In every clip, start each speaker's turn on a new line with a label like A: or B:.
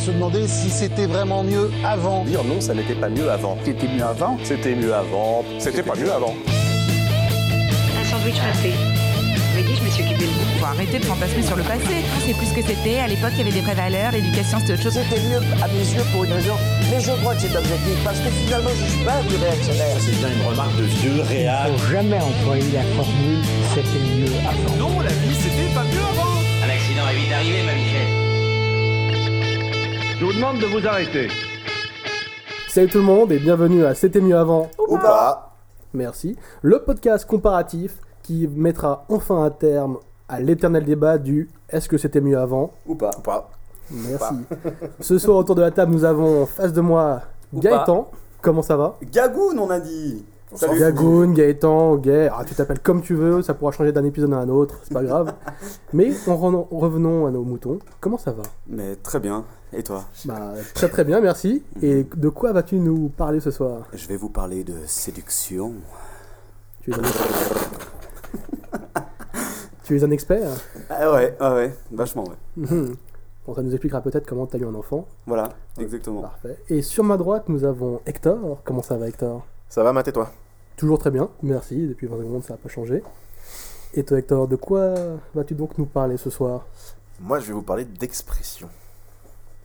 A: se demander si c'était vraiment mieux avant.
B: Dire non, ça n'était pas mieux avant.
C: C'était mieux avant.
B: C'était mieux avant.
D: C'était pas mieux avant.
E: Un sandwich passé. Vous voyez, je me suis occupée de vous.
F: Faut arrêter de fantasmer sur le passé. C'est plus ce que c'était. À l'époque, il y avait des vraies valeurs. L'éducation, c'était autre chose.
C: C'était mieux à mes yeux pour une raison. Mais je crois que c'est objectif parce que finalement, je suis pas un réactionnaire.
G: C'est bien une remarque de vieux réel.
H: faut jamais employer la formule c'était mieux avant.
I: Non, la vie, c'était pas mieux avant.
J: Un accident est vite arrivé, ma Michel.
K: Je vous demande de vous arrêter.
L: Salut tout le monde et bienvenue à C'était mieux avant.
C: Ou pas.
L: Merci. Le podcast comparatif qui mettra enfin un terme à l'éternel débat du est-ce que c'était mieux avant
C: ou pas. Ou
L: pas. Merci. Ou pas. Ce soir autour de la table, nous avons en face de moi ou Gaëtan. Pas. Comment ça va
C: Gagoun, on a dit.
L: Salut, Gagoun, Gaëtan, Gay, ah, tu t'appelles comme tu veux, ça pourra changer d'un épisode à un autre, c'est pas grave. Mais on re revenons à nos moutons. Comment ça va
C: Mais très bien. Et toi
L: bah, Très très bien, merci. Et de quoi vas-tu nous parler ce soir
C: Je vais vous parler de séduction.
L: Tu es dans tu es un expert Mhm.
C: Ah ouais, ah ouais, vachement ouais.
L: bon, ça nous expliquera peut-être comment t'as eu un enfant.
C: Voilà, exactement.
L: Parfait. Et sur ma droite, nous avons Hector. Comment ça va, Hector
M: Ça va, maté toi
L: Toujours très bien, merci. Depuis 20 secondes, ça n'a pas changé. Et toi, Hector, de quoi vas-tu donc nous parler ce soir
M: Moi, je vais vous parler d'expression.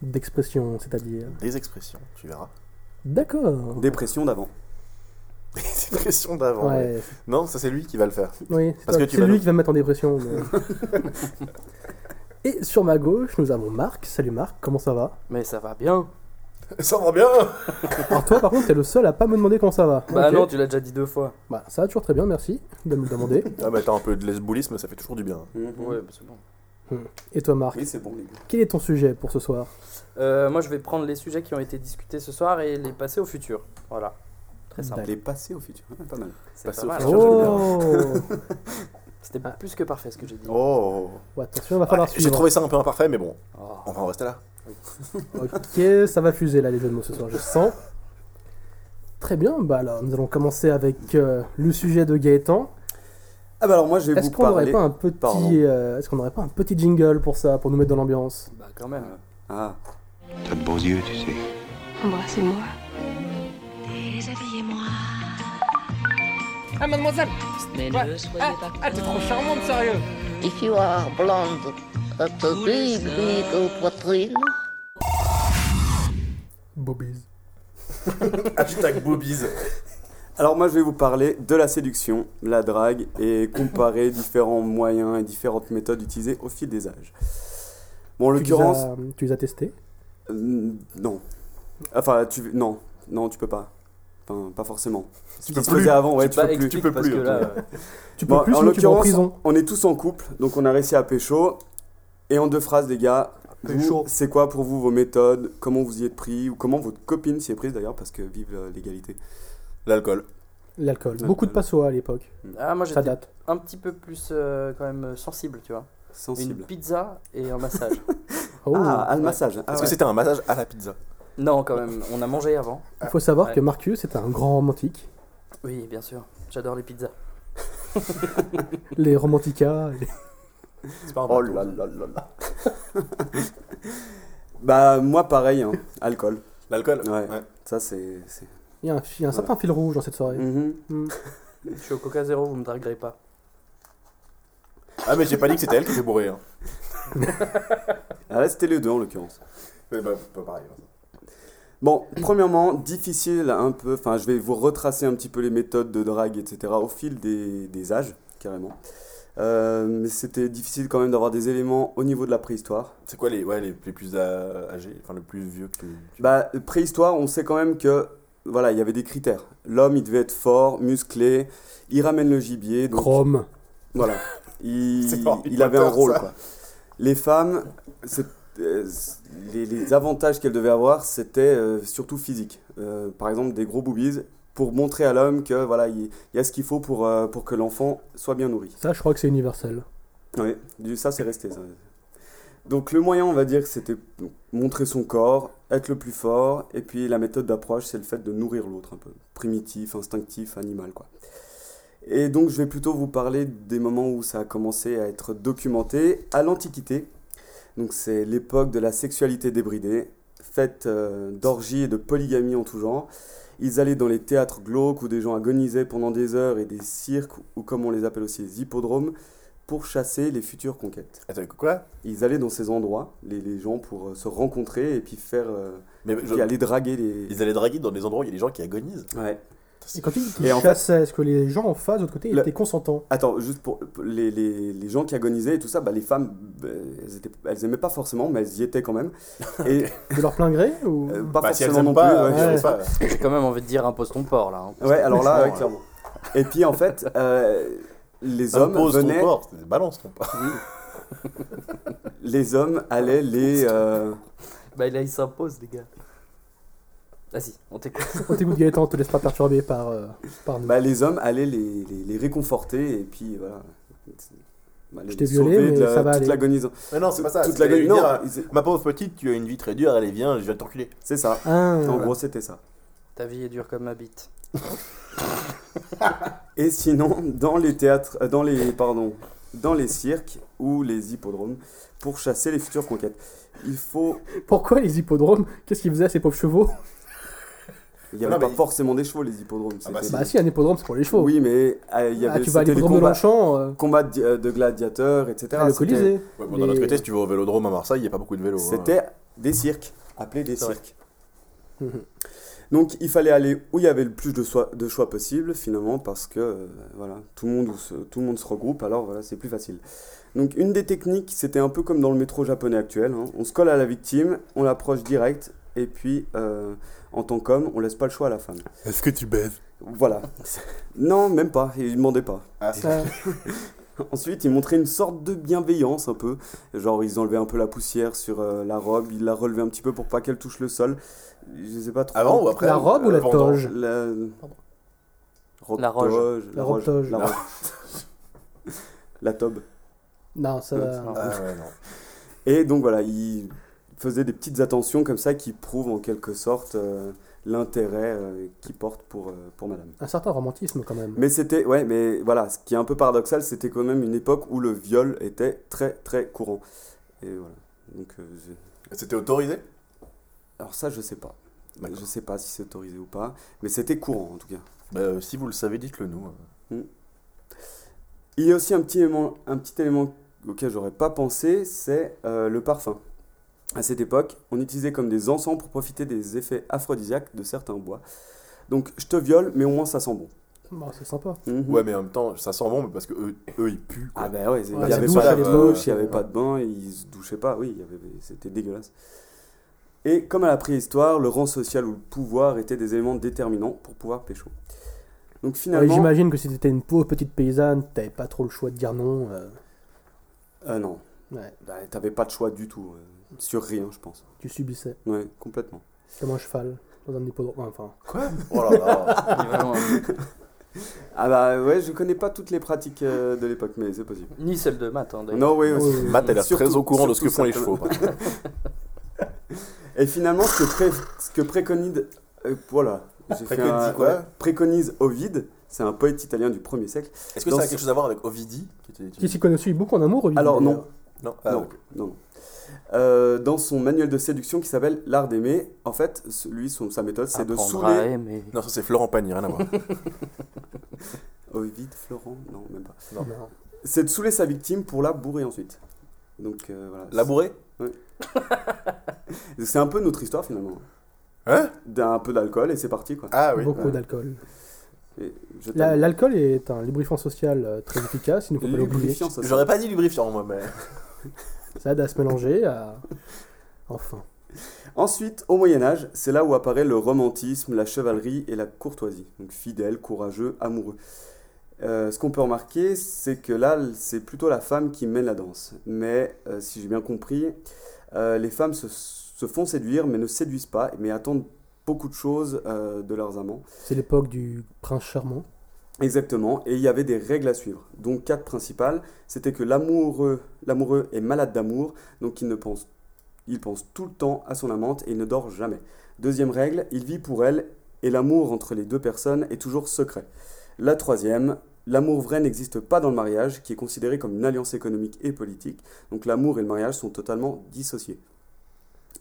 L: D'expression, c'est-à-dire
M: Des expressions, tu verras.
L: D'accord.
C: Dépression d'avant.
M: dépression d'avant. Ouais. Ouais. Non, ça c'est lui qui va le faire.
L: Oui, c'est lui nous... qui va me mettre en dépression. Mais... Et sur ma gauche, nous avons Marc. Salut Marc, comment ça va
N: Mais ça va bien.
M: Ça va bien
L: Alors toi par contre, t'es le seul à pas me demander comment ça va.
N: Bah okay. non, tu l'as déjà dit deux fois.
L: Bah ça va toujours très bien, merci de me le demander.
M: ah bah t'as un peu de lesboulisme, ça fait toujours du bien. Hein.
N: Mm
C: Mhm.
N: -hmm. Ouais, bah c'est bon.
L: Et toi Marc
C: Oui, c'est bon les gars.
L: Quel est ton sujet pour ce soir
N: euh, Moi je vais prendre les sujets qui ont été discutés ce soir et les passer au futur. Voilà.
C: Les passer au futur, hein, pas mal.
N: Passer au mal. futur, oh C'était ah. plus que parfait ce que j'ai dit.
M: Oh
L: ouais, Attention, il va falloir
M: ah, J'ai trouvé ça un peu imparfait, mais bon, oh. on va en rester là.
L: ok, ça va fuser là les jeux de mots ce soir, je sens. Très bien, bah alors nous allons commencer avec euh, le sujet de Gaëtan.
C: Ah bah alors moi je vais
L: est-ce
C: vous qu'on parler...
L: Pas un petit, euh, est-ce qu'on n'aurait pas un petit jingle pour ça, pour nous mettre dans l'ambiance
N: Bah quand même.
C: Ah.
O: T'as de beaux yeux, tu sais.
P: Embrassez-moi.
Q: Ah, mademoiselle Mais ouais. ne soyez ah, pas ah, t'es trop charmante, sérieux
R: If you are blonde, at a big, big poitrine...
L: Bobbies.
M: Hashtag bobbies.
C: Alors moi, je vais vous parler de la séduction, la drague, et comparer différents moyens et différentes méthodes utilisées au fil des âges.
L: Bon, en l'occurrence... Tu les as, as testés
C: euh, Non. Enfin, tu... Non. Non, tu peux pas. Enfin, pas forcément.
M: Tu peux plus.
C: avant, ouais, tu,
M: peux
C: plus.
M: Tu peux plus.
N: euh,
L: tu peux plus.
C: En
L: l'occurrence,
C: on est tous en couple, donc on a réussi à pécho. Et en deux phrases, les gars, c'est quoi pour vous vos méthodes Comment vous y êtes pris Ou comment votre copine s'y est prise d'ailleurs Parce que vive euh, l'égalité.
M: L'alcool.
L: L'alcool. Beaucoup de passois à l'époque.
N: Ah, moi j'étais un petit peu plus euh, quand même sensible, tu vois.
C: Sensible.
N: Une pizza et un massage.
C: oh. Ah, un massage. Ah,
M: Est-ce ouais. que c'était un massage à la pizza
N: non, quand même, on a mangé avant.
L: Il faut savoir ouais. que Marcus est un grand romantique.
N: Oui, bien sûr, j'adore les pizzas.
L: les romanticas. Les...
M: C'est pas un oh là là là là.
C: bah, moi, pareil, hein. alcool.
M: L'alcool
C: ouais. ouais. Ça, c'est.
L: Il y a un, y a un certain ouais. fil rouge dans cette soirée.
C: Mm -hmm. mm.
N: Je suis au Coca Zéro, vous me draguerez pas.
M: Ah, mais j'ai pas dit que c'était elle qui était bourrée. Hein.
C: ah, là, c'était les deux en l'occurrence.
M: Mais bah, pas pareil.
C: Bon, premièrement, difficile un peu, enfin je vais vous retracer un petit peu les méthodes de drague, etc. au fil des, des âges, carrément. Euh, mais c'était difficile quand même d'avoir des éléments au niveau de la préhistoire.
M: C'est quoi les, ouais, les, les, plus âgés, enfin le plus vieux que...
C: Bah, préhistoire, on sait quand même que, voilà, il y avait des critères. L'homme, il devait être fort, musclé, il ramène le gibier. Donc,
L: Chrome.
C: Voilà. Il, il avait un rôle, ça. quoi. Les femmes, c'est... Euh, les, les, avantages qu'elle devait avoir, c'était euh, surtout physique. Euh, par exemple, des gros boobies pour montrer à l'homme que voilà, il, y a ce qu'il faut pour, euh, pour que l'enfant soit bien nourri.
L: Ça, je crois que c'est universel.
C: Oui, ça c'est resté. Ça. Donc le moyen, on va dire, c'était montrer son corps, être le plus fort, et puis la méthode d'approche, c'est le fait de nourrir l'autre un peu. Primitif, instinctif, animal, quoi. Et donc je vais plutôt vous parler des moments où ça a commencé à être documenté à l'Antiquité, donc c'est l'époque de la sexualité débridée. fêtes euh, d'orgies et de polygamie en tout genre. Ils allaient dans les théâtres glauques où des gens agonisaient pendant des heures et des cirques, ou comme on les appelle aussi les hippodromes, pour chasser les futures conquêtes.
M: Attends, quoi
C: Ils allaient dans ces endroits, les, les gens, pour euh, se rencontrer et puis faire. euh,
M: Mais-
C: puis
M: je-
C: aller draguer les.
M: Ils allaient draguer dans des endroits où il y a des gens qui agonisent.
C: Ouais.
L: Et quand tu dis qu'ils
C: Et en fait-
L: chassaient, est-ce que les gens en face, de l'autre côté, ils
C: Le-
L: étaient consentants
C: Attends, juste pour pour les, les- les gens qui agonisaient et tout ça, bah, les femmes, bah, elles, étaient, elles aimaient pas forcément, mais elles y étaient quand même. Et
L: De leur plein gré ou...
C: euh, pas
M: Bah, si elles
C: forcément
M: aiment
C: non
M: pas,
C: plus.
M: euh,
C: ouais.
M: si elles aiment pas.
N: J'ai quand même envie de dire impose ton port là. hein, parce
C: Ouais,
N: que-
C: alors là, ouais, clairement. Et puis en fait, euh, les hommes
M: Impose
C: venaient,
M: ton port, balance ton port.
C: les hommes allaient les, euh,
N: Bah là, il s'impose, les gars. Vas-y, on t'écoute.
L: Oh, t'écoutes Gaëtan, on te laisse pas perturber par, euh, par nous.
C: bah, les hommes allaient les, les- les réconforter et puis voilà. Bah, les
L: Je t'ai violé,
C: sauver de
L: mais
C: la-
L: ça va
C: toute
L: aller.
C: l'agonisme.
M: Mais non, c'est pas ça.
C: Toute
M: c'est
C: la
M: d'aller lui
C: gueule-
M: dire,
C: non,
M: euh,
C: ils-
M: Ma pauvre petite, tu as une vie très dure, allez, viens, je viens t'enculer.
C: C'est ça.
L: Ah,
C: En gros, c'était ça.
N: Ta vie est dure comme ma bite.
C: Et sinon, dans les théâtres, euh, dans les, pardon, dans les cirques ou les hippodromes, pour chasser les futures conquêtes, il faut,
L: Pourquoi les hippodromes Qu'est-ce qu'ils faisaient à ces pauvres chevaux
C: il n'y avait
M: Non,
C: pas
M: mais-
C: forcément des chevaux les hippodromes.
M: Ah bah,
C: c'était-
L: Bah si, un hippodrome, c'est pour les chevaux.
C: oui, mais euh, il y
L: Ah,
C: avait
L: tu vas à
C: c'était les
L: l'hippodrome de
C: combats, Ah,
L: Longchamp, euh,
C: combats de, euh, de gladiateurs, etc.
L: à le
C: C'était-
L: Colisée.
M: Ouais, bon,
L: Les-
M: D'un autre côté, si tu vas au vélodrome à Marseille, il n'y a pas beaucoup de vélos. hein.
C: C'était des cirques, appelés des
M: C'est vrai.
C: cirques. Donc il fallait aller où il y avait le plus de, soi- de choix possible finalement parce que euh, voilà tout le monde où se- tout le monde se regroupe alors voilà c'est plus facile. Donc une des techniques c'était un peu comme dans le métro japonais actuel hein. on se colle à la victime on l'approche direct et puis euh, en tant qu'homme on laisse pas le choix à la femme.
M: Est-ce que tu baises
C: Voilà non même pas il demandait pas.
M: Ah,
L: Ah,
C: Ensuite, ils montraient une sorte de bienveillance un peu. Genre, ils enlevaient un peu la poussière sur euh, la robe, ils la relevaient un petit peu pour pas qu'elle touche le sol. Je sais pas trop.
M: Avant ou après
L: La robe ou la
M: pendant
L: toge
C: La robe
N: La roge.
C: toge,
L: La robe
C: roge,
L: toge.
C: La, robe. La tobe.
L: non, ça va.
M: Ah ouais, non.
C: Et donc voilà, ils faisaient des petites attentions comme ça qui prouvent en quelque sorte euh, l'intérêt euh, qu'ils portent pour, euh, pour madame.
L: Un certain romantisme quand même.
C: Mais c'était, ouais, mais voilà, ce qui est un peu paradoxal, c'était quand même une époque où le viol était très très courant. Et voilà. Donc, euh, j'ai-
M: C'était autorisé
C: alors ça, je sais pas.
M: D'accord.
C: Je sais pas si c'est autorisé ou pas, mais c'était courant en tout cas.
M: Bah, euh, Si vous le savez, dites-le nous. hein.
C: Il y a aussi un petit élément, un petit élément auquel j'aurais pas pensé, c'est euh, le parfum. À cette époque, on utilisait comme des encens pour profiter des effets aphrodisiaques de certains bois. Donc, je te viole, mais au moins ça sent bon.
L: Bon, c'est sympa.
C: Mhm.
M: Ouais, mais en même temps, ça sent bon mais parce que eux, eux, ils puent. quoi.
C: Ah ben ouais, il
L: Ouais,
C: n'y
L: la
C: avait
L: douche,
C: pas
L: elle
C: de
L: est
C: douche,
L: moche.
C: il n'y avait pas de bain, ils se douchaient pas, oui, il y avait- c'était dégueulasse. Et comme à la préhistoire, le rang social ou le pouvoir étaient des éléments déterminants pour pouvoir pécho. Donc
L: Ouais,
C: finalement...
L: J'imagine que si t'étais une pauvre petite paysanne, t'avais pas trop le choix de dire non. euh,
C: Ah non,
L: ouais,
C: bah, t'avais pas de choix du tout, euh, sur rien je pense.
L: tu subissais.
C: Ouais, complètement.
L: Comme un cheval dans un hippodrome. Enfin,
M: Oh là là.
N: Il va loin.
C: Ah bah ouais, je connais pas toutes les pratiques euh, de l'époque, mais c'est possible.
N: Ni celle de Matt, hein, d'ailleurs.
C: Non, oui,
L: Ouais,
C: aussi.
L: ouais,
M: Matt, elle est
C: Surtout-
M: très au courant de ce que
C: surtout
M: font les
C: certains-
M: chevaux. par contre.
C: Et finalement, ce que, pré- ce que préconise. euh, voilà. j'ai fait
M: Préconise
C: un-
M: quoi
C: ouais, Préconise Ovide, c'est un poète italien du 1er siècle.
M: Est-ce que
C: Dans
M: ça a
C: ce-
M: quelque chose à voir avec Ovidie qui était-
L: qui s'y connaît aussi beaucoup en amour, Euh, évidemment.
C: Alors non,
M: Non, ah,
C: non,
M: d'accord.
C: non, non. Euh, dans son manuel de séduction qui s'appelle L'art d'aimer, en fait, ce- lui, son, sa méthode, c'est de
N: Apprendre à
C: saouler.
N: aimer.
M: Non, ça c'est Florent Pagny, rien à voir.
C: Ovide, Oh, Florent Non, même pas.
M: non.
L: Non.
C: C'est de saouler sa victime pour la bourrer ensuite. Donc euh, voilà.
M: Labouré
C: C'est un peu notre histoire finalement.
M: Hein
C: D'un peu d'alcool et c'est parti quoi.
M: Ah oui.
L: beaucoup
C: ouais.
L: d'alcool.
C: Et je t'aime.
L: La- L'alcool est un lubrifiant social euh, très efficace, il ne faut pas l'oublier.
C: Lubrifiant, ça, ça.
M: J'aurais pas dit lubrifiant moi, mais.
L: Ça aide à se mélanger, à... Enfin.
C: Ensuite, au Moyen-Âge, c'est là où apparaît le romantisme, la chevalerie et la courtoisie. Donc fidèle, courageux, amoureux. Euh, ce qu'on peut remarquer, c'est que là, c'est plutôt la femme qui mène la danse. Mais euh, si j'ai bien compris, euh, les femmes se, se font séduire, mais ne séduisent pas, mais attendent beaucoup de choses euh, de leurs amants.
L: C'est l'époque du prince charmant.
C: Exactement, et il y avait des règles à suivre. Donc quatre principales, c'était que l'amoureux, l'amoureux est malade d'amour, donc il ne pense, il pense tout le temps à son amante et il ne dort jamais. Deuxième règle, il vit pour elle et l'amour entre les deux personnes est toujours secret. La troisième, l'amour vrai n'existe pas dans le mariage, qui est considéré comme une alliance économique et politique. Donc l'amour et le mariage sont totalement dissociés.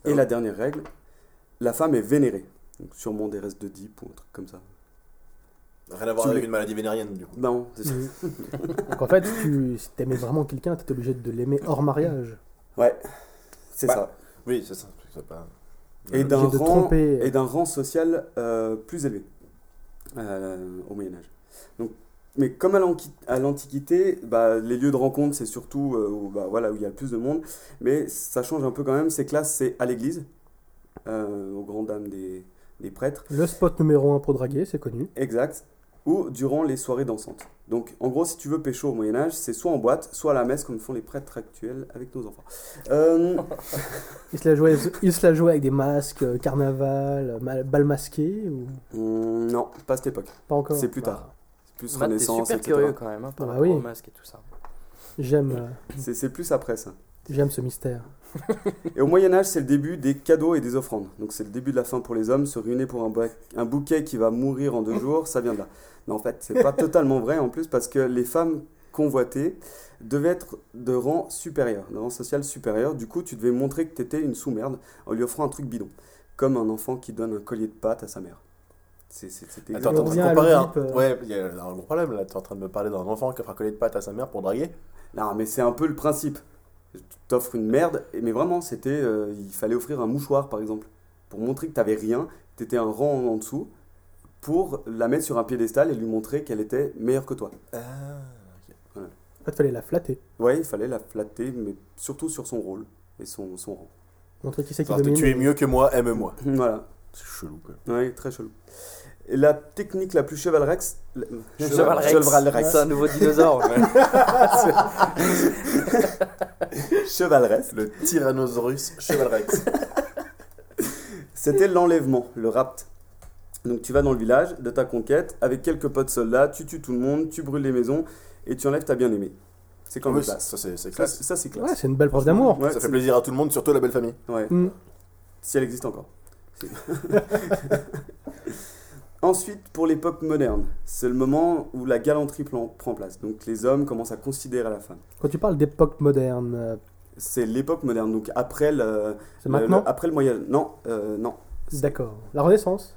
C: Et
M: Ah.
C: la dernière règle, la femme est vénérée. Donc, sûrement des restes de dip ou un truc comme ça.
M: Rien à voir avec une maladie vénérienne, du coup.
C: Non, c'est ça.
L: Donc en fait, si tu, si t'aimais vraiment quelqu'un, t'étais obligé de l'aimer hors mariage.
C: Ouais, c'est
M: Bah,
C: ça.
M: Oui, c'est ça. parce que c'est pas-
C: Et d'un
L: Obligé de
C: rang,
L: tromper.
C: et d'un rang social euh, plus élevé euh, au Moyen Âge. Donc, mais comme à l'anqui- à l'Antiquité, bah, les lieux de rencontre, c'est surtout euh, où, bah, voilà, où il y a le plus de monde. Mais ça change un peu quand même. Ces classes, c'est à l'église, euh, aux grandes dames des, des prêtres.
L: Le spot numéro 1 pour draguer, c'est connu.
C: Exact. Ou durant les soirées dansantes. Donc, en gros, si tu veux pécho au Moyen Âge, c'est soit en boîte, soit à la messe, comme font les prêtres actuels avec nos enfants. Euh,
L: Il se la jouait, il se la jouait avec des masques, euh, carnaval, euh, mal- bal masqué ou
C: hum, non, pas à cette époque.
L: pas encore
C: C'est plus tard. C'est plus
N: Matt, t'es
C: Renaissance,
N: super
C: etc.
N: curieux quand même, hein, par
L: Ah bah
N: rapport
L: oui.
N: au masque et tout ça.
L: J'aime, euh,
C: C'est c'est plus après ça.
L: j'aime ce mystère.
C: Et au Moyen Âge, c'est le début des cadeaux et des offrandes. Donc c'est le début de la fin pour les hommes. Se ruiner pour un, boi- un bouquet qui va mourir en deux jours, ça vient de là. Mais en fait, c'est pas totalement vrai en plus parce que les femmes convoitées devaient être de rang supérieur, de rang social supérieur. Du coup, tu devais montrer que t'étais une sous-merde en lui offrant un truc bidon, comme un enfant qui donne un collier de pâtes à sa mère. C'est- c'est- C'était
M: Attends,
L: on
M: t'es en train
L: revient
M: de
L: à
M: comparer. un-
L: l'Oedipe, euh.
M: Ouais, il y a un gros problème là. T'es en train de me parler d'un enfant qui a fait un collier de pâte à sa mère pour draguer.
C: Non, mais c'est un peu le principe. Tu t'offres une merde, et- mais vraiment, c'était. euh, il fallait offrir un mouchoir, par exemple, pour montrer que t'avais rien, que t'étais un rang en dessous, pour la mettre sur un piédestal et lui montrer qu'elle était meilleure que toi.
L: En fait, fallait la flatter,
C: Ouais, il fallait la flatter, mais surtout sur son rôle et son, son rang.
L: montrer qui c'est qui
M: Genre, t'es-
L: domine.
M: tu es mieux que moi, aime-moi.
C: Voilà,
M: C'est chelou quoi.
C: ouais, très chelou. Et la technique la plus chevaleresque. la-
N: Chevalrex.
C: Chevaleresque.
N: C'est un nouveau dinosaure. ouais.
C: Chevaleresque.
M: Le Tyrannosaurus Chevalrex.
C: C'était l'enlèvement, le rapt. Donc tu vas dans le village de ta conquête avec quelques potes soldats, tu tues tout le monde, tu brûles les maisons et tu enlèves ta bien-aimée. C'est quand même
M: ça,
C: classe.
M: bah, ça, Ah c'est c'est
C: Ça,
M: classe.
C: c'est- ça, c'est
L: Ouais,
C: classe.
L: c'est une belle preuve d'amour.
C: Ouais,
M: ça fait
C: c'est-
M: plaisir à tout le monde, surtout à la belle famille.
C: ouais,
L: Mm.
C: si elle existe encore. C'est- Ensuite, pour l'époque moderne, c'est le moment où la galanterie plan- prend place. Donc les hommes commencent à considérer la femme.
L: Quand tu parles d'époque moderne, euh,
C: C'est l'époque moderne, donc après le,
L: c'est
C: le-
L: maintenant
C: le- après le Moyen Non, euh, non.
L: ah,
C: c'est-
L: D'accord. La Renaissance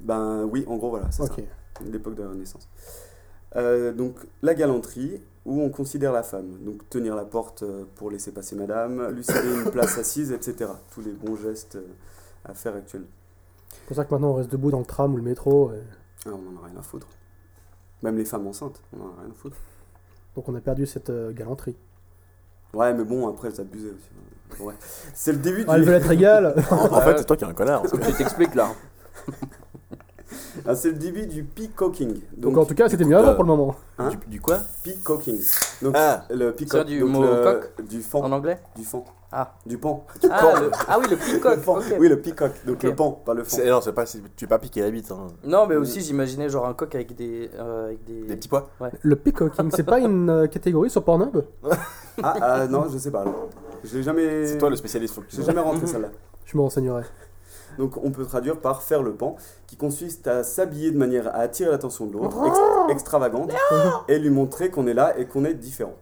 C: Ben oui, en gros, voilà, c'est ça.
L: Ok.
C: l'époque de la Renaissance. Euh, donc la galanterie, où on considère la femme. Donc tenir la porte euh, pour laisser passer madame, lui céder une place assise, etc. Tous les bons gestes euh, à faire actuellement.
L: C'est pour ça que maintenant on reste debout dans le tram ou le métro. et
C: Ah, on n'en a rien à foutre. Même les femmes enceintes, on n'en a rien à foutre.
L: Donc on a perdu cette euh, galanterie.
C: Ouais, mais bon, après elles abusaient aussi. Ouais. C'est le début
L: Ah, elle
C: du...
L: veut être égale
M: en fait, c'est toi qui es un connard. en fait.
N: Je t'explique là.
C: Ah, c'est le début du peacocking.
L: Donc,
C: Donc,
L: en tout cas, c'était
M: écoute,
L: mieux avant
M: euh,
L: pour le moment.
C: Hein
M: du, du quoi
C: peacocking. Donc
M: Ah
C: le peacock,
N: du
C: donc,
N: mot
C: le-
N: coq
C: du fan,
N: En anglais
C: du fan,
N: Ah.
C: du pan,
N: Ah, le- ah oui,
C: Le
N: le peacock.
C: pan.
N: ok.
C: Oui, le peacock, donc
N: Ok.
C: le pan, pas le fan.
M: C'est- Non, c'est pas, c'est- tu es pas piqué la bite. Hein.
N: Non, mais aussi j'imaginais genre un coq avec des. euh, avec des...
M: Des petits pois.
L: Le peacocking, c'est pas une euh, catégorie sur Pornhub
C: Ah, ah, non, je sais pas. alors. Je l'ai jamais.
M: C'est toi le spécialiste. Faut que tu...
C: J'ai jamais rentré celle-là.
L: Je me renseignerai.
C: Donc on peut traduire par faire le pan, qui consiste à s'habiller de manière à attirer l'attention de l'autre, ex- extravagante, et lui montrer qu'on est là et qu'on est différent.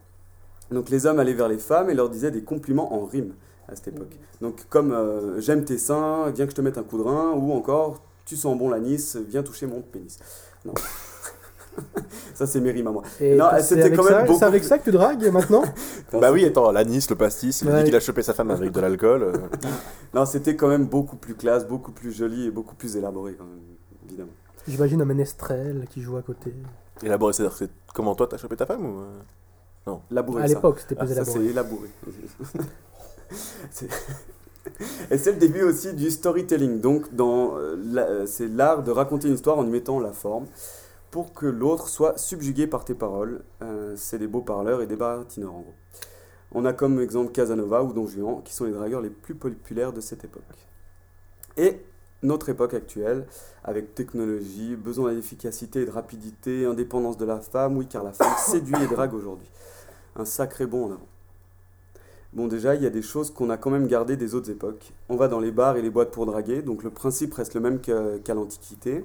C: Donc les hommes allaient vers les femmes et leur disaient des compliments en rime à cette époque. Donc comme euh, j'aime tes seins, viens que je te mette un coup de rein, ou encore tu sens bon l'anis, viens toucher mon pénis. Non. Ça c'est mes rimes à moi.
L: Et
C: Non,
L: t'as-
C: c'était
L: c'est avec
C: quand même
L: ça-
C: beaucoup
L: C'est avec ça que tu dragues maintenant
M: Bah oui, attends, l'anis, le pastis, il a
L: Ouais.
M: dit qu'il a chopé sa femme avec de l'alcool. euh.
C: Non, c'était quand même beaucoup plus classe, beaucoup plus joli et beaucoup plus élaboré quand même, évidemment.
L: J'imagine un ménestrel qui joue à côté.
M: Élaboré, c'est-à-dire que c'est comment toi t'as chopé ta femme ou euh
C: Labouré,
L: à
C: ça.
L: l'époque, c'était
C: Ah,
L: plus
C: ça, c'est
L: élaboré.
C: élaboré. C'est- Et c'est le début aussi du storytelling. Donc, dans, euh, la- euh, c'est l'art de raconter une histoire en y mettant la forme pour que l'autre soit subjugué par tes paroles. Euh, c'est des beaux parleurs et des baratineurs, en gros. On a comme exemple Casanova ou Don Juan, qui sont les dragueurs les plus populaires de cette époque. Et notre époque actuelle, avec technologie, besoin d'efficacité et de rapidité, indépendance de la femme, oui, car la femme séduit et drague aujourd'hui un sacré bond en avant. Bon déjà, il y a des choses qu'on a quand même gardées des autres époques. On va dans les bars et les boîtes pour draguer, donc le principe reste le même que- qu'à l'Antiquité.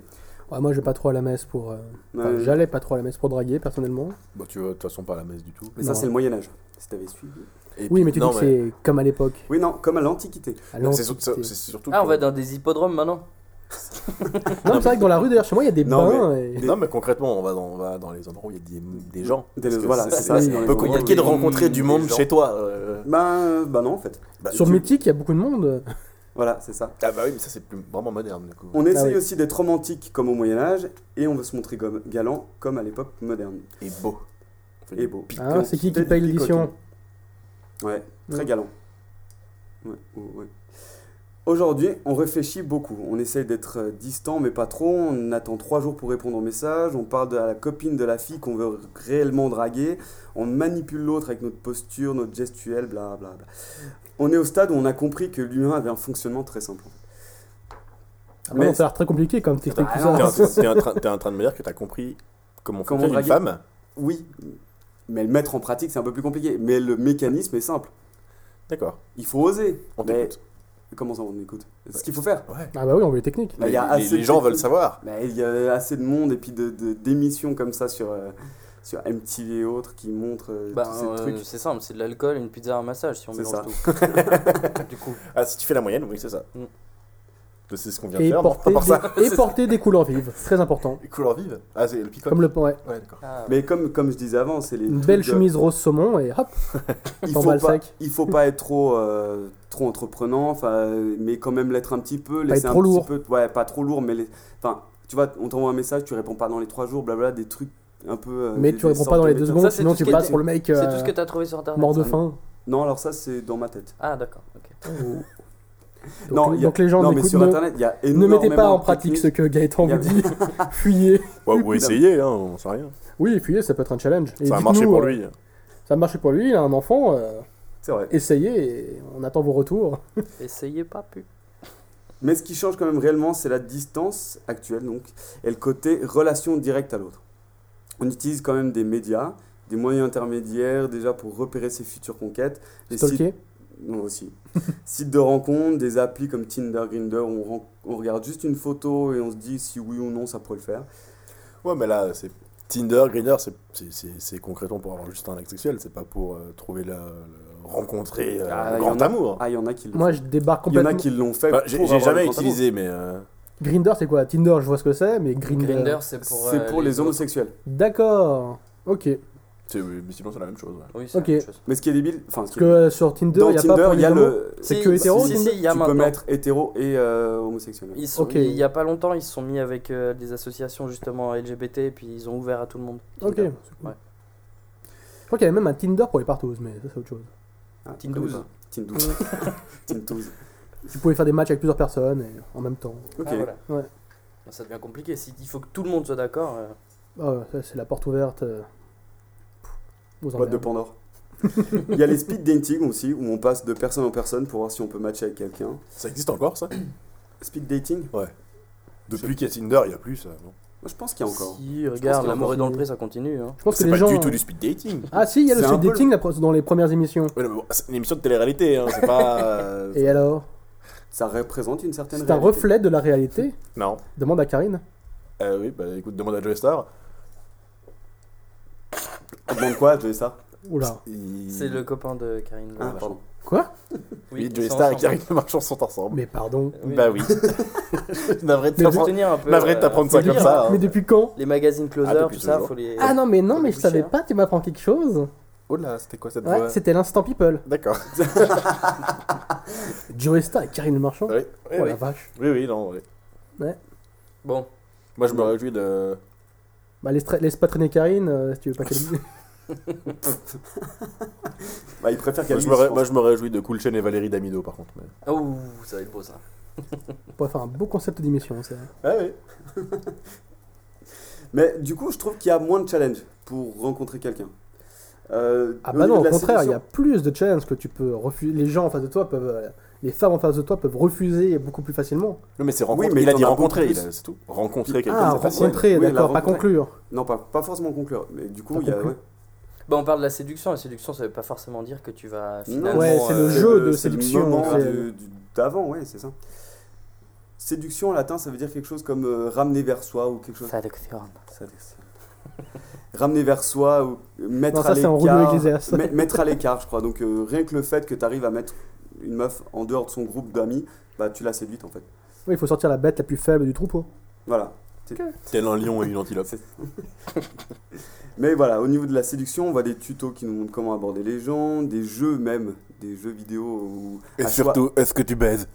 L: Ouais, moi, je vais pas trop à la messe pour. euh, enfin,
C: Euh,
L: J'allais pas trop à la messe pour draguer, personnellement.
M: Bah tu vas de toute façon pas à la messe du tout.
C: mais ça
L: non. hein.
C: c'est le Moyen Âge, si t'avais suivi.
M: Et
L: Oui,
M: puis-
L: mais tu
M: non,
L: dis que c'est comme à l'époque.
C: Oui, non, comme à l'Antiquité.
L: À
M: Non, c'est sur-
L: l'Antiquité.
M: c'est surtout.
N: Ah, on va être dans des hippodromes maintenant.
C: Ah
L: Non, mais c'est vrai que dans la rue, d'ailleurs, chez moi, il y a des bains. et-
M: Non, mais concrètement, on va dans, on va dans les endroits où il y a des, des gens.
C: Des-
M: Parce que
C: voilà, c'est ça,
M: C'est
C: dans
M: un
C: les
M: peu
C: endroits où
M: compliqué
C: il y
M: de
C: a
M: rencontrer du
C: des
M: monde
C: gens.
M: chez toi. euh.
C: Ben, euh, ben non, en fait.
M: Bah,
L: Sur
M: tu-
L: Mythique, il y a beaucoup de monde.
C: Voilà, c'est ça.
M: Ah, bah oui, mais ça, c'est plus vraiment moderne du coup.
C: On essaye
L: Ah oui.
C: aussi d'être romantique comme au Moyen-Âge et on veut se montrer comme galant comme à l'époque moderne.
M: Et beau.
C: Et beau.
L: Ah, c'est qui qui paye l'édition
C: Ouais, très
L: Ouais.
C: galant. Ouais, ouais, ouais. Aujourd'hui, on réfléchit beaucoup. On essaye d'être euh, distant, mais pas trop. On attend trois jours pour répondre au message. On parle de la copine de la fille qu'on veut réellement draguer. On manipule l'autre avec notre posture, notre gestuelle, blablabla. On est au stade où on a compris que l'humain avait un fonctionnement très simple.
L: Ah non, ça a l'air très compliqué comme technique,
C: Bah
L: tout
M: T'es en,
L: ça.
M: t'es en train, t'es en train de me dire que t'as compris comment
C: Comment
M: fonctionne une
C: draguer.
M: femme
C: Oui, mais le mettre en pratique, c'est un peu plus compliqué. Mais le mécanisme est simple.
M: D'accord.
C: Il faut oser.
M: On
C: Mais-
M: t'écoute.
C: Comment ça, on écoute C'est ce qu'il faut faire.
M: Ouais.
L: Ah bah oui, on veut les techniques.
C: Bah, il y a
M: Les-
C: assez
M: les
C: de
M: gens
C: techniques.
M: veulent savoir.
C: Bah, Il y a assez de monde et puis de- de- d'émissions comme ça sur, euh, sur MTV et autres qui montrent euh,
N: Bah,
C: tous ces
N: euh,
C: trucs.
N: c'est simple, c'est de l'alcool, une pizza, un massage si on
C: C'est
N: mélange
C: ça.
N: tout. du coup.
M: Ah, si tu fais la moyenne, oui, c'est ça.
N: Mm.
M: C'est ce qu'on vient de
L: Et
M: faire.
L: porter,
M: non, à part ça.
L: des, et porter des couleurs vives, c'est très important.
M: Les couleurs vives Ah, c'est le picot.
L: Comme le ouais.
M: Ouais, d'accord.
N: Ah,
C: Mais euh, comme, comme je disais avant, c'est les.
L: Une
C: trucs
L: belle
C: de-
L: chemise rose saumon et hop,
C: il
L: t'en
C: faut
L: bats le
C: pas,
L: sac.
C: il faut pas être trop, euh, trop entreprenant, enfin, euh, mais quand même l'être un petit peu. laisser
L: être
C: un
L: trop
C: petit
L: lourd.
C: peu- ouais, pas trop lourd, mais. les- Enfin, tu vois, on t'envoie un message, tu réponds pas dans les trois jours, blabla, des trucs un peu. euh,
L: Mais
C: des-
L: tu
C: des
L: réponds
C: sortes
L: pas dans
C: de
L: les deux
C: méthodes.
L: secondes,
N: Ça, c'est
L: sinon
N: tout ce
L: tu
N: qui
L: passes
N: est-
L: pour le mec
N: C'est
L: euh,
N: tout ce que t'as trouvé sur internet.
L: mort de
N: ça.
L: faim.
C: Non, alors ça, c'est dans ma tête.
N: Ah, d'accord. ok.
L: Donc,
C: non, il y a-
L: donc les gens
C: non, mais
L: n'écoutent-
C: sur
L: ne,
C: internet, il y a
L: ne
C: énormément
L: mettez pas en
C: de
L: pratique ce
C: techniques.
L: que Gaëtan
C: Il y a-
L: vous dit. fuyez.
M: Ouais, ou essayer, hein, on sait rien.
L: Oui, fuyez, ça peut être un challenge. Et
M: Ça a
L: dites-nous,
M: marché pour
L: euh,
M: lui.
L: Ça a marché pour lui, il a un enfant. euh,
C: C'est vrai.
L: essayez et on attend vos retours.
N: Essayez pas, pu.
C: Mais ce qui change quand même réellement, c'est la distance actuelle, donc, et le côté relation directe à l'autre. On utilise quand même des médias, des moyens intermédiaires déjà pour repérer ses futures conquêtes. Des sites,
L: Stalker
C: non, aussi. sites de rencontres, des applis comme Tinder, Grindr, où on, ren- on regarde juste une photo et on se dit si oui ou non ça pourrait le faire.
M: Ouais, mais là, c'est Tinder, Grindr, c'est- c'est- c'est c'est concrètement pour avoir juste un acte sexuel, c'est pas pour euh, trouver la. le- rencontrer euh,
C: Ah,
M: le
C: il y
M: grand
C: en a-
M: amour.
C: Ah, il y en a qui l'ont
L: Moi
C: fait.
L: je débarque
C: Il y en a
L: complètement.
C: qui l'ont fait.
M: Bah,
C: pour
M: J'ai j'ai
C: avoir le
M: jamais
C: grand amour.
M: utilisé, mais. euh,
L: Grinder c'est quoi Tinder je vois ce que c'est, mais Grinder.
N: Grinder, c'est pour.
C: C'est
N: euh,
C: pour les
N: autres.
C: homosexuels.
L: D'accord. Ok.
M: c'est- mais sinon, c'est la même chose. ouais.
N: Oui, c'est la
L: Ok.
N: même chose.
C: Mais ce qui est débile, enfin, ce
L: Parce
C: qui est-
L: que euh, sur Tinder,
C: dans
L: il y a pas
C: Tinder,
L: pour
C: il
L: les
C: y a
L: amours.
C: le.
L: C'est
N: Si,
L: que hétéro
N: Si,
L: Tinder
N: si, il y a
C: tu peux
N: maintenant.
C: mettre hétéro et euh, homosexuel.
N: Ils sont-
L: Ok.
N: Il y a pas longtemps, ils se sont mis avec euh, des associations justement LGBT et puis ils ont ouvert à tout le monde.
L: Ok.
N: Tinder. Ouais.
L: Je crois qu'il y avait même un Tinder pour les partous, mais ça c'est autre chose.
C: Ah,
N: Team
C: comme
N: 12.
C: ça. Team 12. Team 12.
L: Tu pouvais faire des matchs avec plusieurs personnes et en même temps.
C: Ok.
N: Ah, voilà.
L: Ouais.
N: Bah, Ça devient compliqué. Si, il faut que tout le monde soit d'accord. euh,
L: Ah ouais, ça c'est la porte ouverte. euh, aux
C: Boîte de
L: emmerdes.
C: Pandore. Il y a les speed dating aussi, où on passe de personne en personne pour voir si on peut matcher avec quelqu'un.
M: Ça existe encore, ça
C: Speed dating Moi,
M: Depuis qu'il y a Tinder, il y a plus. ça, non
C: je pense qu'il y a encore.
N: Si, regarde,
C: qu'il y a
N: l'amour
C: encore.
N: est dans le pré, ça continue. hein.
L: Je pense que
M: C'est
L: les
M: pas
L: gens.
M: du tout du speed dating.
L: Ah si, il y a le
C: C'est un
L: speed
C: peu le-
L: dating la pro- dans les premières émissions.
M: Ouais, mais bon, c'est une émission de télé-réalité, hein, c'est pas. euh,
L: Et alors
C: Ça représente une certaine
L: C'est un
C: réalité.
L: reflet de la réalité
M: Non.
L: Demande à Karine.
M: Euh, oui, bah écoute, demande à Joe Star.
C: On demande quoi, Joey Star
L: Oula.
M: Il-
N: C'est le copain de Karine.
C: Ah,
N: Lamarche.
C: pardon.
L: Quoi
M: Oui,
N: ils
M: Joe
N: sont
M: Star et
N: ensemble.
M: Karine Le Marchand sont ensemble.
L: Mais pardon.
N: Oui.
M: Bah oui. Navré de
L: Mais
M: t'apprendre-
N: Tenir un peu,
M: navré de
N: euh,
M: t'apprendre ça
L: Mais
M: comme
L: de-
M: ça.
L: Mais
M: hein.
L: depuis quand
N: Les magazines
M: Ah,
N: Closer,
M: depuis
N: tout ça,
M: toujours.
N: faut les.
L: Ah non mais non mais je
N: Bouchard.
L: savais pas, tu m'apprends quelque chose.
M: Oh là, c'était quoi cette
L: Ouais,
M: voix
L: c'était l'instant people.
M: D'accord.
L: Joe Star et Karine Le Marchand.
M: Oui, oui,
L: Oh
M: oui.
L: la vache.
M: Oui, oui, non. oui.
N: Bon,
M: Moi, je me réjouis de.
L: Bah laisse, tra- laisse pas traîner Karine euh, si tu veux pas qu'elle.
C: Bah, il préfère qu'elle
M: Moi, je
C: dise,
M: me ré-
C: je
M: moi, je me réjouis de Cool Chain et Valérie Damido, par contre. mais-
N: oh, ça va être beau ça.
L: On pourrait faire un beau concept d'émission ça.
M: Ah oui.
C: pense. Mais du coup, je trouve qu'il y a moins de challenge pour rencontrer quelqu'un. Euh,
L: Ah
C: au
L: bah
C: niveau de
L: non, au
C: la
L: contraire, il y a
C: séduction-
L: plus de challenges que tu peux refuser. Les gens en face de toi peuvent, euh, les femmes en face de toi peuvent refuser beaucoup plus facilement.
M: Non, mais c'est rencontrer.
C: Oui, mais
M: il a
C: t'en
M: dit
C: as
M: rencontrer,
C: beaucoup
M: il a- c'est tout. Rencontrer quelqu'un,
L: Ah,
M: c'est facile.
C: rencontrer.
L: rencontrer,
C: Oui, la
L: d'accord, pas
C: rencontrer.
L: conclure.
C: Non, pas, pas forcément conclure. Mais du coup,
L: Pas
C: il y a.
L: conclure.
C: ouais.
N: Bah, on parle de la séduction. La séduction, ça veut pas forcément dire que tu vas finalement.
L: Ouais, c'est le
N: euh,
L: jeu de
C: c'est le
L: séduction,
C: moment
L: c'est-
C: de- du- D'avant, ouais, c'est ça. Séduction en latin, ça veut dire quelque chose comme euh, ramener vers soi ou quelque chose.
N: Séduction.
C: Séduction. ramener vers soi ou euh, mettre
L: Non, ça,
C: à
L: c'est en Romeo
C: l'écart.
L: Iglesias.
C: me- mettre à l'écart, je crois. Donc euh, rien que le fait que tu arrives à mettre une meuf en dehors de son groupe d'amis, bah tu l'as séduite en fait.
L: Oui, il faut sortir la bête la plus faible du troupeau.
C: Voilà.
M: Tel un lion et une antilope.
C: Mais voilà, au niveau de la séduction, on voit des tutos qui nous montrent comment aborder les gens, des jeux même, des jeux vidéo où
M: Et
C: à choix-
M: surtout, est-ce que tu baises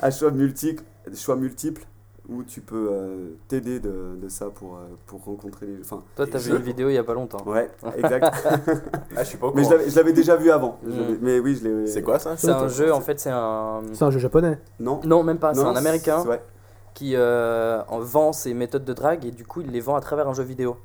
C: à choix multiples, choix multiples où tu peux euh, t'aider de, de ça pour, euh, pour rencontrer les gens.
N: Toi, t'as vu une vidéo il y a pas longtemps.
C: Ouais, exact.
N: Ah, je suis pas au
C: Mais je
N: courant.
C: l'avais- je l'avais déjà vu avant. Je
N: Mm.
C: l'avais- Mais oui, je l'ai.
M: C'est quoi, ça
N: C'est un jeu, en fait, c'est un.
C: Mm.
L: C'est un jeu japonais.
C: Non.
N: Non, même pas. Ah, C'est
C: Non,
N: un américain
C: c'est- ouais.
N: qui euh, en vend ses méthodes de drague et du coup, il les vend à travers un jeu vidéo.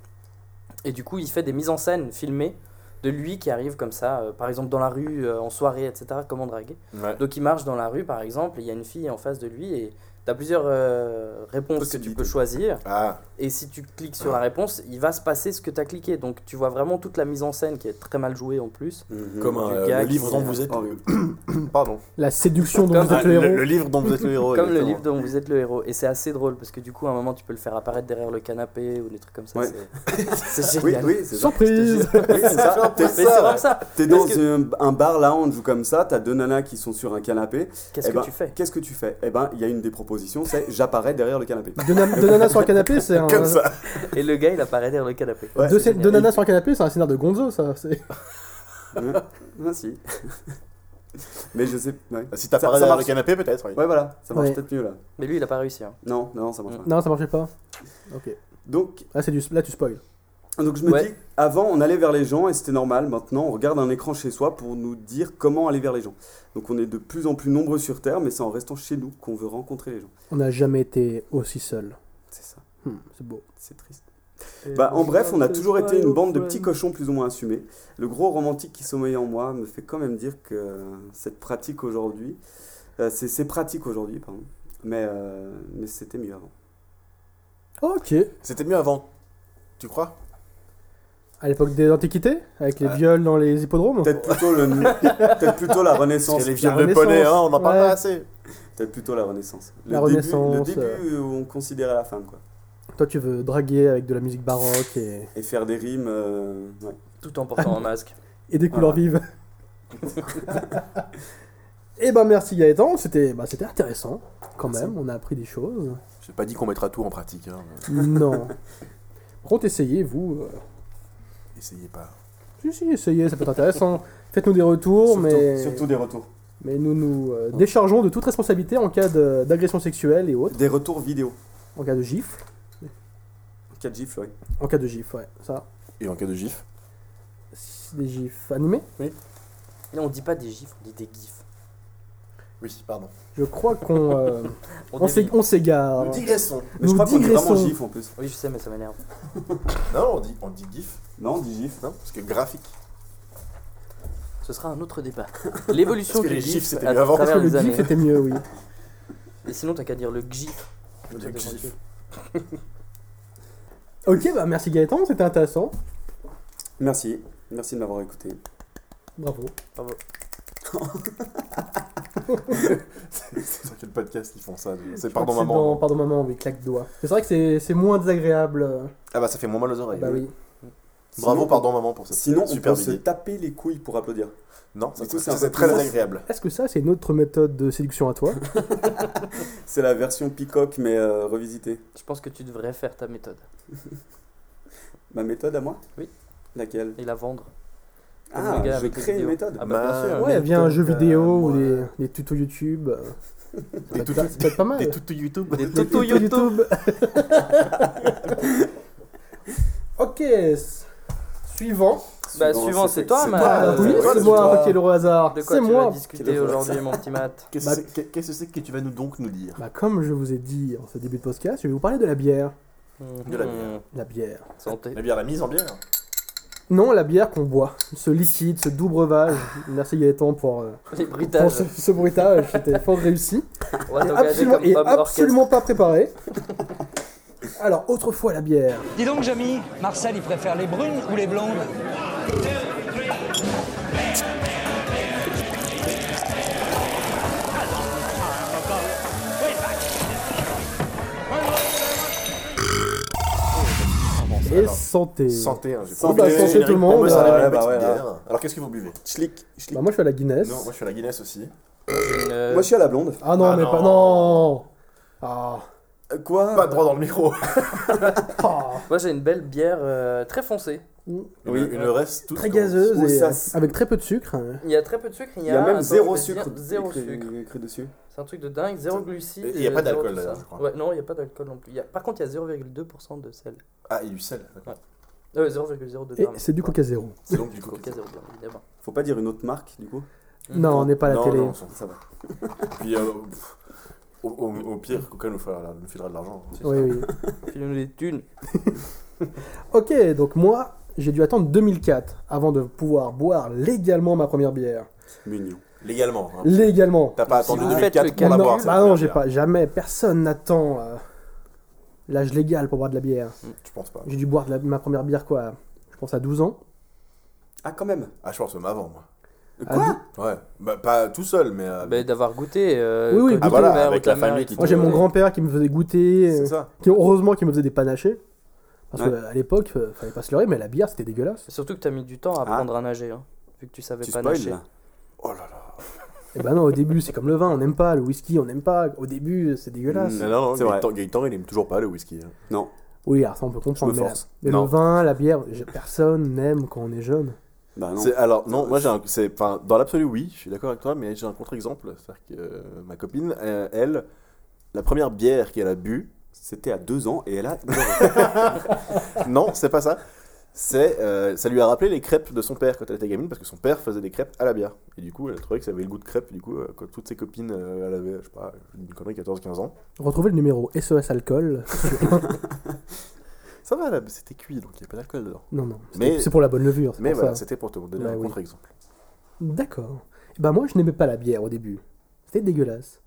N: Et du coup, il fait des mises en scène filmées de lui qui arrive comme ça, euh, par exemple dans la rue, euh, en soirée, etc. Comment draguer.
M: Ouais.
N: Donc, il marche dans la rue, par exemple, et il y a une fille en face de lui et t'as plusieurs euh, réponses que tu peux choisir.
M: Ah,
N: Et si tu cliques sur la réponse, il va se passer ce que t'as cliqué. Donc, tu vois vraiment toute la mise en scène qui est très mal jouée en plus.
M: Comme un,
N: Du
M: euh,
N: gars
M: le
N: qui-
M: livre dont vous êtes. Pardon.
L: La séduction dont
N: Comme-
L: vous êtes le
N: Ah,
L: héros.
N: le- le
M: livre dont vous êtes le héros.
N: Comme
M: Oh,
N: le
M: exactement.
N: livre dont vous êtes le héros. Et c'est assez drôle parce que du coup, à un moment, tu peux le faire apparaître derrière le canapé ou des trucs comme ça.
C: Ouais.
N: C'est c'est
C: Oui,
N: génial.
C: oui, c'est ça.
L: Surprise
C: Oui, c'est ça.
N: Mais c'est vraiment ça.
C: T'es
N: Parce
C: dans
N: que-
C: un, un bar lounge ou comme ça, t'as deux nanas qui sont sur un canapé.
N: Qu'est-ce
C: Eh
N: que
C: ben,
N: tu fais
C: Qu'est-ce que tu fais Eh ben, il y a une des propositions, c'est j'apparais derrière le canapé.
L: Deux, nan- deux nanas sur un canapé, c'est un.
N: Et le gars, il apparaît derrière le canapé.
C: Ouais.
L: deux,
C: c'est
L: deux
C: génial.
L: nanas sur un canapé, c'est un scénario de Gonzo, ça. c'est-
C: Moi Hein? Ah, si. Mais je sais. ouais.
M: Si t'apparais
C: Ça- ça
M: derrière
C: marche.
M: le canapé, peut-être, oui.
C: Ouais, voilà, ça marche
L: Ouais.
C: peut-être mieux là.
N: Mais lui, il a pas réussi. hein.
C: Non, non, ça marche pas.
L: Non, ça marchait pas. Ok.
C: Donc,
L: Là, c'est du... Là tu spoil.
C: donc je me
N: Ouais.
C: dis, avant on allait vers les gens et c'était normal. Maintenant, on regarde un écran chez soi pour nous dire comment aller vers les gens. Donc, on est de plus en plus nombreux sur Terre, mais c'est en restant chez nous qu'on veut rencontrer les gens.
L: On n'a jamais été aussi seul.
C: C'est ça.
L: Hmm, c'est beau.
C: C'est triste. Bah, en bref, on a toujours été une bande de petits cochons plus ou moins assumés. Le gros romantique qui sommeille en moi me fait quand même dire que euh, cette pratique aujourd'hui, euh, c'est c'est pratique aujourd'hui, pardon, mais, euh, mais c'était mieux avant.
L: Ok.
M: C'était mieux avant. Tu crois
L: À l'époque des antiquités Avec les viols dans les hippodromes
C: Ah. Peut-être plutôt, le, peut plutôt la Renaissance.
M: Parce que les
L: La
M: viols de
L: Renaissance,
M: poney, hein, on en parle
L: ouais.
M: pas assez.
C: Peut-être plutôt la Renaissance. Le
L: La
C: début,
L: Renaissance,
C: Le début où on considérait la femme, quoi.
L: Toi, tu veux draguer avec de la musique baroque et,
C: Et faire des rimes. euh, ouais.
N: Tout en portant un masque.
L: et des couleurs
C: Voilà.
L: vives. Eh ben merci Gaëtan, c'était bah, c'était intéressant quand même, on a appris des choses.
M: J'ai pas dit qu'on mettra tout en pratique. Hein.
L: Non. Par contre, essayez, vous. euh,
M: Essayez pas.
L: Si, si, essayez, ça peut être intéressant. Faites-nous des retours,
C: Surtout,
L: mais...
C: surtout des retours.
L: mais nous nous euh, déchargeons de toute responsabilité en cas de- d'agression sexuelle et autres,
C: Des retours vidéo.
L: en cas de gifle.
C: 4 gifles, ouais.
L: En cas de gifle, ouais, ça.
M: Et en cas de gif
L: Des gifs animés
N: Non, on dit pas des gifs, on dit des gifs.
M: Oui, pardon.
L: Je crois qu'on euh,
N: On
L: on
N: dévie.
L: s'é- on s'égare.
M: Nous digressons.
C: Mais je
L: Ah. Nous
C: crois qu'on est
L: digressons.
C: vraiment gif en plus.
N: Oui, je sais, mais ça m'énerve.
M: Non, on dit, on dit gif.
C: Non, on dit gif.
M: Non, parce que graphique.
N: Ce sera un autre débat. L'évolution
M: Parce que
N: du
M: les gifs,
N: gif
M: c'était
N: à
M: mieux avant.
L: Parce
N: travers
L: que le
N: les
L: gif
N: années.
L: c'était mieux, oui.
N: Et sinon, t'as qu'à dire le gif.
M: Le gif.
L: Ok, bah merci Gaëtan, c'était intéressant.
C: Merci. Merci de m'avoir écouté.
L: Bravo.
M: C'est sur quel podcast ils font ça déjà C'est
L: Je crois
M: pardon
L: que c'est
M: maman.
L: dans Pardon maman, oui, claque doigt. C'est vrai que c'est- c'est moins désagréable. euh,
M: Ah bah ça fait moins mal aux oreilles.
L: Bah oui.
M: Bravo
C: Sinon,
M: pardon maman pour cette
C: Sinon, on peut
M: super
C: se
M: vidéo.
C: taper les couilles pour applaudir.
M: Non, ça,
C: Du coup,
M: ça,
C: c'est un
M: c'est
C: peu
M: très
C: plus-
M: agréable.
L: Est-ce que ça, c'est une autre méthode de séduction à toi
C: C'est la version Peacock, mais euh, revisitée.
N: Je pense que tu devrais faire ta méthode
C: Ma méthode à moi
N: Oui.
C: Laquelle
N: et la vendre. Comme
C: Ah,
N: le gars
C: je
N: avec les
C: crée une
N: vidéos.
C: méthode.
N: Ah bah, bien
M: Ma-
N: sûr.
L: Ouais, via un jeu
M: méthode,
L: vidéo
M: euh,
L: ou
M: moi.
L: des, des tutos YouTube. euh,
M: Des
L: ça peut
M: tutos-
L: être- ça peut être pas mal.
M: Des tutos YouTube.
N: Des
L: Des
N: tutos YouTube.
L: ok. s- Suivant.
N: Bah, suivant, c'est toi, ma-
L: Ah,
N: Euh,
L: oui,
N: c'est toi,
L: c'est
N: c'est
L: moi,
M: toi.
L: ok, le hasard.
N: De quoi
L: C'est
N: tu vas
L: moi.
N: discuter aujourd'hui, mon petit Matt
M: Qu'est-ce
L: Bah-
M: que c'est- qu'est- qu'est-ce que c'est que tu vas nous donc nous dire
L: Bah, comme je vous ai dit en ce début de podcast, je vais vous parler de la bière.
N: De
M: la bière.
L: La bière.
N: Hmm, Santé.
M: Eh La bière, la mise en bière
L: Non, la bière qu'on boit. Ce liquide, ce doux breuvage. Merci Gaëtan pour, euh,
N: Les
L: pour
N: bruitages.
L: ce, ce bruitage. C'était fort réussi.
N: On va
L: Et
N: t'engager
L: Ah, absolument,
N: comme
L: et
N: homme orchestre.
L: absolument pas préparé. Alors, autrefois, la bière.
D: Dis donc, Jamy, Marcel, il préfère les brunes ou les blondes
L: santé.
M: Santé, hein, j'ai
L: Oh, bah,
M: pas oublié.
L: santé tout le monde.
M: Moi, ça
L: euh,
M: arrive, ma petite
N: hein.
M: bière. bah ah. Alors qu'est-ce que vous buvez Schlick.
L: Bah, moi, je fais la Guinness.
M: Non, moi je suis à la Guinness aussi.
N: euh,
C: Moi, je suis à la blonde.
L: Ah non,
M: Ah
L: mais
M: non.
L: pas. Non Ah.
N: bah,
C: Quoi
M: Pas droit dans le micro.
N: Moi j'ai une belle bière euh, très foncée.
M: Oui, une reste toute
L: Très gazeuse
M: grosse.
L: et
M: Ça,
L: euh,
M: c'est-
L: avec très peu de sucre. hein.
N: Il y a très peu de sucre, il y a,
C: Il y a même
N: attends,
C: zéro
N: je vais te
C: sucre
N: dire, zéro
C: écrit-
N: sucre.
C: écrit dessus.
N: C'est un truc de dingue, zéro glucide.
M: Et il y a
N: euh,
M: pas
N: zéro
M: d'alcool,
N: tout ça.
M: d'ailleurs, je crois.
N: Ouais, non, il n'y a pas d'alcool non plus. Il y a- Par contre, il y a 0,2% de sel. Euh,
M: Ah, il y a du sel. d'accord.
N: Ouais, ouais, 0,02
L: Et
N: grammes.
L: c'est du Coca Zéro.
M: C'est donc du coca.
N: Coca zéro, bien évidemment.
C: Faut pas dire une autre marque, du coup
L: Non, on n'est pas à la
M: non,
L: télé.
M: Non, on s'en fout, ça va. Puis euh, pff, au, au, au pire, Coca nous fera- nous filera de l'argent. hein, c'est
L: Oui,
M: ça.
L: oui.
N: File-nous des thunes.
L: Ok, donc moi, j'ai dû attendre 2004 avant de pouvoir boire légalement ma première bière.
C: Mignon.
M: Légalement. hein.
L: Légalement.
M: T'as pas attendu
L: Vous faites
M: 2004 pour la
L: non,
M: boire. cette
L: Bah non,
M: première
L: j'ai
M: bière.
L: pas. Jamais. Personne n'attend euh, l'âge légal pour boire de la bière.
M: Je pense pas.
L: J'ai dû boire de la- ma première bière, quoi. Je pense à 12 ans.
C: Ah, quand même.
M: Ah, je pense même avant, moi.
L: Quoi
M: Ouais. Bah, pas tout seul, mais. euh,
N: Bah, D'avoir goûté. euh,
L: Oui, oui,
N: comme
L: Ah,
N: ton
M: voilà,
N: père ou
M: avec
N: ta
M: la
N: mère
M: famille
N: et
M: qui
N: tout. euh,
L: Moi, j'ai mon grand-père qui me faisait goûter. euh,
M: C'est ça.
L: Qui, heureusement, qui me faisait des panachés. Parce
N: Ouais.
L: qu'à l'époque, euh, fallait pas se leurrer, mais la bière, c'était dégueulasse.
N: Surtout que t'as mis du temps
M: Ah.
N: à apprendre à nager, hein, vu que tu savais
C: Tu
N: pas
C: spoil,
N: nager.
C: là.
L: Et ben non, au début, c'est comme le vin, on n'aime pas. Le whisky, on n'aime pas. Au début, c'est dégueulasse.
M: Non, non, non,
C: C'est vrai.
M: Gaëtan, Gaëtan, il aime toujours pas le whisky. hein.
C: Non.
L: Oui, alors ça, on peut comprendre.
M: Je me
L: mais la-
M: force.
L: mais
M: Non.
L: le vin, la bière, j'ai- personne n'aime quand on est jeune.
C: Bah non.
M: C'est- Alors,
L: Euh,
M: non, moi j'ai un. c'est- Enfin, dans l'absolu, oui, je suis d'accord avec toi, mais j'ai un contre-exemple. C'est-à-dire que euh, ma copine, euh, elle, la première bière qu'elle a bu.
C: C'était à deux ans et elle a.
M: non, c'est pas ça. C'est, euh, ça lui a rappelé les crêpes de son père quand elle était gamine, parce que son père faisait des crêpes à la bière. Et du coup, elle trouvait que ça avait le goût de crêpe. Du coup, euh, quand toutes ses copines, euh, elle avait, je sais pas, une connerie, 14-15 ans.
L: Retrouvez le numéro SOS Alcool. sur-
M: Ça va, là, c'était cuit, donc il n'y a pas d'alcool dedans.
L: Non, non, c'était-
M: Mais-
L: c'est pour la bonne levure, c'est
M: Mais
L: pour
M: voilà,
L: ça.
M: c'était pour te donner
L: Bah
M: un
L: oui.
M: contre-exemple.
L: D'accord. Et ben moi, je n'aimais pas la bière au début. C'était dégueulasse.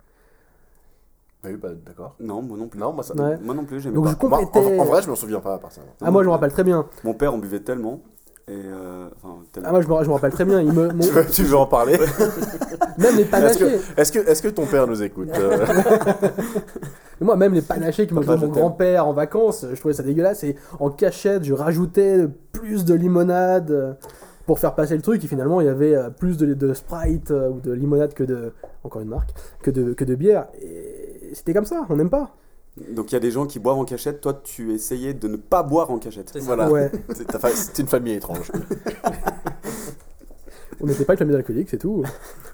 M: Bah oui, bah d'accord.
C: Non, moi non plus.
M: Non, moi, ça...
L: Ouais.
C: Moi non plus, j'aimais
L: Donc
C: pas.
L: je
M: Moi, Bah, en,
L: complétais.
M: en vrai, je m'en souviens pas à part ça.
L: Ah, moi, je me rappelle très bien.
C: Mon père en buvait tellement. Et. euh, Enfin, tellement.
L: Ah, moi, je me, je me rappelle très bien. Il me, mon-
M: Tu veux, tu veux en parler
L: Même
M: Est-ce
L: les
M: que,
L: panachés.
M: est-ce, que, est-ce que ton père nous écoute euh
L: Mais Moi, même les panachés qui me
M: Papa,
L: faisait mon
M: je t'aime.
L: grand-père en vacances, je trouvais ça dégueulasse. Et en cachette, je rajoutais plus de limonade euh, pour faire passer le truc. Et finalement, il y avait euh, plus de, de Sprite euh, ou de limonade que de. Encore une marque. Que de, que de bière. Et c'était comme ça. On n'aime pas.
C: Donc il y a des gens qui boivent en cachette. Toi, tu essayais de ne pas boire en cachette.
M: Voilà.
L: Ouais.
M: C'est, ta fa- c'est une famille étrange.
L: On n'était pas avec la famille alcoolique, c'est tout.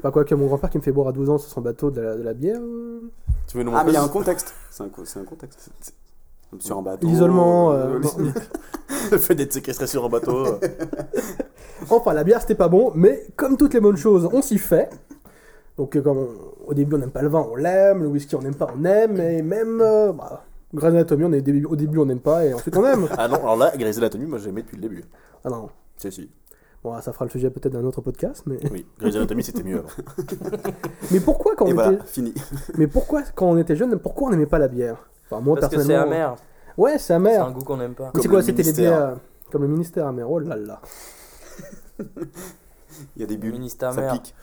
L: Bah, quoi que mon grand-père qui me fait boire à 12 ans sur son bateau de la, de la bière. euh,
M: Tu veux nous
C: Ah,
M: montrer
C: mais il y a un contexte. C'est un, co- c'est un contexte. Comme Sur un bateau.
L: L'isolement. euh,
C: euh,
L: bon.
M: Oh, le fait d'être séquestré sur un bateau euh.
L: Enfin, la bière, c'était pas bon, mais comme toutes les bonnes choses, on s'y fait. Donc, euh, comme on- au début, on n'aime pas le vin, on l'aime, le whisky, on n'aime pas, on aime, et même. euh, bah, Grey's Anatomy, on est début- au début, on n'aime pas, et ensuite, on aime.
M: Ah non, alors là, Grey's Anatomy, moi j'ai aimé depuis le début.
L: Ah non.
M: Si, si.
L: Bon, ça fera le sujet peut-être d'un autre podcast, mais.
M: Oui, Grey's Anatomy c'était mieux avant.
L: Mais pourquoi quand on
C: Et voilà,
L: était.
C: fini.
L: Mais pourquoi, quand on était jeune, pourquoi on n'aimait pas la bière Enfin, moi,
N: Parce que c'est
L: personnellement.
N: amer.
L: Ouais, c'est
N: C'est
L: amer.
N: un goût qu'on n'aime pas.
L: Mais C'est
M: Comme
L: quoi,
M: le
L: c'était les
M: ministère.
L: bières. euh, Comme le ministère amer, oh là là.
C: Il y a des bulles.
N: Ministère
C: Ça
N: amer.
C: pique.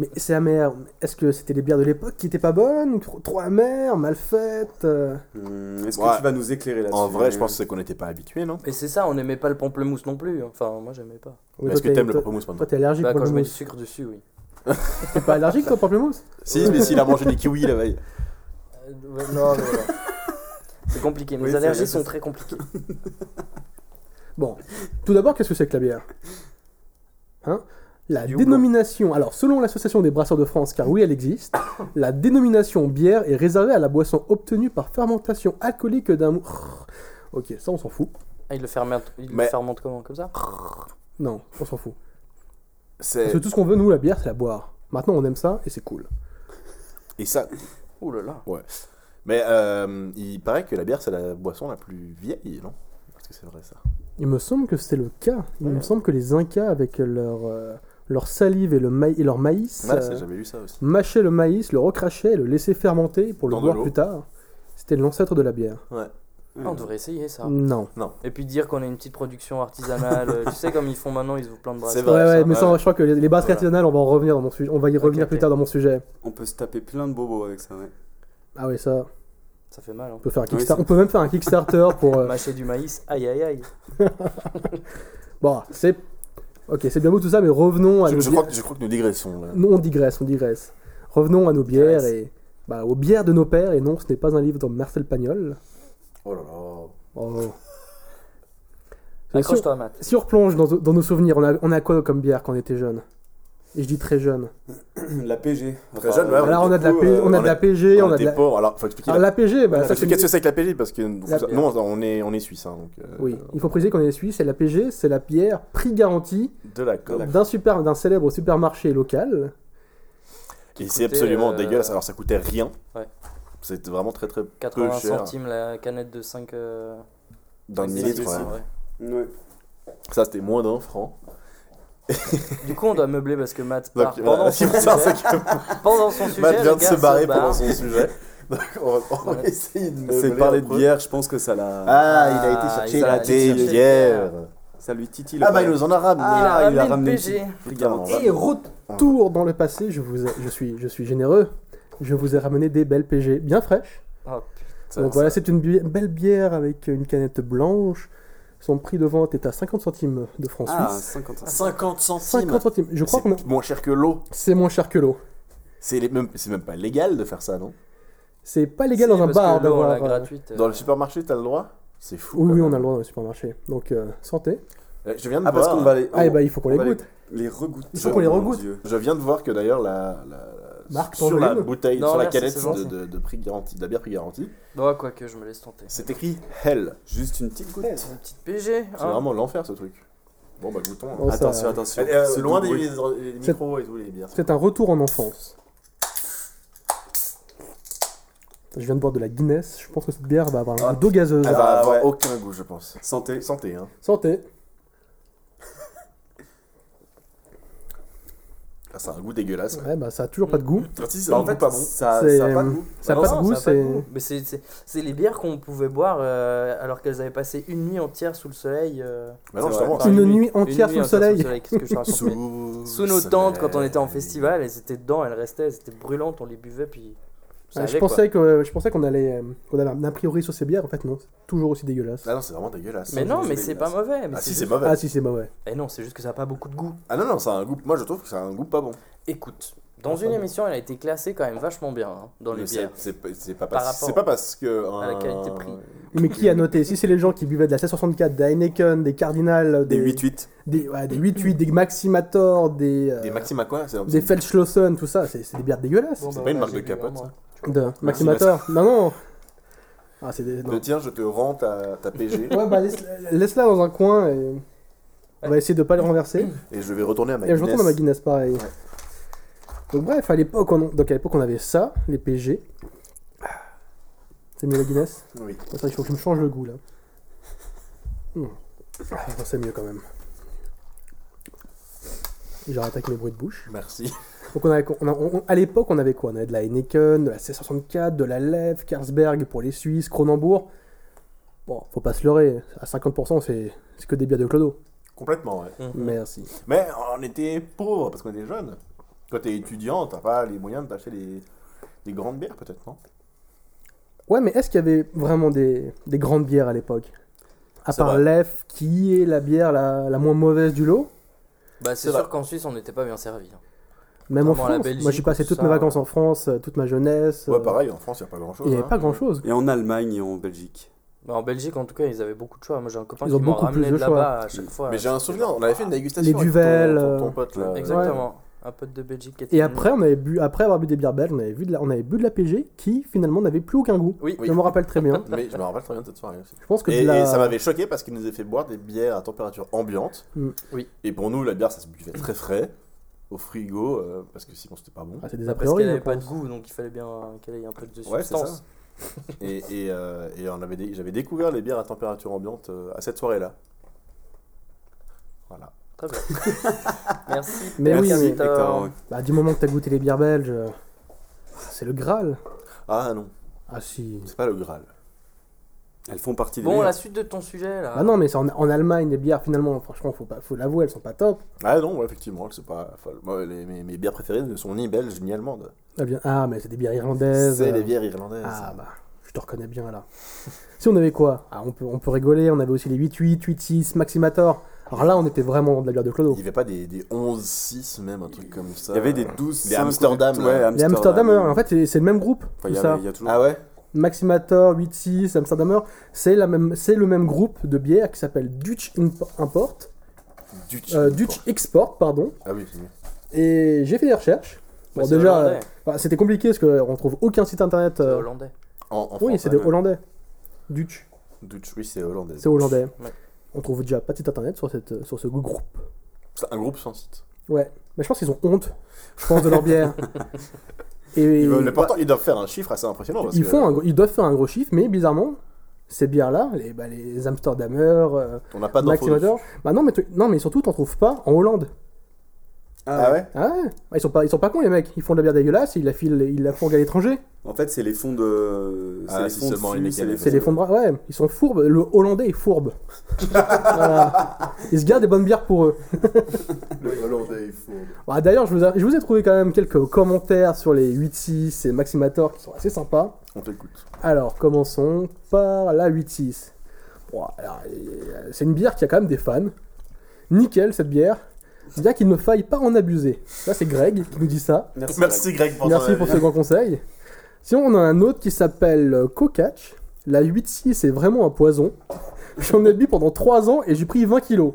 L: Mais c'est amer. Est-ce que c'était les bières de l'époque qui étaient pas bonnes Trop, trop amères, mal faites euh,
C: Hum, Est-ce
M: Ouais.
C: que tu vas nous éclairer là-dessus Euh,
M: En vrai, je pense que c'est qu'on n'était pas habitués, non
N: Et c'est ça, on n'aimait pas le pamplemousse non plus. Enfin, moi j'aimais pas.
L: oui,
M: Est-ce
L: toi,
M: que
L: t'es-
M: t'aimes le
L: toi-
M: pamplemousse maintenant
L: Toi, t'es allergique
N: Bah,
L: au
N: quand je mets du
L: pamplemousse.
N: sucre dessus, oui.
L: T'es pas allergique, toi, au pamplemousse
M: Si, mais s'il a mangé des kiwis la veille.
N: Euh, ouais, non, non, non. C'est compliqué. Mes
C: Oui, c'est
N: allergies
C: vrai,
N: sont
C: c'est-
N: très compliquées.
L: Bon, tout d'abord, qu'est-ce que c'est que la bière Hein La
N: Du
L: dénomination. Alors, selon l'Association des brasseurs de France, car oui, elle existe, la dénomination bière est réservée à la boisson obtenue par fermentation alcoolique d'un. Ok, ça, on s'en fout.
N: Ah, il le fermente, il le
M: Mais-
N: fermente comment Comme ça
L: Non, on s'en fout.
M: C'est...
L: Parce que tout ce qu'on veut, nous, la bière, c'est la boire. Maintenant, on aime ça et c'est cool.
M: Et ça.
N: Ouh là là.
M: Ouais. Mais euh, il paraît que la bière, c'est la boisson la plus vieille, non Parce que c'est vrai ça.
L: Il me semble que c'est le cas. Il me semble que les Incas, avec leur, euh, leur salive et, le maï- et leur maïs,
M: Ouais,
L: euh,
M: c'est- j'avais lu ça aussi.
L: mâchaient le maïs, le recrachaient et le laissaient fermenter pour le
M: Dans de
L: boire
M: l'eau.
L: plus tard. C'était l'ancêtre de la bière.
M: Ouais.
N: Ah, on devrait essayer ça.
L: Non.
N: Et puis dire qu'on a une petite production artisanale. euh, tu sais, comme ils font maintenant, ils ouvrent plein de brasseries.
M: C'est vrai,
L: ouais, ouais,
M: ça,
L: mais
M: ouais.
L: ça, je crois que les, les brasseries
N: Voilà.
L: artisanales, on va en revenir dans mon sujet. On va y revenir
N: ok.
L: plus tard dans mon sujet.
C: On peut se taper plein de bobos avec ça, ouais.
L: Ah ouais, ça.
N: Ça fait mal. hein.
L: On peut, faire un Kickstar- on peut même faire un Kickstarter pour. euh,
N: Mâcher du maïs, aïe aïe aïe.
L: bon, c'est. Ok, c'est bien beau tout ça, mais revenons à
M: Je,
L: nos
M: je
L: bières.
M: crois que, je crois que nous digressons. là.
L: Non, on digresse, on digresse. Revenons à nos bières et. Bah, aux bières de nos pères, et non, ce n'est pas un livre de Marcel Pagnol.
M: Oh là là.
L: Oh. si,
N: Accroche-toi,
L: on,
N: Matt.
L: si on replonge dans, dans nos souvenirs, on a, on a quoi comme bière quand on était jeune Et je dis très jeune.
C: La PG.
M: Très jeune, ouais,
L: Alors, Ah, on a de la
M: du coup,
L: P- on a de la PG, on a de
M: était
L: la-
M: pauvre. Alors, faut expliquer.
L: Alors, la PG, bah,
M: Faut
L: ça,
M: expliquer
L: c'est-
M: Qu'est-ce que c'est que la PG Parce que
L: La-
M: nous, on est, on est suisse. hein, donc, euh,
L: Oui, il faut préciser qu'on est suisse et la PG, c'est la bière prix garanti
M: De la colle.
L: d'un super- d'un célèbre supermarché local.
M: Et
N: coûtait,
M: c'est absolument
N: euh,
M: dégueulasse. Alors, ça coûtait rien.
N: Ouais.
M: C'était vraiment très très peu
N: 80
M: cher.
N: centimes la canette de 5. Euh...
M: D'un
N: cinq
M: millilitre,
N: décimes,
M: ouais.
C: Ouais.
M: Ça, c'était moins d'un franc.
N: Du coup, on doit meubler parce que Matt
M: Donc,
N: part
M: voilà,
N: pendant, son
M: c'est
N: sujet,
M: ça, c'est que-
N: pendant son sujet.
M: Matt
N: le
M: vient de
N: gars
M: se barrer
N: barre.
M: pendant son sujet. Donc, on va, on va
N: Voilà.
M: essayer de meubler
C: C'est parler
M: un
C: de
M: peu.
C: bière, je pense que ça l'a.
M: Ah, il a été chercher
C: ça
M: la
C: l'a titillé.
M: bière.
C: Ça lui titille.
M: Ah, bah, il nous en a ramené.
C: Ah, il a
M: une
C: ramené. une
M: PG.
C: petite brigandine.
M: Putain,
L: Et retour dans le passé, je, vous ai- je, suis, je suis généreux. Je vous ai ramené des belles PG bien fraîches.
N: Ah, putain,
L: Donc voilà, c'est une bi- belle bière avec une canette blanche. Son prix de vente est à 50 centimes de francs
M: Ah,
L: suisses.
C: 50 centimes.
M: 50 centimes.
L: 50 centimes. Je crois
M: C'est
L: qu'on a-
M: moins cher que l'eau.
L: c'est moins cher que l'eau.
M: C'est les- même, c'est même pas légal de faire ça, non
L: C'est pas légal dans un
N: parce que
L: bar
N: l'eau, on
L: d'avoir.
N: l'a
L: euh,
N: gratuite. euh,
M: Dans le supermarché, t'as le droit C'est fou.
L: Oui,
M: quand
L: oui,
M: même.
L: on a le droit dans les supermarchés. Donc euh, santé.
M: Euh, Je viens de
C: Ah, parce
M: voir-
C: qu'on va les.
L: Ah, et bah, il faut
N: Oh,
L: qu'on
C: on
L: les
C: va
L: goûte.
C: Les Oh regoûte.
L: Il faut qu'on les regoûte.
M: Je viens de voir que d'ailleurs, la, la- la-
L: Marc, t'en
M: sur
L: veux
M: la
L: une
M: bouteille,
N: Non,
M: sur la
N: merci,
M: canette
N: c'est
M: de,
N: gentil.
M: de- de prix garanti, de la bière prix garantie,
N: Bon, Bah quoi que je me laisse tenter.
M: c'est écrit Hell.
C: Juste une petite goutte.
N: Une petite PG.
M: C'est
N: hein.
M: vraiment l'enfer ce truc. Bon bah goûtons. hein.
L: Oh, ça-
C: Attention, attention.
M: Euh, euh,
C: Ce
M: loin
C: doux
M: des,
C: bruit.
M: des- des micros et tout, les bières.
L: C'est un retour en enfance. Je viens de boire de la Guinness. Je pense que cette bière va avoir un
M: Ah.
L: dos gazeuse.
M: Elle va
C: Ah,
M: avoir
C: ouais.
M: aucun goût, je pense.
C: Santé.
M: Santé, hein.
L: Santé.
M: Ah, ça a un goût dégueulasse.
L: Ouais, bah ça a toujours pas de goût.
M: Si,
C: Bah,
M: ça a
C: en
M: un goût
C: fait,
M: pas bon.
C: ça
L: C'est-
C: ça a pas de goût.
L: Ça a
N: Ah Non,
L: pas de goût,
N: ça a pas de
L: c'est.
N: goût. Mais c'est- c'est c'est les bières qu'on pouvait boire euh, alors qu'elles avaient passé une nuit entière sous le soleil. euh,
M: Bah non,
C: C'est
M: justement,
C: vrai.
M: ça-
L: Une
N: Une
L: nuit entière
N: une
L: sous
N: nuit
L: le soleil.
N: Qu'est-ce que je te raconte, mais-
M: Sous,
N: Sous nos tentes quand on était en
M: soleil.
N: festival, elles étaient dedans, elles restaient, elles étaient brûlantes, on les buvait puis. ça
L: Ouais, je
N: allait, quoi.
L: pensais que je pensais qu'on allait euh, qu'on avait un a priori sur ces bières. En fait, non. C'est toujours aussi dégueulasse.
M: Ah non, c'est vraiment dégueulasse.
N: Mais non, mais c'est pas
M: dégueulasse.
N: mauvais. Mais
M: Ah si,
N: juste-
M: c'est mauvais.
L: Ah si, c'est mauvais.
N: Eh non, c'est juste que ça n'a pas beaucoup de goût.
M: Ah non, non, ça a un goût. Moi, je trouve que ça a un goût pas bon.
N: Écoute,
M: Ah,
N: dans une émission, elle a été classée quand même vachement bien hein, dans les
M: Mais c'est-
N: bières.
M: c'est pas- C'est pas,
N: Par
M: parce-
N: rapport
M: c'est pas parce que.
N: à la
M: un-
N: qualité-prix.
L: Mais qui a noté Si c'est les gens qui buvaient de la 1664, des Heineken, des Cardinal,
C: Des 8-8.
L: des, ouais, des 88, des Maximator, des euh,
M: Des Maxima quoi C'est un-
L: des Feldschlossen, tout ça, c'est c'est des bières dégueulasses.
N: Bon,
M: c'est
N: bah,
M: pas une marque
N: voilà,
M: de
N: j'ai bu
M: capote,
N: vraiment.
M: ça.
L: de Maximator. Non, non. Ah, c'est des. non.
M: De, Euh, Tiens, je te rends ta, ta PG
L: Ouais, bah laisse- laisse-la dans un coin et on va essayer de pas le renverser.
M: et je vais retourner à ma
L: Et je
M: Bah, Guinness.
L: retourne dans ma Guinness, pareil.
M: Ouais.
L: Donc bref, à l'époque, on... donc à l'époque, on avait ça, les PG. C'est mieux la Guinness
M: Oui.
L: Attends, il faut que je me change le goût là. Hmm. Ah, c'est mieux quand même. J'arrête avec mes bruits de bouche.
M: Merci.
L: Donc on avait, on a- on- on- à l'époque, on avait quoi On avait de la Heineken, de la C64, de la Lev, Carlsberg pour les Suisses, Kronenbourg. Bon, faut pas se leurrer, à 50% c'est c'est que des bières de Clodo.
M: Complètement, ouais.
L: Merci.
M: Mais on était pauvres parce qu'on était jeunes. Quand t'es étudiant, t'as pas les moyens de t'acheter des, des grandes bières, peut-être, non
L: Ouais, mais est-ce qu'il y avait vraiment des, des grandes bières à l'époque À
M: C'est
L: part
M: vrai.
L: l'EF, qui est la bière la, la moins mauvaise du lot
N: Bah, c'est
M: C'est
N: sûr
M: vrai.
N: qu'en Suisse, on n'était pas bien servi. hein.
L: Même en
N: Notamment
L: France.
N: la
L: Moi, j'ai
N: Belgique,
L: passé
N: tout
L: toutes
N: ça,
L: mes vacances
N: ouais.
L: en France, euh, toute ma jeunesse.
M: Ouais,
L: euh,
M: pareil, en France, y a pas grand-chose.
L: Il n'y avait
M: hein.
L: pas grand-chose.
C: Et en Allemagne et en Belgique.
N: Mais Bah, en Belgique, en tout cas, ils avaient beaucoup de choix. Moi, j'ai un copain
L: Ils ont
N: qui m'en
L: beaucoup plus
N: ramenait
L: de
N: de
L: choix.
N: là-bas à chaque fois.
M: Mais j'ai un souvenir, on avait fait une dégustation.
L: Les
M: avec ton-
L: Duvel,
M: ton, ton
L: euh,
M: pote, là.
N: Exactement. Un pote de Belgique qui était
L: Et
N: venu.
L: après, on avait bu, après avoir bu des bières belges, on avait, vu de la, on avait bu de la PG qui finalement n'avait plus aucun goût.
N: Oui.
L: Je me rappelle très bien.
M: Mais je me rappelle très bien de cette soirée aussi.
L: Je pense que de
M: Et,
L: la-
M: et ça m'avait choqué parce qu'il nous a fait boire des bières à température ambiante.
L: Mm.
N: Oui.
M: Et pour nous, la bière, ça se buvait très frais, au frigo, euh, parce que sinon, c'était pas bon.
L: Ah, c'est des a
N: Parce
L: priori.
N: qu'elle
L: je
N: n'avait pas de
L: pense.
N: goût, donc il fallait bien euh, qu'elle ait un peu de
M: Ouais, c'est
N: substance.
M: Et, et, euh, et on avait dé- j'avais découvert les bières à température ambiante euh, à cette soirée-là. Voilà.
N: Très bien. Merci.
L: Mais
N: Merci,
L: Eh oui, mais-
N: Victor.
L: Bah, du moment que t'as goûté les bières belges, euh, c'est le Graal.
M: Ah non,
L: Ah si.
M: c'est pas le Graal.
C: Elles font partie des.
N: Bon,
C: meilleures.
N: la suite de ton sujet là.
L: Ah non, mais c'est en, en Allemagne, les bières finalement, franchement, faut, pas, faut l'avouer, elles sont pas top.
M: Ah non, ouais, effectivement, c'est pas folle. Moi, les- mes, mes bières préférées ne sont ni belges ni allemandes.
L: Ah, bien- ah, mais c'est des bières irlandaises.
M: C'est
L: euh,
M: les bières irlandaises.
L: Ah bah, je te reconnais bien là. si on avait quoi ah, on, peut, on peut rigoler, on avait aussi les 8-8, 8-6, Maximator. Alors là, on était vraiment dans de la bière de Clodo.
M: Il n'y avait pas des, des 11-6 même, un truc comme ça.
C: Il y avait des 12
M: Des Amsterdam.
C: ouais,
M: là.
L: Les Amsterdammer, en fait, c'est- c'est le même groupe.
C: Enfin, il
L: hein, tout
C: y
L: ça.
C: avait- il y a toujours-
M: Ah ouais
L: Maximator, 8-6, Amsterdammer, c'est la même- c'est le même groupe de bières qui s'appelle Dutch Imp- Import.
M: Dutch.
L: Euh, Dutch Export, pardon.
M: Ah oui, c'est mieux.
L: Et j'ai fait des recherches.
N: Ouais,
L: Bon,
N: c'est
L: déjà,
N: hollandais.
L: euh, bah, c'était compliqué parce qu'on trouve aucun site internet. euh,
N: hollandais.
M: En, en
L: Oui,
M: français,
L: c'est des
M: ouais.
L: hollandais. Dutch,
M: Dutch, oui, c'est hollandais.
L: c'est hollandais.
N: Ouais.
L: On trouve déjà pas de site internet sur, cette, sur ce groupe.
M: C'est un groupe sans site.
L: Ouais, mais je pense qu'ils ont honte, je pense, de leur bière. Et bah-
M: Ils veulent- mais pourtant, ils doivent faire un chiffre assez impressionnant. parce
L: ils,
M: que-
L: font un gros- ils doivent faire un gros chiffre, mais bizarrement, ces bières-là, les, bah, les Amsterdamer, euh,
M: On n'a pas d'infos
L: Maximator, bah non, mais tu- non, mais surtout, t'en trouves pas en Hollande.
M: Ah ouais
L: Ah ouais Bah, ils, sont pas, ils sont pas cons, les mecs. Ils font de la bière dégueulasse, ils la, filent, ils la font à l'étranger.
C: En fait, c'est les fonds de. C'est
M: Ah,
C: les
M: si
C: fonds de
M: seulement
C: flux,
M: les
C: c'est les
M: mécanismes.
L: C'est les fonds de bras. Ouais, ils sont fourbes. Le Hollandais est fourbe. Voilà. Ils se gardent des bonnes bières pour eux.
M: Le hollandais, il faut.
L: Bah, D'ailleurs, je, vous ai- je vous ai trouvé quand même quelques commentaires sur les 8-6 et Maximator qui sont assez sympas.
M: On t'écoute.
L: Alors, commençons par la 8-6. Bon, alors, euh, c'est une bière qui a quand même des fans. Nickel, cette bière. Bien qu'il ne faille pas en abuser. Là, c'est Greg qui nous dit ça.
C: Merci.
M: Merci Greg pour
L: Merci
M: ton
L: pour ce
M: avis.
L: grand conseil. Sinon, on a un autre qui s'appelle euh, Cocatch. La 8-6 c'est vraiment un poison. J'en ai bu pendant 3 ans et j'ai pris 20 kilos.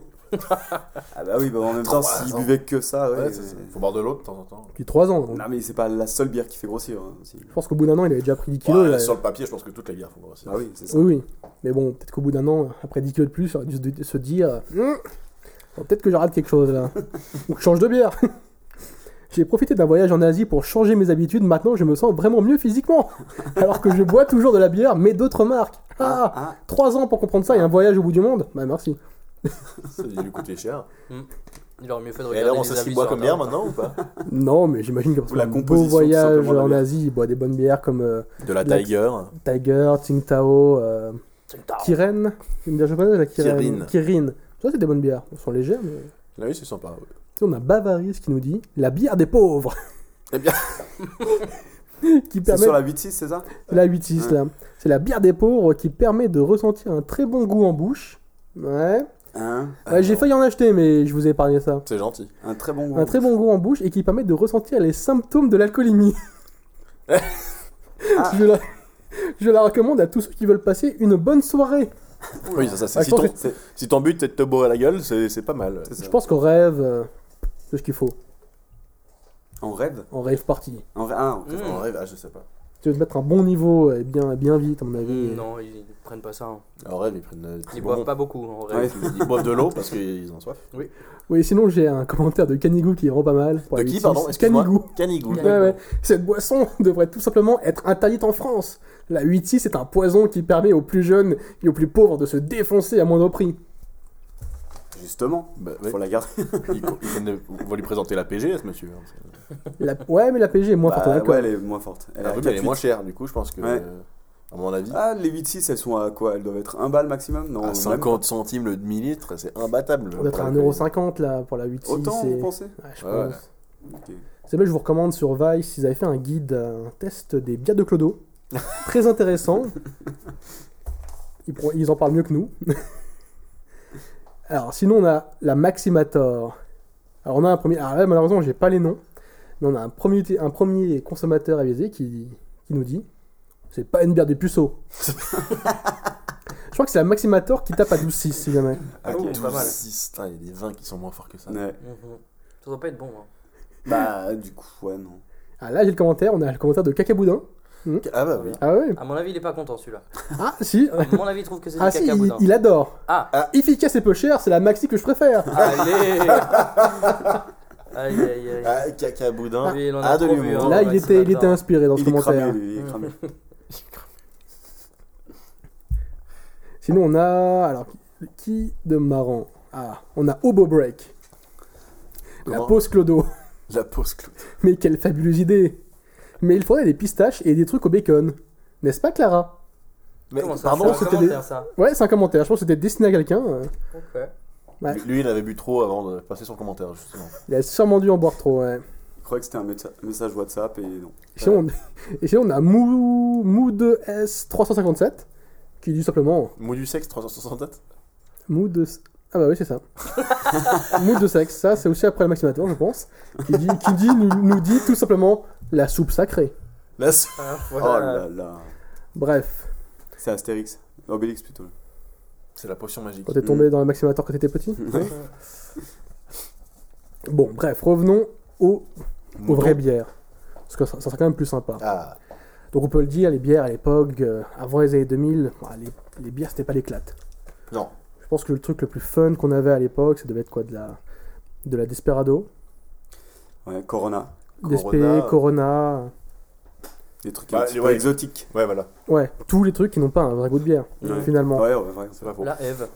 C: Ah bah oui, bah en même temps,
M: Trois
C: s'ils
M: ans.
C: buvaient que ça, ouais.
M: Ouais, c'est- c'est- Faut boire de l'eau de temps en temps.
L: Depuis 3 ans. donc
C: Non, mais c'est pas la seule bière qui fait grossir. hein, aussi.
L: Je pense qu'au bout d'un an, il avait déjà pris 10
M: Ouais,
L: kilos. il avait-
M: Sur le papier, je pense que toutes les bières font grossir.
C: Ah oui, c'est ça.
L: Oui, oui. Mais bon, peut-être qu'au bout d'un an, après 10 kilos de plus, il aurait dû se- se dire euh, Hum, bon, peut-être que j'arrête quelque chose là. Ou que je change de bière. J'ai profité d'un voyage en Asie pour changer mes habitudes. Maintenant, je me sens vraiment mieux physiquement. Alors que je bois toujours de la bière, mais d'autres marques. Ah, 3 ans pour comprendre ça et un voyage au bout du monde Bah merci.
M: Ça a dû lui coûter cher.
N: Il aurait mieux fait de
M: Et
N: regarder
M: alors, on
N: les
M: sait ce
N: avis
M: qu'il boit
N: sur
M: comme bière
N: Internet.
M: maintenant ou pas
L: Non, mais j'imagine que
C: Ou
L: c'est
C: la
L: un beau
C: composition, tout
L: voyage
C: simplement, de la
L: en
C: bière.
L: Asie, il boit des bonnes bières comme euh,
M: De la
L: La-
M: Tiger.
L: Tiger, Tsingtao, euh, Kiren. Une bière japonaise, la Kiren.
M: Kirin.
L: Ça, c'est des bonnes bières. Elles sont légères, mais.
M: Là, oui, c'est sympa. ouais.
L: Tu sais, on a Bavaris qui nous dit la bière des pauvres.
M: Eh bien.
L: qui
C: C'est
L: permet
C: sur
L: la,
C: la 8-6, c'est ça
L: 8-6
C: Ouais.
L: là. C'est la bière des pauvres qui permet de ressentir un très bon goût en bouche. Ouais.
C: Hein
L: Ouais, j'ai failli en acheter, mais je vous ai épargné ça.
M: C'est gentil.
C: Un très bon
L: Un très bon goût en bouche et qui permet de ressentir les symptômes de l'alcoolémie. Je, la... je la recommande à tous ceux qui veulent passer une bonne soirée.
M: Oui, ça, ça, c'est-
L: Ah,
M: si,
L: je pense
M: ton, si ton but c'est de te boire à la gueule, c'est c'est pas mal.
C: C'est ça.
L: Je pense qu'on rêve euh, de ce qu'il faut.
C: En rêve
L: On rêve parti.
C: En rêve Ah, en rêve.
M: En rêve, ah, je sais pas.
L: Tu veux te mettre un bon niveau et bien, bien vite, à mon avis.
N: Mm, Non, ils prennent pas ça. hein.
M: En rêve, ils prennent. euh,
N: Ils
M: des
N: boivent
M: bonbons.
N: pas beaucoup en vrai.
M: Ouais, ils boivent de l'eau parce qu'ils ont soif.
L: Oui, sinon j'ai un commentaire de Canigou qui est vraiment pas mal. pour
M: De
L: la
M: qui,
L: justice.
M: pardon Excuse-moi.
L: Canigou.
M: Canigou.
L: Ouais, ouais. Cette boisson devrait tout simplement être interdite en France. La 8-6 est un poison qui permet aux plus jeunes et aux plus pauvres de se défoncer à moindre prix.
C: Justement,
M: Bah,
C: faut la garder.
M: Il- il vient de- on va lui présenter la PGS, monsieur.
L: La- Ouais, mais la PG est moins forte en
C: Bah,
L: alcool.
C: ouais, elle est moins forte. Elle
M: La
C: à
M: rue, elle est
C: 4,8.
M: moins chère, du coup, je pense que.
C: Ouais.
M: euh, À mon avis,
C: Ah, les 8-6, elles sont à quoi Elles doivent être 1 balle maximum Non,
M: à
C: même
M: 50 centimes le demi-litre, c'est imbattable. Ah,
L: On doit être à 1,50€ là pour la 8-6.
C: Autant,
L: et-
C: vous pensez
L: Ouais, je
M: Ouais.
L: pense. C'est bien, je vous recommande sur Vice, ils avaient fait un guide, un test des bières de Clodo. Très intéressant. Ils, pro- ils en parlent mieux que nous. Alors, sinon, on a la Maximator. Alors, on a un premier. Alors là, malheureusement, j'ai pas les noms. Mais on a un premier, uti- un premier consommateur avisé qui, qui nous dit C'est pas une bière des puceaux. je crois que c'est la Maximator qui tape à 12,6 si jamais.
M: À
N: Oh,
M: 12,
N: pas mal.
M: 6, Ah, putain, il y a des vins qui sont moins forts que ça.
C: Ouais.
N: Mhm. Ça doit pas être bon. hein.
C: Bah, du coup, ouais, non.
L: Ah, là, j'ai le commentaire. On a le commentaire de Cacaboudin.
M: Ah bah oui.
L: Ah ouais
N: À mon avis, il est pas content celui-là.
L: Ah, si
N: À mon avis, il trouve que c'est
L: Ah
N: du
L: si,
N: caca
L: il,
N: boudin.
L: il adore.
N: Ah,
L: Efficace et peu cher, c'est la maxi que je préfère.
N: allez Aïe aïe aïe.
M: Ah, caca boudin.
N: Lui, il en a
M: Ah, de
N: trop vu,
M: l'humour.
N: hein.
L: Bah, Là,
N: ouais,
L: il
N: c'est
L: était, il
N: bizarre.
L: était inspiré dans ce
C: Il est cramé,
L: commentaire.
C: lui, il est cramé.
L: Sinon, on a. Alors, qui de marrant Ah, on a Obo Break. La
M: Comment
L: pause Clodo.
M: La pause clou.
L: Mais quelle fabuleuse idée Mais il faudrait des pistaches et des trucs au bacon. N'est-ce pas, Clara
M: Mais
N: Comment ça,
M: pardon,
N: c'est un
L: c'était des-
N: commentaire ça
L: Ouais, c'est un commentaire. Je pense que c'était destiné à quelqu'un. euh.
N: Ok.
L: Ouais.
M: lui, il avait bu trop avant de passer son commentaire, justement.
L: Il a sûrement dû en boire trop, ouais.
C: croyais que c'était un messa- message WhatsApp et non.
L: Et sinon, on, et sinon, on a Mou, Mou 2S357 qui dit simplement
M: Mou du sexe 367
L: Mou de. Ah bah oui, c'est ça. Mou de sexe, ça c'est aussi après le maximateur, je pense. Qui, dit, qui dit, nous, nous dit tout simplement la soupe sacrée.
M: La sou-
C: Oh là là.
L: Bref,
C: C'est Astérix. Obélix plutôt.
M: C'est la potion magique.
L: quand t'es tombé dans le maximateur quand t'étais petit Bon, bref, revenons au, aux
M: Mouton.
L: vraies bières. Parce que ça, ça serait quand même plus sympa.
M: Ah.
L: Donc on peut le dire, les bières à l'époque, euh, avant les années 2000, bah, les, les bières c'était pas l'éclate.
M: Non.
L: Je pense que le truc le plus fun qu'on avait à l'époque, ça devait être quoi De la, de la Desperado
C: Ouais, Corona.
L: Despé, Corona.
C: Des trucs
M: Bah,
C: un petit
M: les-
C: peu
M: ouais.
C: exotiques.
M: Ouais, voilà.
L: Ouais, tous les trucs qui n'ont pas un vrai goût de bière,
C: Ouais.
L: finalement.
C: Ouais, ouais, ouais, c'est pas faux.
N: La
L: Ah,
N: Eve.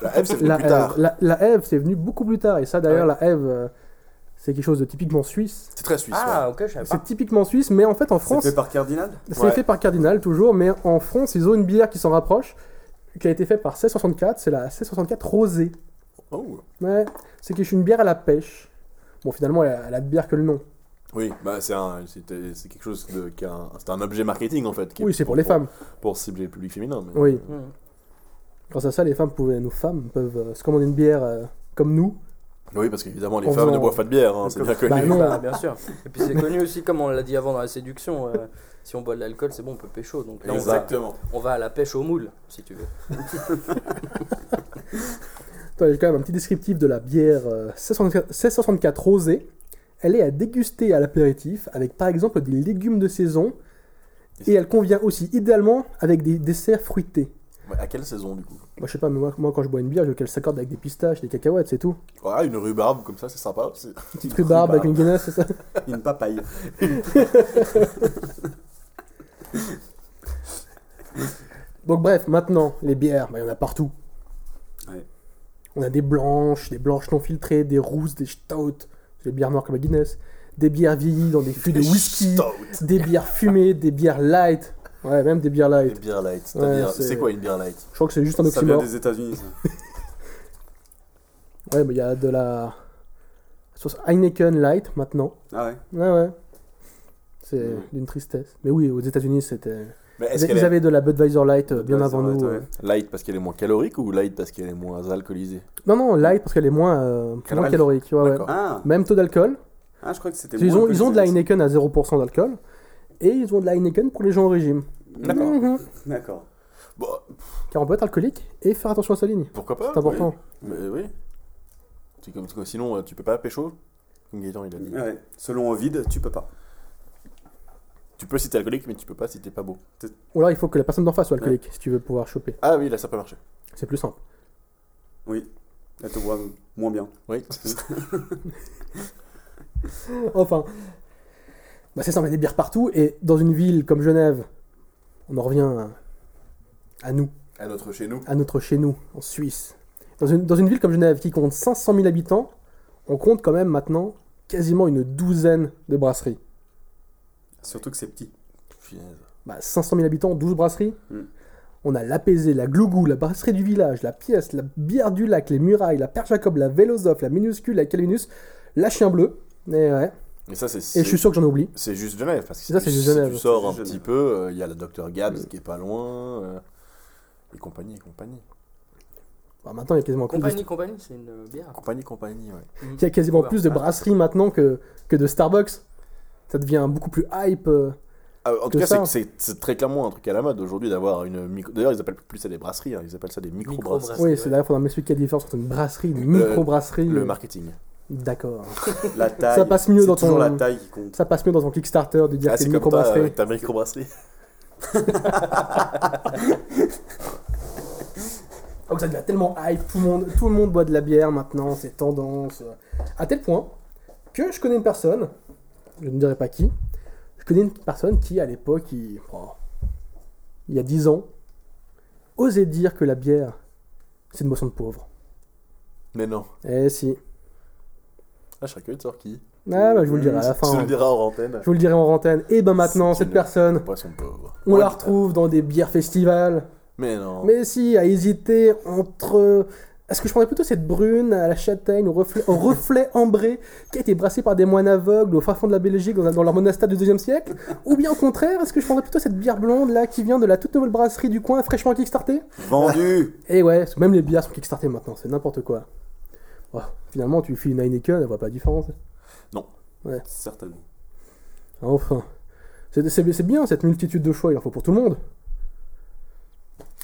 M: La F, c'est venu
L: La
M: plus tard.
L: Ève, la, la Ève, c'est venu beaucoup plus tard. Et ça, d'ailleurs, la Ève, euh, c'est quelque chose de typiquement suisse.
M: C'est très suisse.
N: Ah, ok, je savais pas.
L: C'est typiquement suisse, mais en fait, en
C: C'est
L: France,
C: fait par Cardinal
L: c'est
M: ouais.
L: fait par Cardinal toujours, mais en France, ils ont une bière qui s'en rapproche, qui a été faite par 1664. C'est la 1664 rosée.
M: Oh.
L: Ouais, c'est quelque- une bière à la pêche. Bon, finalement, elle a, elle a de bière que le nom.
M: Oui, bah c'est un, c'est c'est quelque chose de, qui a un, c'est un objet marketing en fait. qui est
L: Oui, c'est pour les femmes.
M: Pour cibler le public féminin. mais-
L: Oui.
N: Hmm.
L: Grâce à ça, les femmes pouvaient, nos femmes peuvent euh, se commander une bière euh, comme nous.
M: Bah Oui, parce qu'évidemment les
L: En
M: femmes ne
L: faisant-
M: boivent pas de bière, hein, c'est bien connu.
L: Bah non.
N: Bah, bien sûr. Et puis c'est connu aussi, comme on l'a dit avant dans la séduction, euh, si on boit de l'alcool, c'est bon, on peut pécho. Donc là, on va,
M: Exactement.
N: on va à la pêche au moule, si tu veux.
L: Attends, J'ai quand même un petit descriptif de la bière euh, 1664 1664 rosée. Elle est à déguster à l'apéritif avec par exemple des légumes de saison et elle convient aussi idéalement avec des desserts fruités.
M: Ouais, à quelle saison du coup
L: Moi je sais pas, mais moi, moi, quand je bois une bière, je veux qu'elle s'accorde avec des pistaches, des cacahuètes, c'est tout.
M: Ouais, une rhubarbe comme ça, c'est sympa. c'est-
L: Une petite rhubarbe avec une Guinness, c'est ça
C: Une papaye.
L: Donc bref, maintenant, les bières, bah, il y en a partout.
C: Ouais.
L: On a des blanches, des blanches non filtrées, des rousses, des stouts, des bières noires comme la Guinness, des bières vieillies dans des fûts de whisky,
M: stouts.
L: des bières fumées, des bières light. Ouais, même des bières
M: Une
L: light.
M: bière light.
L: Ouais,
M: C'est-à-dire,
L: c'est-
M: c'est quoi une bière light
L: Je crois que c'est juste un
C: Ça vient
L: oxymore.
C: des États-Unis. ça.
L: Ouais, mais il y a de la sauce Heineken light maintenant.
C: Ah ouais.
L: Ouais, ouais. C'est
C: Hmm.
L: d'une tristesse. Mais oui, aux États-Unis, c'était.
M: Mais
L: Ils,
M: est-ce qu'elle
L: ils
M: est
L: avaient de la Budweiser light euh, bien
C: Budweiser
L: avant
C: Light,
L: nous.
C: ouais.
L: euh.
M: light parce qu'elle est moins calorique ou light parce qu'elle est moins alcoolisée
L: Non, non, light parce qu'elle est moins, euh, moins
M: Calorique.
L: calorique. ouais, ouais.
M: D'accord.
C: Ah,
L: Même taux d'alcool.
C: ah, je crois que c'était
L: Ils
C: moins
L: ont, ils ont de la
C: alcoolisé.
L: Heineken à 0% d'alcool. Et ils ont de la Heineken pour les gens au régime.
M: D'accord.
L: Mhm.
C: D'accord.
M: Bon,
L: Car on peut être alcoolique et faire attention à sa ligne.
M: Bah, pourquoi pas
L: C'est important.
M: oui. Mais oui. C'est comme, c'est comme- sinon, euh, tu peux pas pécho Comme Gaëtan, il a
L: Ah.
M: dit.
C: Ouais. Selon Ovid, tu peux pas.
M: Tu peux si t'es alcoolique, mais tu peux pas si t'es pas beau.
L: Ou alors il faut que la personne d'en face soit alcoolique si tu veux pouvoir choper.
M: Ah oui, là, ça peut marcher.
L: C'est plus simple.
C: Oui. Elle te voit moins bien.
M: Oui.
L: Enfin. Bah, c'est ça, on a des bières partout. Et dans une ville comme Genève, on en revient à, à nous,
M: à notre chez nous.
L: à notre chez nous, en Suisse. Dans une, dans une ville comme Genève qui compte 500 000 habitants, on compte quand même maintenant quasiment une douzaine de brasseries.
C: Surtout que c'est petit.
M: Punaise.
L: bah, 500 000 habitants, 12 brasseries.
C: Mm.
L: On a l'Apaisé, la Glougou, la brasserie du village, la Pièce, la Bière du Lac, les Murailles, la Père Jacob, la Vélosophe, la Minuscule, la Calvinus, la Chien Bleu. Et, ouais.
M: Mais ça, c'est.
L: et je suis sûr que j'en oublie.
M: C'est juste Genève, parce que
L: C'est ça,
M: si
L: c'est
M: tu-
L: juste
M: si
L: Genève. hein. Mm.
M: tu sors
C: C'est
M: un
C: juste
M: petit
C: Genève.
M: peu, euh, il y a le Dr Gabs qui est pas loin, euh, et compagnie, et compagnie.
L: Bah, maintenant, il y a quasiment plus, de...
N: Compagnie, compagnie, c'est une euh, bière.
M: Compagnie, compagnie, ouais.
N: Mm.
L: il y a quasiment
N: Ouais.
L: plus de brasseries maintenant que, que de Starbucks. Ça devient beaucoup plus hype. euh.
M: Ah, en
L: Que
M: tout cas, c'est
L: ça. hein.
M: que c'est c'est très clairement un truc à la mode aujourd'hui d'avoir une micro. D'ailleurs, ils appellent plus ça des brasseries, hein, ils appellent ça des micro-brasseries.
N: Micro-brasseries.
L: Oui,
N: ouais.
L: c'est d'ailleurs, il faudra m'expliquer quelle différence entre une brasserie, une micro-brasserie.
M: Euh, Le marketing.
L: D'accord.
C: La taille.
L: Ça passe mieux
C: c'est
L: dans ton-
C: toujours la taille qui compte.
L: Ça passe mieux dans ton Kickstarter de dire
M: Ah,
L: que c'est
M: c'est
L: une
M: comme ta, euh,
L: micro-brasserie.
M: ta micro-brasserie.
L: Donc Oh, ça devient tellement hype, tout le monde, tout le monde boit de la bière maintenant, c'est tendance. À tel point que je connais une personne, je ne dirai pas qui, je connais une personne qui à l'époque, il, oh, il y a 10 ans, osait dire que la bière, c'est une boisson de pauvre.
M: Mais non.
L: Eh si.
M: Ah, je serais curieux de savoir qui.
L: Ah bah, je vous le dirai à la
M: Tu nous
L: fin.
M: Euh, le diras hors antenne.
L: Je vous le dirai en antenne. Et ben maintenant,
M: C'est
L: cette
M: une
L: personne,
M: Poisson pauvre.
L: on la retrouve dans des bières festivals.
M: Mais non.
L: Mais si, à hésiter entre Est-ce que je prendrais plutôt cette brune à la châtaigne au reflet, au reflet ambré qui a été brassée par des moines aveugles au fin fond de la Belgique dans, dans leur monastère du 2 siècle Ou bien au contraire, est-ce que je prendrais plutôt cette bière blonde là qui vient de la toute nouvelle brasserie du coin fraîchement kickstartée
M: Vendu
L: Et ouais, parce que même les bières sont kickstartées maintenant, c'est n'importe quoi. Oh, finalement, tu lui files une Heineken, elle voit pas la différence.
M: Non.
L: Ouais.
M: Certainement.
L: Enfin. C'est c'est- c'est bien cette multitude de choix, il en faut pour tout le monde.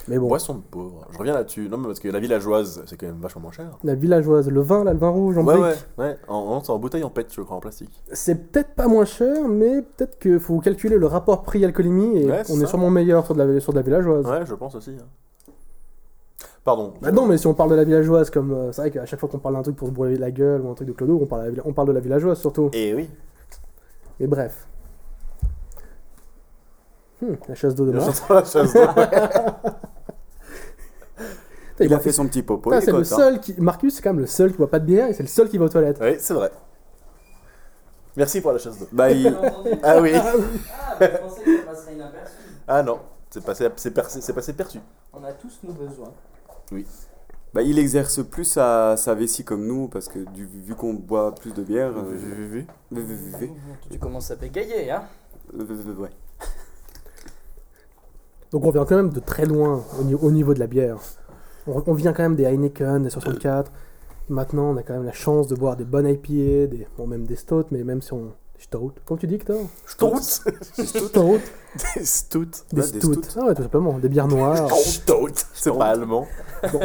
L: Mais bon.
M: Boisson de pauvre. Je reviens là-dessus. Non, mais parce que la villageoise, c'est quand même vachement moins cher.
L: La villageoise, le vin, là, le vin rouge en
M: ouais,
L: brique.
M: ouais, ouais. En, en, c'est en bouteille en pète, je crois, en plastique.
L: C'est peut-être pas moins cher, mais peut-être qu'il faut calculer le rapport prix-alcoolémie et
M: Ouais,
L: on
M: c'est
L: est
M: ça.
L: sûrement meilleur sur de la, sur de la villageoise.
M: Ouais, je pense aussi. hein. Pardon.
L: Bah non, mais si on parle de la villageoise, comme euh, c'est vrai qu'à chaque fois qu'on parle d'un truc pour se brûler la gueule ou un truc de Clodo, on parle de la, villa- on parle de la villageoise surtout.
M: Et Eh oui.
L: Mais bref. Hmm, la chasse d'eau de
M: Je
L: Mars.
M: sens la chasse d'eau.
L: Putain,
M: Il a fait son petit popo.
L: Putain,
M: il est
L: c'est le
C: hein.
M: content.
L: seul qui. Marcus, c'est quand même le seul qui boit pas de bière et c'est le seul qui va aux toilettes.
M: Oui, c'est vrai. Merci pour la chasse d'eau.
B: Bah, il-
M: Ah oui.
N: Ah, je pensais que ça passerait inaperçu.
M: Ah non, c'est passé, c'est percé- c'est passé perçu.
N: On a tous nos besoins.
M: Oui.
C: Bah, il exerce plus sa, sa vessie comme nous, parce que du, vu qu'on boit plus de bière. euh,
M: Vu,
C: vu, vu, vu.
N: Tu commences à bégayer, hein
C: Euh, euh, ouais.
L: Donc on vient quand même de très loin au, ni- au niveau de la bière. On, on vient quand même des Heineken, des 64. Maintenant, on a quand même la chance de boire des bonnes IPA, des, bon, même des stouts, mais même si on. Stout. Comment tu dis, Hector
M: Stout.
L: Des stouts.
M: Des stouts.
L: Des
M: Ouais, des
L: stouts. Ah ouais, tout simplement. Des bières noires.
M: Stout. C'est pas allemand.
L: Bon,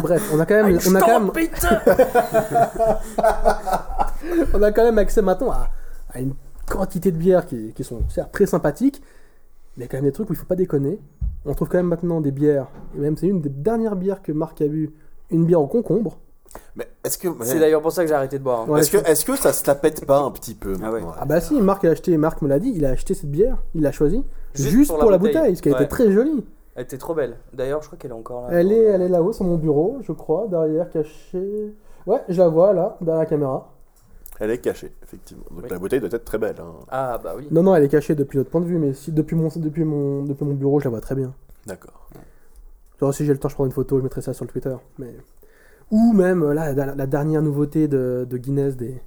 L: bref, on a quand même. On a quand même, on a quand même accès maintenant à, à une quantité de bières qui, qui sont certes très sympathiques, mais il y a quand même des trucs où il faut pas déconner. On trouve quand même maintenant des bières, et même c'est une des dernières bières que Marc a bu, une bière au concombre.
M: Mais est-ce que.
N: C'est d'ailleurs pour ça que j'ai arrêté de boire. hein.
L: Ouais,
M: est-ce, que, est-ce que ça se la pète pas un petit peu Ah
L: Ah bah si, Marc a acheté, Marc me l'a dit, il a acheté cette bière, il l'a choisie
N: Juste
L: juste,
N: pour
L: pour,
N: la
L: la
N: bouteille.
L: bouteille, parce qu'elle
N: Ouais.
L: était très jolie.
N: Elle était trop belle. D'ailleurs, je crois qu'elle est encore là.
L: Elle est, elle est là-haut sur mon bureau, je crois, derrière, cachée. Ouais, je la vois là, derrière la caméra.
M: Elle est cachée, effectivement. Donc
N: Oui.
M: la bouteille doit être très belle. hein.
N: Ah bah oui.
L: Non, non, elle est cachée depuis notre point de vue, mais si, depuis, mon, depuis, mon, depuis mon bureau, je la vois très bien.
M: D'accord.
L: Genre, si j'ai le temps, je prends une photo, je mettrai ça sur le Twitter. Mais... Ou même, euh, là, la, la dernière nouveauté de, de Guinness, des...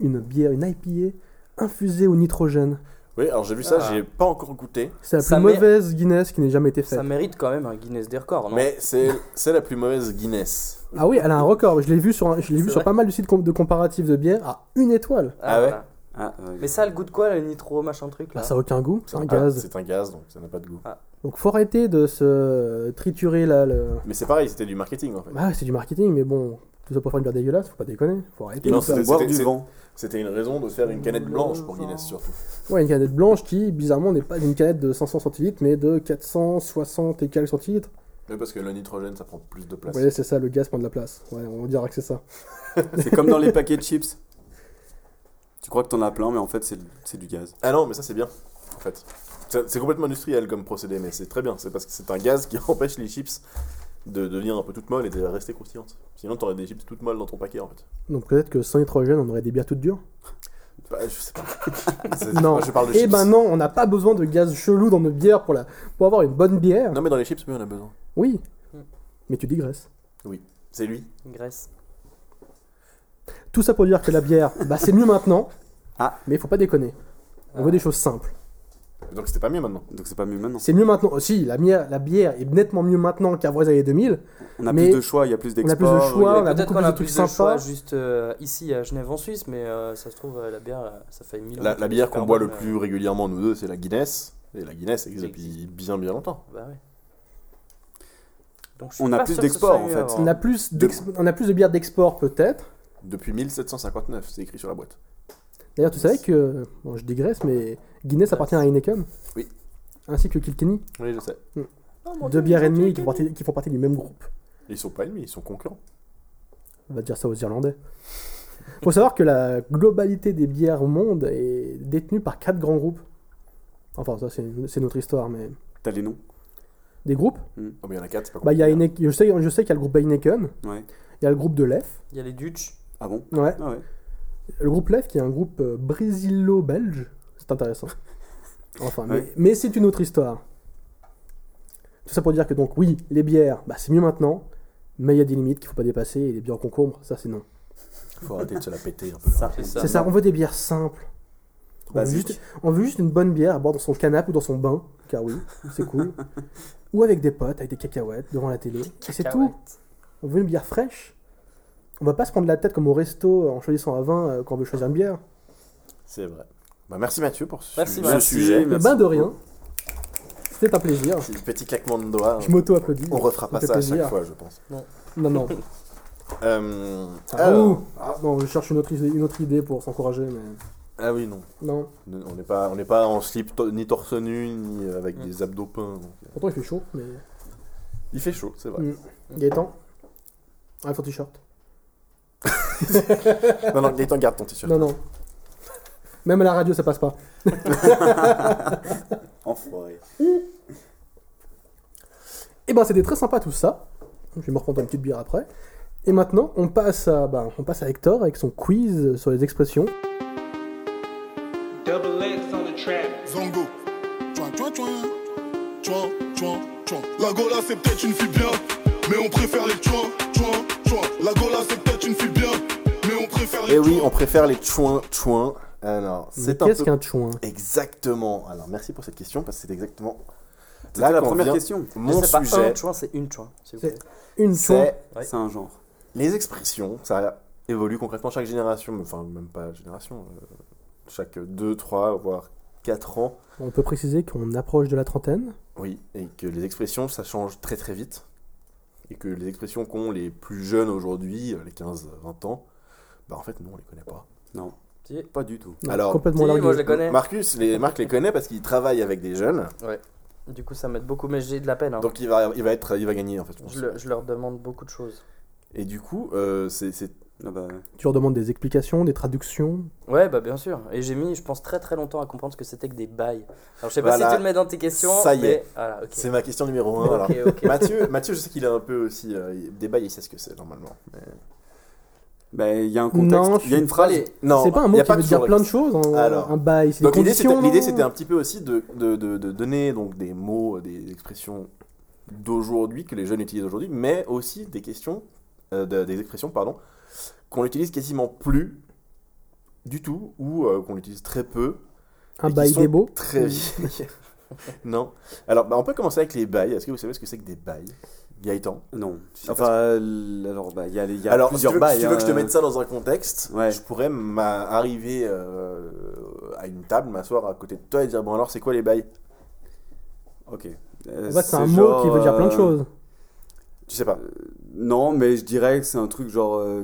L: une bière, une IPA infusée au nitrogène.
M: Oui, alors j'ai vu ça,
N: Ah.
M: j'ai pas encore goûté.
L: C'est la plus
N: Ça met-
L: mauvaise Guinness qui n'ait jamais été faite.
N: Ça mérite quand même un Guinness des records, non
M: Mais c'est, c'est la plus mauvaise Guinness.
L: Ah oui, elle a un record. Je l'ai vu sur, un- je l'ai
N: C'est
L: vu sur
N: vrai
L: pas mal de sites com- de comparatifs de bières à une étoile.
N: Ah, ouais
C: Ah, euh,
N: Mais ça, le goût de quoi, le nitro, machin truc là
L: Bah, ça a aucun goût, c'est un
M: Ah,
L: gaz.
M: c'est un gaz, donc ça n'a pas de goût.
L: Donc faut arrêter de se triturer là. Le...
M: Mais c'est pareil, c'était du marketing en fait.
L: Bah, c'est du marketing, mais bon, tout ça pour faire une bière dégueulasse, faut pas déconner. Faut arrêter.
M: Non,
C: nous fait boire du
M: c'est-
C: vent.
M: C'était une raison de faire une canette blanche pour Guinness surtout.
L: Ouais, une canette blanche qui, bizarrement, n'est pas une canette de 500 centilitres, mais de 460 et quelques centilitres.
M: Oui, parce que le nitrogène, ça prend plus de place.
L: Ouais, c'est ça, le gaz prend de la place. Ouais, on dira que c'est ça.
C: C'est comme dans les paquets de chips. Tu crois que t'en as plein, mais en fait, c'est c'est du gaz.
M: Ah non, mais ça c'est bien, en fait. Ça- C'est complètement industriel comme procédé, mais c'est très bien. C'est parce que c'est un gaz qui empêche les chips de devenir un peu toutes molles et de rester croustillantes. Sinon, t'aurais des chips toutes molles dans ton paquet, en fait.
L: Donc peut-être que sans nitrogène, on aurait des bières toutes dures.
M: Bah, je sais pas. C'est-
L: Non.
M: Euh, moi, je parle de
L: Eh
M: chips.
L: ben non, on n'a pas besoin de gaz chelou dans nos bières pour, la... pour avoir une bonne bière.
M: Non, mais dans les chips, oui, on a besoin.
L: Oui. Mais tu digresses.
M: Oui, c'est lui.
N: Graisse.
L: Tout ça pour dire que la bière, bah c'est mieux maintenant.
C: Ah.
L: Mais faut pas déconner. On
M: Ah.
L: veut des choses simples.
M: Donc c'était pas mieux maintenant.
C: Donc c'est pas mieux maintenant.
L: C'est mieux maintenant. Aussi, la, bière- la bière est nettement mieux maintenant qu'avant les années 2000.
C: On a
L: mais
C: plus de choix, il y a plus
L: on a
C: d'exports.
L: plus de choix,
C: il y
L: on a
N: Peut-être
L: beaucoup
N: qu'on
L: plus
N: a
L: de
N: plus
L: trucs
N: de choix
L: sympas.
N: juste euh, ici à Genève en Suisse, mais euh, ça se trouve, euh, la bière, euh, ça fait mille ans
M: La,
N: qu'elle
M: la
N: est
M: bière
N: super
M: qu'on boit
N: bonne,
M: le
N: euh,
M: plus régulièrement, nous deux, c'est la Guinness. Et la Guinness existe depuis
N: Existe.
M: bien, bien longtemps.
N: Bah ouais. Donc, je suis
C: On a
N: pas
C: plus
N: sûr que ce
C: d'export,
N: soit hein.
C: en
N: mieux
C: fait.
M: Ah.
N: avant.
L: On a plus, d'ex- on a plus de bières d'export peut-être.
M: Depuis 1759, c'est écrit sur la boîte.
L: D'ailleurs, tu savais que, bon, je digresse, mais Guinness appartient à Heineken.
M: Oui.
L: Ainsi que Kilkenny.
M: Oui, je sais.
L: Deux bières ennemies qui font, partie, qui font partie du même groupe.
M: Ils sont pas ennemis, ils sont concurrents.
L: On va dire ça aux Irlandais. Faut savoir que la globalité des bières au monde est détenue par quatre grands groupes. Enfin, ça, c'est c'est notre histoire, mais.
C: T'as les noms.
L: Des groupes
M: Oh, mais il y en a quatre, c'est pas
L: Bah, il y a
M: compliqué,
L: Heineken- je sais, je sais qu'il y a le groupe Heineken,
C: Ouais.
L: il y a le groupe de Lef.
N: Il y a les Dutch.
C: Ah bon
L: Ouais.
C: Ah ouais.
L: Le groupe Lef, qui est un groupe euh, brésilo-belge, c'est intéressant. Enfin, mais,
C: Ouais.
L: mais c'est une autre histoire. Tout ça pour dire que donc oui, les bières, bah, c'est mieux maintenant, Mais il y a des limites qu'il faut pas dépasser et les bières en concombre, ça c'est non.
M: Faut arrêter de se la péter un peu.
L: C'est ça, on veut des bières simples. On veut,
M: Basique.
L: juste, on veut juste une bonne bière à boire dans son canapé ou dans son bain, car oui, c'est cool. ou avec des potes, avec des cacahuètes devant la télé. Et c'est tout. On veut une bière fraîche. On va pas se prendre la tête comme au resto en choisissant un vin euh, quand on veut choisir une bière.
M: C'est vrai. Bah, merci Mathieu pour ce,
N: Merci,
M: ce
N: Mathieu.
M: sujet.
L: Eh ben de rien. C'était un plaisir.
M: Petit- Petit claquement de doigts.
L: Je m'auto-applaudis.
M: On refera pas
L: fait
M: ça à
L: plaisir.
M: chaque fois, je pense.
N: Non.
L: Non, non.
M: Euh,
L: Ah,
M: alors-
L: ouh. Ah, non, je cherche une autre idée, une autre idée pour s'encourager, mais.
M: Ah oui, non.
L: Non.
M: Ne- On n'est pas, on n'est pas en slip to- ni torse nu, ni euh,
C: Mm.
M: avec des abdos peints. donc, euh,
L: Pourtant, il fait chaud, mais.
M: Il fait chaud, c'est vrai.
L: Mm. Gaëtan Ah, ton t-shirt.
M: non, non, Gaëtan, garde ton t-shirt.
L: Non, non. Même à la radio, ça passe pas.
C: Enfoiré.
L: Et ben, c'était très sympa tout ça. Je vais me reprendre une petite bière après. Et maintenant, on passe à, ben, on passe à Hector avec son quiz sur les expressions.
I: Double X on the track.
R: Zongo. Chouin, chouin, chouin. Chouin, chouin, chouin. La Gola, c'est peut-être une fille bien, mais on préfère les chouin, chouin, chouin. La Gola, c'est peut-être une fille bien, mais on préfère les
M: Et Eh oui, on préfère les chouins, chouins. Alors,
L: Mais
M: c'est un
L: qu'est-ce
M: peu-
L: qu'un chouin
M: Exactement. Alors, merci pour cette question parce que c'est exactement.
C: C'était la
M: qu'en
C: première
M: vient
C: question.
M: Mon
N: Mais c'est
M: sujet.
N: pas un chouin, c'est une chouin. s'il vous plaît.
L: Une chouin.
M: C'est
N: Ouais.
C: C'est un genre.
M: les expressions. Ça évolue concrètement chaque génération, enfin même pas génération. euh, chaque 2, 3, voire 4 ans.
L: On peut préciser qu'on approche de la trentaine.
M: Oui, et que les expressions, ça change très très vite. Et que les expressions qu'ont les plus jeunes aujourd'hui, euh, les 15-20 ans, bah en fait, nous, on les connaît pas.
C: Non,
N: Si.
C: pas du tout.
L: Non, complètement Si, largué.
N: moi, je les connais.
M: Marcus, les, Marc les connaît parce qu'il travaille avec des jeunes.
N: Ouais. Du coup, ça m'aide beaucoup, mais j'ai de la peine. hein.
M: Donc il va, il va, être, il va gagner, en fait. je pense.
N: je, le- je leur demande beaucoup de choses.
M: Et du coup, euh, c'est. c'est-
C: Ah bah, ouais.
L: Tu leur demandes des explications, des traductions.
N: Ouais, bah bien sûr. Et j'ai mis, je pense, très très longtemps à comprendre ce que c'était que des bails. Alors, je sais pas
M: Voilà.
N: si tu le mets dans tes questions.
M: Ça y est.
N: mais- Voilà, ok.
M: C'est ma question numéro 1.
N: Ok,
M: alors.
N: ok.
M: Mathieu, Mathieu, je sais qu'il a un peu aussi euh, il- des bails, il sait ce que c'est normalement. mais-
C: Bah, il y a un contexte.
L: Non, je
C: il y a
L: suis
C: une phrase.
N: Allez.
M: Non,
L: c'est pas
M: il
L: un
M: y
L: mot
M: a
L: qui
M: pas
L: veut
M: toujours
L: dire plein de
M: l'ex-
L: choses. hein.
M: Alors.
L: un bail, c'est des
M: Donc l'idée
L: conditions.
M: c'était,
L: non
M: l'idée, c'était un petit peu aussi de, de, de- de donner donc des mots, des expressions d'aujourd'hui que les jeunes utilisent aujourd'hui, mais aussi des questions, euh, de- des expressions pardon, qu'on n'utilise quasiment plus du tout ou euh, qu'on utilise très peu.
L: Un
M: et qui
L: bail
M: sont
L: des beaux.
M: Très vieilles. non. Alors bah, on peut commencer avec les bails. Est-ce que vous savez ce que c'est que des bails, Gaëtan
C: Non.
M: Je sais pas
C: Enfin, euh, alors, bah, il y a, les- il y a
M: alors, si
C: plusieurs
M: tu veux,
C: bails.
M: si tu veux que je te
C: hein.
M: mette ça dans un contexte,
C: Ouais.
M: je pourrais m'a- arriver euh, à une table, m'asseoir à côté de toi et dire Bon, alors, c'est quoi les bails
C: Ok.
L: En
C: Euh,
L: fait, c'est un mot qui veut dire plein de
C: genre,
L: choses.
M: Tu sais pas.
C: euh, Non, mais je dirais que c'est un truc genre. euh,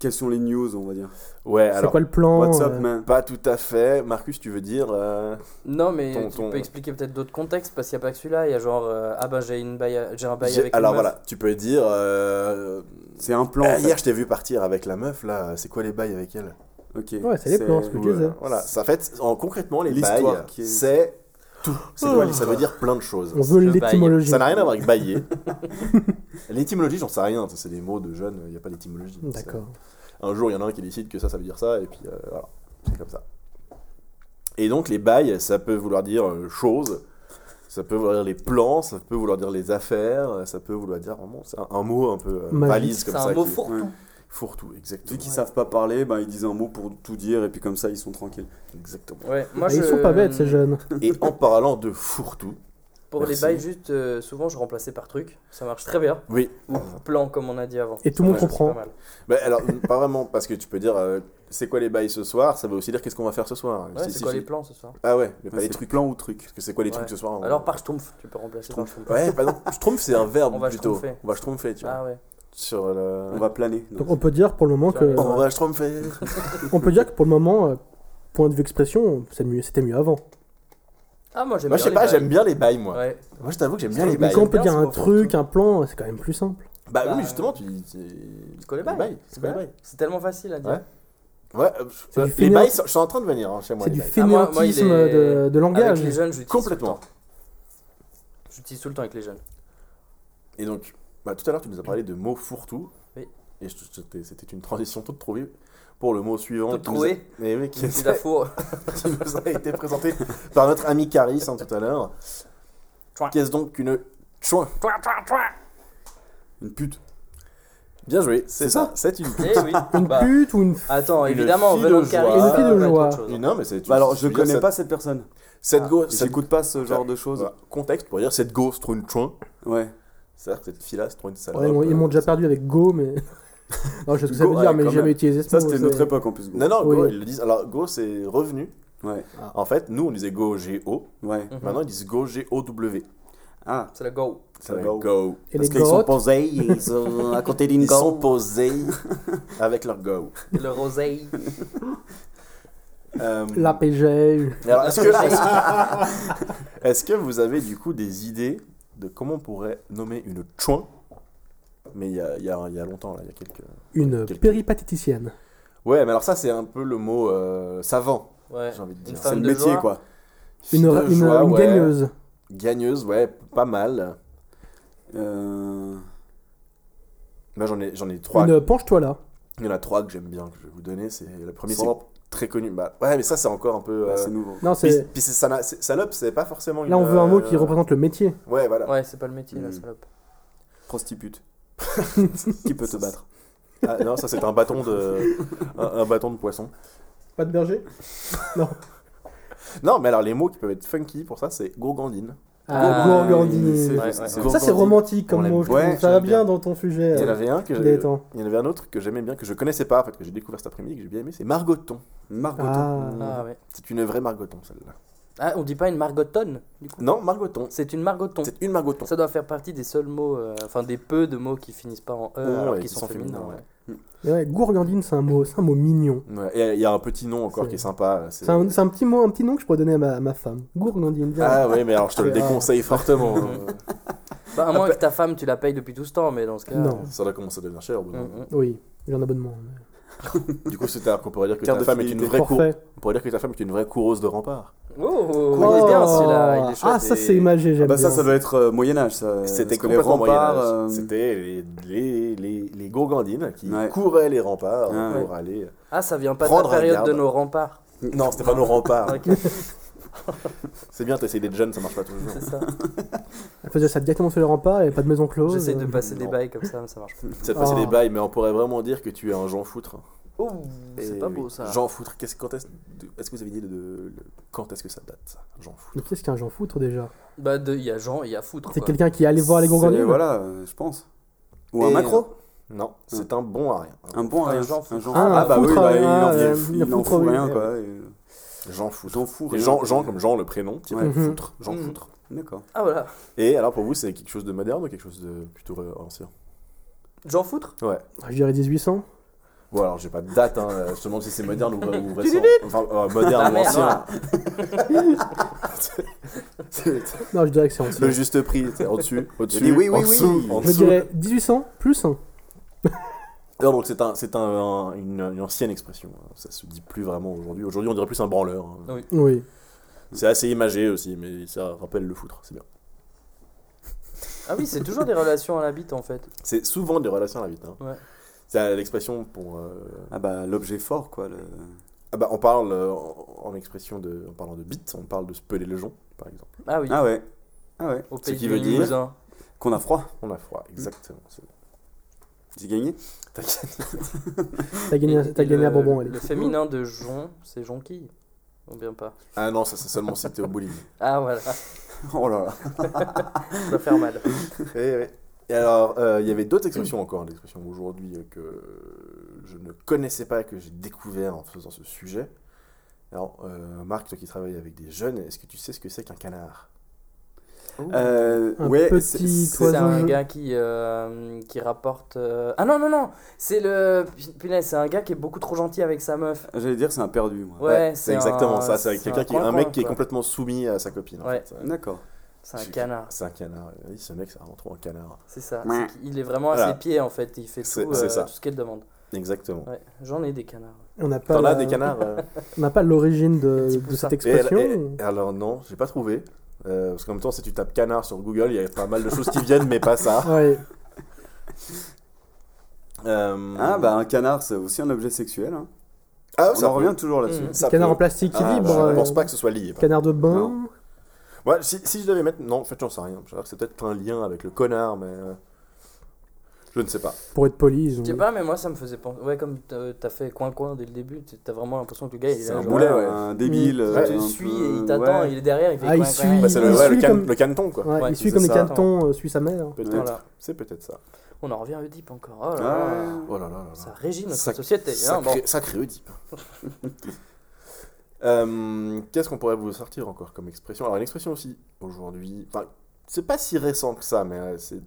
C: Quelles sont les news, on va dire
M: Ouais,
L: C'est
M: alors.
L: quoi le plan
C: What's up,
L: euh,
C: man
M: Pas tout à fait. Marcus, tu veux dire euh,
N: Non, mais
M: Ton-
N: tu
M: ton-
N: peux expliquer peut-être d'autres contextes parce qu'il n'y a pas que celui-là. Il y a genre, euh, ah ben j'ai une bail, j'ai un bail
M: j'ai-
N: avec
M: Alors,
N: une meuf.
M: voilà, tu peux dire euh,
C: C'est un plan.
M: Eh,
C: en fait.
M: Hier, je t'ai vu partir avec la meuf, là. C'est quoi les bails avec elle euh,
C: Ok.
L: Ouais, c'est les plans, ce que je disais.
M: Voilà, ça en fait, en, concrètement, les
C: L'histoire
M: bails,
C: qui est-
M: c'est tout. C'est
L: Oh.
M: quoi, Ça veut dire plein de choses.
L: On veut
N: le bail.
L: l'étymologie.
M: Ça n'a rien à voir avec bailler. L'étymologie, j'en sais rien. C'est des mots de jeunes, il n'y a pas d'étymologie.
L: D'accord.
M: un jour, il y en a un qui décide que ça, ça veut dire ça, et puis euh, voilà, c'est comme ça. Et donc, les bails, ça peut vouloir dire euh, choses, ça peut vouloir dire les plans, ça peut vouloir dire les affaires, ça peut vouloir dire vraiment, c'est un, un mot un peu euh,
L: Magique.
M: valise comme
N: C'est
M: ça.
N: un mot
M: qui-
N: fourre
C: Ouais.
M: Fourre-tout,
C: Vu
M: exactement.
C: qu'ils savent pas parler, ben, ils disent un mot pour tout dire et puis comme ça ils sont tranquilles.
M: exactement.
N: Ouais, moi,
L: Ah, Ils
N: je-
L: sont pas bêtes, ces jeunes.
M: Et en parlant de fourre-tout,
N: Pour
M: Merci.
N: les bails, juste euh, souvent je remplaçais par truc. Ça marche très bien.
M: oui.
N: Ou plan, comme on a dit avant.
L: Et tout le monde
N: Ça marche
L: comprend.
N: pas mal.
M: Bah, alors, pas vraiment, parce que tu peux dire euh, c'est quoi les bails ce soir, ça veut aussi dire qu'est-ce qu'on va faire ce soir.
N: Ouais,
M: Si-
N: c'est
M: si-
N: quoi
M: si-
N: les plans ce soir
M: Ah ouais, mais pas
C: Ouais,
M: les
C: c'est
M: trucs.
C: plan ou truc.
M: Parce que c'est quoi les
N: Ouais.
M: trucs ce soir on-
N: Alors par schtroumpf, tu peux remplacer par schtroumpf.
M: Ouais, par exemple, Oh. schtroumpf, c'est un verbe
N: On va
M: plutôt.
N: schtroumpfer.
M: On va schtroumpfer, tu vois.
N: Ah ouais.
M: Sur le...
C: On va planer. Non.
L: Donc on peut dire pour le moment que.
M: On va schtroumpfer.
L: On peut dire que pour le moment, euh, point de vue expression, c'est mieux- c'était mieux avant.
N: Ah moi j'aime
M: Moi, je
N: bien
M: sais
N: les
M: pas,
N: bails.
M: j'aime bien les bails, moi.
N: Ouais.
M: Moi, je t'avoue que j'aime bien les
L: Mais
M: bails.
L: quand on peut
N: Bien,
L: dire
N: c'est
L: un
N: pas faux,
L: truc, un plan, c'est quand même plus simple.
M: Bah oui,
N: Bah,
M: mais justement, tu. tu-
N: C'est quoi les bails
M: C'est quoi les bails
N: C'est tellement facile à dire.
M: Ouais. Ouais, euh,
L: C'est
M: euh,
L: du
M: les
L: fainéant-
M: bails, je suis en train de venir hein, chez moi.
L: C'est
M: les
L: du
M: bails.
N: Ah, moi- moi, il
L: fainéantisme
N: est-
L: de, de langage.
N: Avec les jeunes, j'utilise
M: Complètement.
N: tout le temps. J'utilise tout le temps avec les jeunes.
M: Et donc, bah, tout à l'heure, tu nous as parlé de mots fourre-tout.
N: Oui.
M: Et je- c'était c'était une transition toute trouvée pour le mot suivant.
N: Toute
M: qui nous a-
N: trouvée
M: Mais oui, qui,
N: C'est la four.
M: qui nous a été présenté par notre ami Caris hein, tout à l'heure.
N: Chouin.
M: Qu'est-ce donc qu'une chouin
C: Une pute.
M: Bien joué, c'est ça, c'est une pute.
N: Eh oui.
L: Une
N: Bah,
L: pute ou une.
N: Attends, évidemment,
C: fille de
N: Venom
C: joie.
N: Carré,
C: Une
N: ça
C: fille de
N: peut pas être
C: joie.
N: autre chose.
M: Mais non, mais c'est- tu-
C: Bah alors, je
M: veux dire,
C: connais
M: ça-
C: pas Ah, cette personne.
M: Cette go, cette-
C: J'écoute pas ce genre de choses.
M: Voilà. Contexte pour dire cette go, c'est trop une chouin.
C: Ouais.
M: C'est-à-dire que cette fille-là, c'est trop une salope.
L: Ouais, ils m'ont- ils m'ont déjà perdu avec Go, mais. non, je sais ce que ça
C: Go,
L: veut dire,
C: ouais,
L: mais
C: quand
L: j'ai jamais
C: même.
L: utilisé ce
C: Ça,
L: mot.
C: c'était
L: c'est-
C: notre époque en plus. Go.
M: Non, non, go,
L: Oui. Ah.
M: ils le disent. Alors, go, c'est revenu.
C: Ouais.
M: En fait, nous, on disait go, G-O.
C: Ouais.
L: Mhm.
M: Maintenant, ils disent go, G-O-W.
C: Ah,
N: C'est la go.
M: Ça go. go.
L: Et les gottes
B: posés, ils sont à côté d'une
M: Ils
B: gorge.
M: sont posés avec leur go.
N: Le roseille.
M: Euh,
L: La PGL.
M: Mais alors, est-ce que, est-ce que- est-ce que vous avez du coup des idées de comment on pourrait nommer une chouin Mais il y a, il y a- il y a longtemps, là, il y a quelques.
L: Une
M: quelques-
L: péripatéticienne.
M: Ouais, mais alors ça, c'est un peu le mot euh, savant,
N: Ouais.
M: j'ai envie de
N: Une
M: dire.
N: femme
C: le
N: de
C: métier,
N: joie.
C: quoi.
L: Une,
M: De
L: une, une
M: joie, Ah ouais.
L: gagneuse.
M: Gagneuse, ouais, pas mal.
C: Euh,
M: Moi, j'en ai, j'en ai trois.
L: Une penche-toi là.
M: Il y en a trois que j'aime bien, que je vais vous donner. C'est la première, c'est
C: Salope.
M: très connu. Bah, ouais, mais ça, c'est encore un peu.
C: bah,
M: euh,
C: c'est nouveau.
L: Non,
M: Puis,
L: c'est.
M: puis c'est sana- c'est- salope, c'est pas forcément une.
L: Là, on veut un mot qui
M: euh,
L: représente le métier.
M: Ouais, voilà.
N: Ouais, c'est pas le métier, la
C: Hmm.
N: salope.
C: Prostitute. Qui peut te battre
M: Ah, non, ça, c'est un bâton de, un, un bâton de poisson.
L: Pas de berger
M: Non, mais alors les mots qui peuvent être funky pour ça, c'est gourgandine.
L: Ah,
C: Gourgandine.
L: Gourgandine.
N: Ouais, ouais.
L: Ça, c'est romantique comme
M: On l'aime.
L: mot. je trouve.
C: Ouais,
L: ça va
C: j'aime bien.
L: bien dans ton sujet.
M: Il y en
L: euh,
M: avait un que
L: des
M: j'avais-
L: temps.
M: il y en avait un autre que j'aimais bien, que je connaissais pas, en fait, que j'ai découvert cet après-midi, que j'ai bien aimé, c'est Margoton.
C: Margoton.
L: Ah.
N: Ah ouais.
M: C'est une vraie Margoton, celle-là.
N: Ah, on dit pas une margotonne, du coup
M: Non, Margoton.
N: C'est une margoton.
M: C'est une Margoton.
N: Ça doit faire partie des seuls mots, euh, enfin des peu de mots qui finissent pas en E
M: Ouais,
N: alors
M: ouais,
N: qu'ils
M: qui
N: sont,
M: sont
N: féminins.
M: féminins,
N: ouais.
M: ouais.
L: Mais ouais, gourgandine, c'est un mot, c'est un mot mignon.
M: Ouais, et il y a un petit nom encore
L: C'est-
M: qui est sympa.
L: C'est un, c'est un petit mot, un petit nom que je pourrais donner à ma, à ma femme. Gourgandine. Bien.
M: Ah oui, mais alors je te le
L: C'est- Ah.
M: déconseille fortement. hein.
N: Bah, à moins que ta femme, tu la payes depuis tout ce temps, mais dans ce cas.
L: Non.
M: ça doit commencer à devenir cher au bout
N: euh,
M: d'un
N: hum,
C: Mm,
M: moment.
N: hum.
L: Oui, j'ai un abonnement.
M: Du coup, c'est-à-dire qu'on pourrait dire que
C: Carte
M: ta
C: mm. de
M: femme est une
C: fidélité.
M: vraie cour...
L: Parfait.
M: On pourrait dire que ta femme est une vraie coureuse de rempart.
N: Oh, oh,
L: Oh,
N: il est bien celui-là, il est chouette
L: ah, ça
N: et-
L: c'est imagé, j'aime
C: Ah bah ça,
L: bien.
C: ça doit être euh, Moyen-Âge, ça.
M: C'était
C: Parce que les
M: complètement moyen
C: remparts, euh,
M: C'était les, les, les, les gourgandines qui
C: Ouais.
M: couraient les remparts
C: Ah,
M: pour aller.
N: Ah, ça vient pas
M: Prendre
N: de la
M: un
N: période
M: garde. Ah.
N: de nos remparts.
M: Non, c'était pas nos remparts.
N: Ok,
M: C'est bien, t'essayes d'être jeune, ça marche pas toujours.
N: c'est ça.
L: Elle faisait ça directement sur les remparts, il n'y avait pas de maison close.
N: J'essaie de
L: euh.
N: passer des
M: non.
N: bails comme ça, mais ça marche pas.
M: C'est de passer
L: Oh.
M: des bails, mais on pourrait vraiment dire que tu es un Jean Foutre.
N: Oh, c'est
M: Et
N: pas
M: oui,
N: beau ça.
M: Jean Foutre, qu'est-ce, quand est-ce, de- est-ce que vous avez une idée de, de- quand est-ce que ça date, ça Jean Foutre
L: Mais qu'est-ce qu'un j'en foutre déjà
N: Bah, de- il y a Jean et il y a foutre.
L: C'est
N: quoi.
L: quelqu'un qui allait voir Oh, les
C: c'est-
L: gourgandines
C: Voilà, euh, je pense. Ou un
M: Et- euh,
C: macro
M: Non, c'est un bon à rien.
C: Hum. Un bon
N: Un
C: rien.
N: Jean Foutre.
C: Jean
L: Ah,
C: Foutre.
L: un
C: bah oui,
L: foutre,
C: bah, il
L: ah,
C: en- il
L: euh,
C: en fout-
L: un
C: il en
L: foutre,
C: fout rien,
L: oui.
C: quoi. et-
M: Jean Foutre.
C: Jean Foutre,
M: Et
C: rien.
M: Jean, Jean comme Jean, le prénom, tiens,
C: Ouais. Hum.
M: Foutre, Jean
N: Mhm.
M: Foutre.
C: D'accord.
N: Ah voilà.
M: Et alors pour vous, c'est quelque chose de moderne ou quelque chose de plutôt euh, ancien
N: Jean foutre
M: Ouais.
L: Ah, Je dirais 1800.
M: Bon, alors j'ai pas de date, hein. euh, je te demande si c'est moderne ou, ou récent. Enfin, euh, moderne ou
N: Ah, merde,
M: ancien.
N: voilà.
M: C'est
L: Non, je dirais que c'est ancien.
M: le juste prix, c'est au-dessus,
C: dis
M: au-dessus,
C: oui, oui,
M: en
C: oui.
M: dessous, en
L: Je
M: dessous.
L: dirais 1800 plus 1.
M: Alors, donc c'est un, c'est un- un- une, une ancienne expression, hein. ça se dit plus vraiment aujourd'hui. Aujourd'hui, on dirait plus un branleur. hein.
N: Oui.
L: Oui.
M: C'est assez imagé aussi, mais ça rappelle le foutre, c'est bien.
N: Ah oui, c'est toujours des relations à la bite en fait.
M: C'est souvent des relations à la vite. Hein.
N: Ouais.
M: C'est euh, l'expression pour... euh,
C: Ah bah l'objet fort, quoi. le-
M: Ah bah, on parle euh, en, en expression de... En parlant de bite, on parle de speler le jonc, par exemple.
N: Ah oui,
C: Ah ouais. Ah ouais.
N: au
M: ce
N: pays
M: qui
N: des
M: veut dire-
N: Limousin.
C: Qu'on a froid.
M: On a froid, exactement. c'est bon.
C: J'ai gagné.
M: T'inquiète.
L: T'as gagné, un-
N: Et-
L: t'as
N: et
L: gagné
N: le,
L: un bonbon, allez.
N: Le féminin de Jon, c'est Jonquille. Ou bien pas.
M: Ah non, ça c'est seulement si t'es au bowling.
N: Ah voilà,
C: Oh là là.
N: ça va faire mal.
M: Eh ouais. Et alors, euh, il y avait d'autres expressions encore, l'expression aujourd'hui euh, que je ne connaissais pas, que j'ai découvert en faisant ce sujet. Alors, euh, Marc, toi qui travailles avec des jeunes, est-ce que tu sais ce que c'est qu'un canard
C: Euh,
L: Un
C: ouais,
L: petit
C: c'est-
N: C'est
L: oiseau
N: un
L: jeu.
N: gars qui, euh, qui rapporte. euh, Ah non, non, non C'est le. Punaise, c'est un gars qui est beaucoup trop gentil avec sa meuf.
C: J'allais dire, c'est un perdu, moi.
N: Ouais,
M: c'est
N: un-
M: exactement ça. C'est quelqu'un
N: un
M: qui, un mec
N: coin-coin,
M: qui est
N: quoi.
M: complètement soumis à sa copine. en
N: Ouais.
M: fait.
C: D'accord.
N: C'est un canard,
M: C'est un canard. euh, Oui, ce mec, c'est vraiment trop un canard.
N: c'est ça.
C: Ouais.
N: C'est qu'il- Il est vraiment à
M: Voilà.
N: ses pieds en fait, il fait tout,
M: C'est- c'est
N: euh,
M: ça.
N: tout ce qu'elle demande.
M: Exactement.
N: Ouais, j'en ai des canards.
L: On n'a pas,
M: T'en as
L: la-
M: des canards euh
L: on n'a pas l'origine de,
N: Petit
L: de
N: poussin.
L: cette
M: Et elle-
L: expression.
M: et- et alors non, j'ai pas trouvé. Euh, parce qu'en même temps, si tu tapes canard sur Google, il y a pas mal de choses qui viennent, mais pas ça.
L: Ouais.
M: Euh,
C: Ah bah un canard, c'est aussi un objet sexuel. hein.
M: ah,
C: On
M: ça
C: en
M: peut-
C: revient toujours là-dessus.
N: Mmh.
M: ça
L: Canard
M: peut-
L: en plastique qui
M: Ah,
L: vibre.
M: bah,
L: euh,
M: Je pense pas que ce soit lié. par
L: Canard de bain.
C: Non.
M: contre. Ouais, si, si je devais mettre. Non, en fait, j'en sais rien. Je sais que C'est peut-être un lien avec le connard, mais. euh, Je ne sais pas.
L: Pour être poli, ils
N: Je
L: ont-
N: sais pas, mais moi ça me faisait penser. Ouais, comme t'as t'as fait coin-coin dès le début, t- t'as vraiment l'impression que le gars il est
M: C'est
N: là,
M: un
N: genre,
M: boulet,
N: ouais, Mmh.
M: ouais, un débile,
N: Ouais,
M: euh,
N: il
M: un
N: suit
M: peu-
N: et il t'attend,
M: ouais.
N: il est derrière, il fait
L: Ah, il
N: coin-coin.
L: suit.
M: Bah, c'est le-
L: il
M: ouais,
L: suit
M: le can-
L: comme-
M: le caneton, quoi.
L: Ouais,
M: Ouais,
L: il suit
M: c'est
L: comme les
M: ça.
L: canetons, euh, suit sa mère.
M: Peut-être.
N: Voilà.
M: C'est peut-être ça.
N: On en revient à Oedipe encore. Oh là
M: Ah.
N: là.
M: Oh là là là là.
N: Ça régit notre
M: Sac-
N: société. hein,
M: Sacré,
N: bon.
M: sacré Oedipe. Euh, Qu'est-ce qu'on pourrait vous sortir encore comme expression Alors, une expression aussi, aujourd'hui, enfin, c'est pas si récent que ça, mais euh, c'est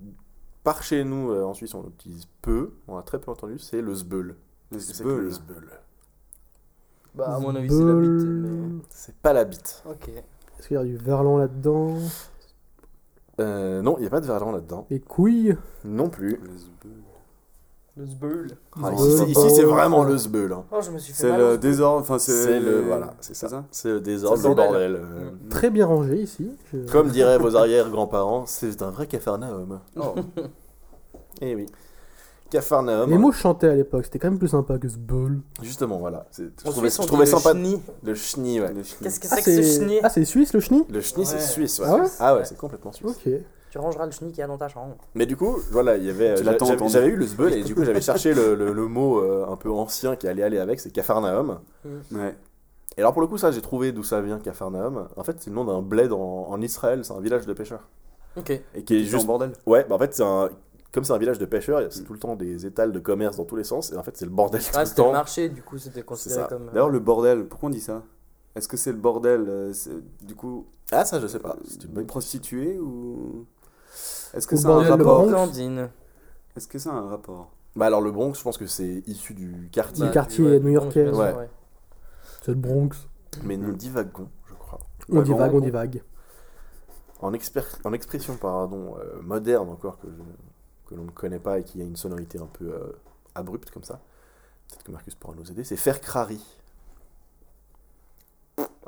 M: par chez nous, euh, en Suisse, on l'utilise peu, on a très peu entendu, c'est le zbeul.
C: Le
M: Qu'est-ce que c'est que
C: zbeul.
M: le zbeul
N: Bah, à mon avis, c'est la bite. Mais...
M: C'est pas la bite.
N: Ok.
L: Est-ce qu'il y a du verlan là-dedans
M: Euh, non, il n'y a pas de verlan là-dedans.
L: Les couilles
M: Non plus.
N: Le zbeul.
M: Ah, ici, c'est- ici, c'est vraiment le zbeul. hein.
N: Oh, je me suis fait
C: C'est
N: mal.
C: le désordre, enfin c'est
M: C'est le, voilà, c'est ça. C'est le désordre,
N: C'est
M: le
N: le
M: bordel.
N: bordel.
M: euh,
L: Très bien rangé ici. Je-
M: Comme diraient vos arrière-grands-parents, c'est un vrai cafarnaum.
N: Oh.
M: Eh oui. Cafarnaum.
L: Les mots chantés à l'époque, c'était quand même plus sympa que ce bol.
M: Justement, voilà. c'est- Je
N: En
M: trouvais,
N: Suisse, on
M: je trouvais
N: dit le
M: sympa.
N: schni.
M: Le schni, ouais.
N: Qu'est-ce que
L: Ah,
N: c'est que ce chenille
L: ah, c'est suisse le schni
M: Le schni, c'est
N: Ouais.
M: suisse, ouais.
L: Ah ouais
M: Ah ouais, c'est complètement suisse.
L: Ok.
N: Tu rangeras le chenille qu'il y a dans ta chambre.
M: Mais du coup, voilà, il y avait. euh,
C: Tu l'as tant
M: j'avais-
C: entendu.
M: J'avais eu le zbeul et du coup, j'avais cherché le, le- le mot euh, un peu ancien qui allait aller avec, c'est Capharnaüm.
C: Ouais.
M: Et alors, pour le coup, ça, j'ai trouvé d'où ça vient, Capharnaüm. En fait, c'est le nom d'un bled en, en Israël, c'est un village de pêcheurs.
N: Ok.
M: Et qui est juste.
C: bordel.
M: Ouais, bah en fait, c'est un. Comme c'est un village de pêcheurs, il y a c'est tout le temps des étals de commerce dans tous les sens, et en fait, c'est le bordel tout
N: Ah,
M: le
N: c'était le
M: temps.
N: marché, du coup, c'était
M: C'est
N: considéré
M: ça.
N: comme. euh,
M: D'ailleurs,
C: D'ailleurs, le bordel, pourquoi on dit ça Est-ce que c'est le bordel euh, c'est- Du coup.
M: Ah, ça, je sais pas. C'est une
C: Une prostituée ou. Est-ce que
L: Ou
C: ça a un
L: bordel, le
C: rapport
L: Bronx.
N: Blandine.
C: Est-ce que ça a un rapport
M: Bah alors le Bronx, je pense que c'est issu du quartier.
L: Du quartier
N: Bah, ouais,
L: new-yorkais.
N: bon,
M: Ouais.
N: ouais.
L: C'est le Bronx.
M: Mais nous divagons, je crois.
L: On
M: Ouais,
L: divague,
M: bon,
L: on divague.
M: En, exper- en expression pardon, euh, moderne encore, que, que l'on ne connaît pas et qui a une sonorité un peu euh, abrupte comme ça. Peut-être que Marcus pourra nous aider. C'est faire crari.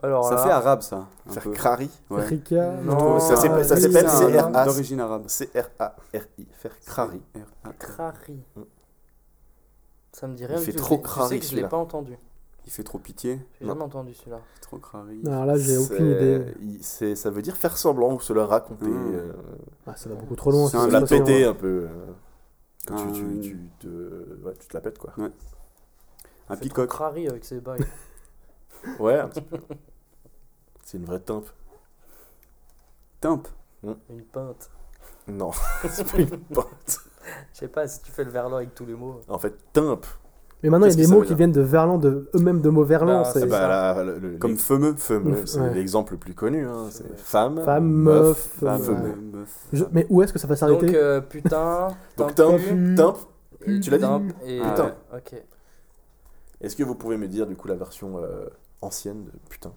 N: Alors
C: Ça
N: là,
C: fait arabe ça. un
M: Faire
C: peu.
M: crari.
C: Ouais.
L: Ricard.
C: Je trouve
M: Ça s'appelle- ça
C: oui,
M: s'appelle
C: c'est un
M: CRA.
C: nom D'origine arabe.
M: C-R-A-R-I. Faire crari.
C: R.A..
N: Crari.
M: Mm.
N: Ça me dit rien.
M: Il
N: du
M: fait
N: tout.
M: trop
N: Je sais-
M: crari,
N: Je sais que je l'ai
M: celui-là.
N: pas entendu.
C: Il fait trop pitié.
N: J'ai
M: Non.
N: jamais entendu celui-là.
C: Il fait trop crari.
L: Alors là, Ah, j'ai aucune
M: C'est-
L: idée.
M: il- c'est- Ça veut dire faire semblant ou se la raconter.
C: Mmh.
M: euh,
L: Ah, ça va beaucoup trop loin.
C: C'est
L: cette
C: un
M: se la
L: expression.
M: péter un peu. euh, quand tu, tu,
C: Un-
M: tu te, ouais, tu te la pètes quoi.
C: Un
N: Fait trop
C: peacock.
N: Crari avec ses bails.
M: Ouais, un petit peu. C'est une vraie timpe.
C: Timp.
N: Une pinte.
M: Non, c'est pas une pinte.
N: Je sais pas si tu fais le verlan avec tous les mots.
M: En fait, timpe.
L: Mais maintenant, il y
M: Qu'est-ce
L: a
M: que
L: des
M: ça
L: mots
M: veut
L: qui
M: dire
L: viennent de verlan, de eux-mêmes de mots verlan.
N: Bah,
L: c'est
M: Ah bah,
N: ça.
M: la- le- le-
C: Comme
M: les-
C: feu
M: femeux, c'est
L: Ouais.
M: l'exemple le plus connu. hein, C'est femme,
L: Femme,
M: meuf.
L: meuf,
C: Femme,
L: ouais.
C: meuf.
L: Je- Mais où est-ce que ça va
N: Donc,
L: s'arrêter
N: euh, putain.
M: Donc timpe,
N: timpu,
M: timpe. Tu l'as dit. Ah
N: timpe et- euh,
M: Putain.
N: Ok.
M: Est-ce que vous pouvez me dire du coup la version euh, ancienne de putain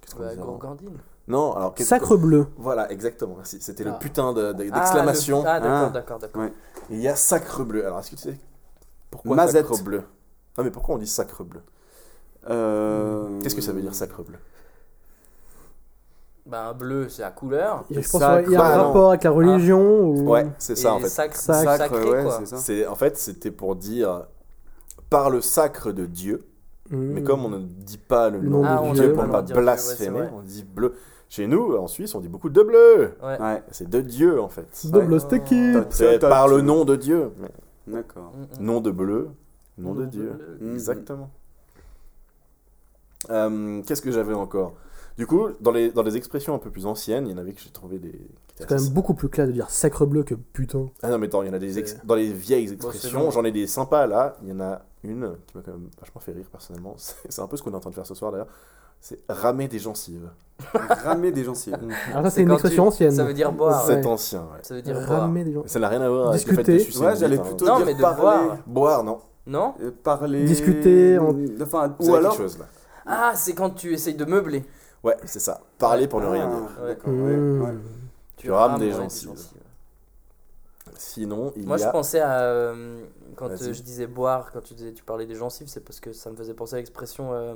M: Qu'est-ce qu'on
N: Bah,
M: disait avant
N: Gourgandine.
M: Non, alors qu'est-ce
L: Sacre bleu.
M: Voilà, exactement. merci. C'était le
N: Ah.
M: putain de- de-
N: Ah,
M: d'exclamation. hein.
N: le- Ah, d'accord,
C: Ah.
N: d'accord, d'accord.
M: Et Il y a sacre bleu. Alors, est-ce que tu sais pourquoi
C: Mazette.
M: sacre bleu Non, mais pourquoi on dit sacre bleu
C: Euh,
M: Qu'est-ce que ça veut dire sacre bleu
N: Bah, un bleu, c'est la couleur.
L: Je pense
C: sacre-
L: qu'il y a
M: Ah,
L: un
M: non.
L: rapport avec la religion. ou-
M: Ouais, c'est ça
N: et
M: en fait.
N: Sacré,
L: Sacre,
N: sacré,
C: ouais,
N: quoi.
C: c'est ça.
M: C'est en fait c'était pour dire par le sacre de Dieu,
L: Mmh.
M: mais comme on ne dit pas le
L: Le
M: nom
L: nom
N: Ah,
M: de
N: on
M: Dieu
N: dit
M: pour
N: pas
M: ne
N: le
M: pas
N: nom de Dieu, ouais,
M: blasphémer,
N: c'est vrai.
M: on dit bleu. Chez nous en Suisse, on dit beaucoup de bleu.
N: Ouais.
C: Ouais.
M: C'est de Dieu en fait.
L: Double
N: Ouais.
L: sticky.
C: T'as-
M: C'est
C: t'as-
M: par le nom de Dieu. Mais
C: D'accord.
N: Mm, mm.
M: Nom de bleu, nom de
N: Nom de
M: Dieu. Mm-hmm.
N: bleu.
C: Mhm.
M: Exactement. Euh, Qu'est-ce que j'avais encore Du coup, dans les, dans les expressions un peu plus anciennes, il y en avait que j'ai trouvé des. qui étaient
L: C'est quand
M: assez
L: même beaucoup plus clair de dire sacre bleu que putain.
M: Ah non, mais attends, il y en a des ex- dans les vieilles expressions,
N: Bon, c'est bon.
M: j'en ai des sympas là. Il y en a une qui m'a quand même vachement fait rire personnellement. C'est c'est un peu ce qu'on est en train de faire ce soir d'ailleurs. C'est ramer des gencives.
C: Ramer des gencives.
M: Mm.
L: Alors ça, c'est une
N: quand
L: expression
N: tu-
L: ancienne.
N: Ça veut dire boire.
M: C'est
L: ouais.
M: ancien, ouais.
N: Ça veut dire boire.
L: Ramer des gens.
M: Ça n'a rien à voir avec le fait
L: Discuter.
M: de sucer.
C: Ouais,
M: une
C: j'allais
M: bite, hein.
C: plutôt
N: Non,
C: dire
N: mais de
C: parler,
N: boire.
M: Boire, non.
N: Non
C: euh, parler, mm,
L: Discuter, en-
C: enfin,
M: Vous
C: ou
M: avez
C: alors
M: quelque chose là.
N: Ah, c'est quand tu essayes de meubler.
M: Ouais, c'est ça. Parler pour ne rien
C: Ah,
M: dire.
N: Ouais.
C: d'accord, ouais,
L: Mmh.
C: ouais.
M: Tu rames des
N: ouais,
M: gencives.
C: Ah.
M: Sinon, il
N: Moi,
M: y
N: je
M: a.
N: pensais à. euh, quand
M: Vas-y.
N: euh, je disais boire, quand tu, disais, tu parlais des gencives, c'est parce que ça me faisait penser à l'expression euh,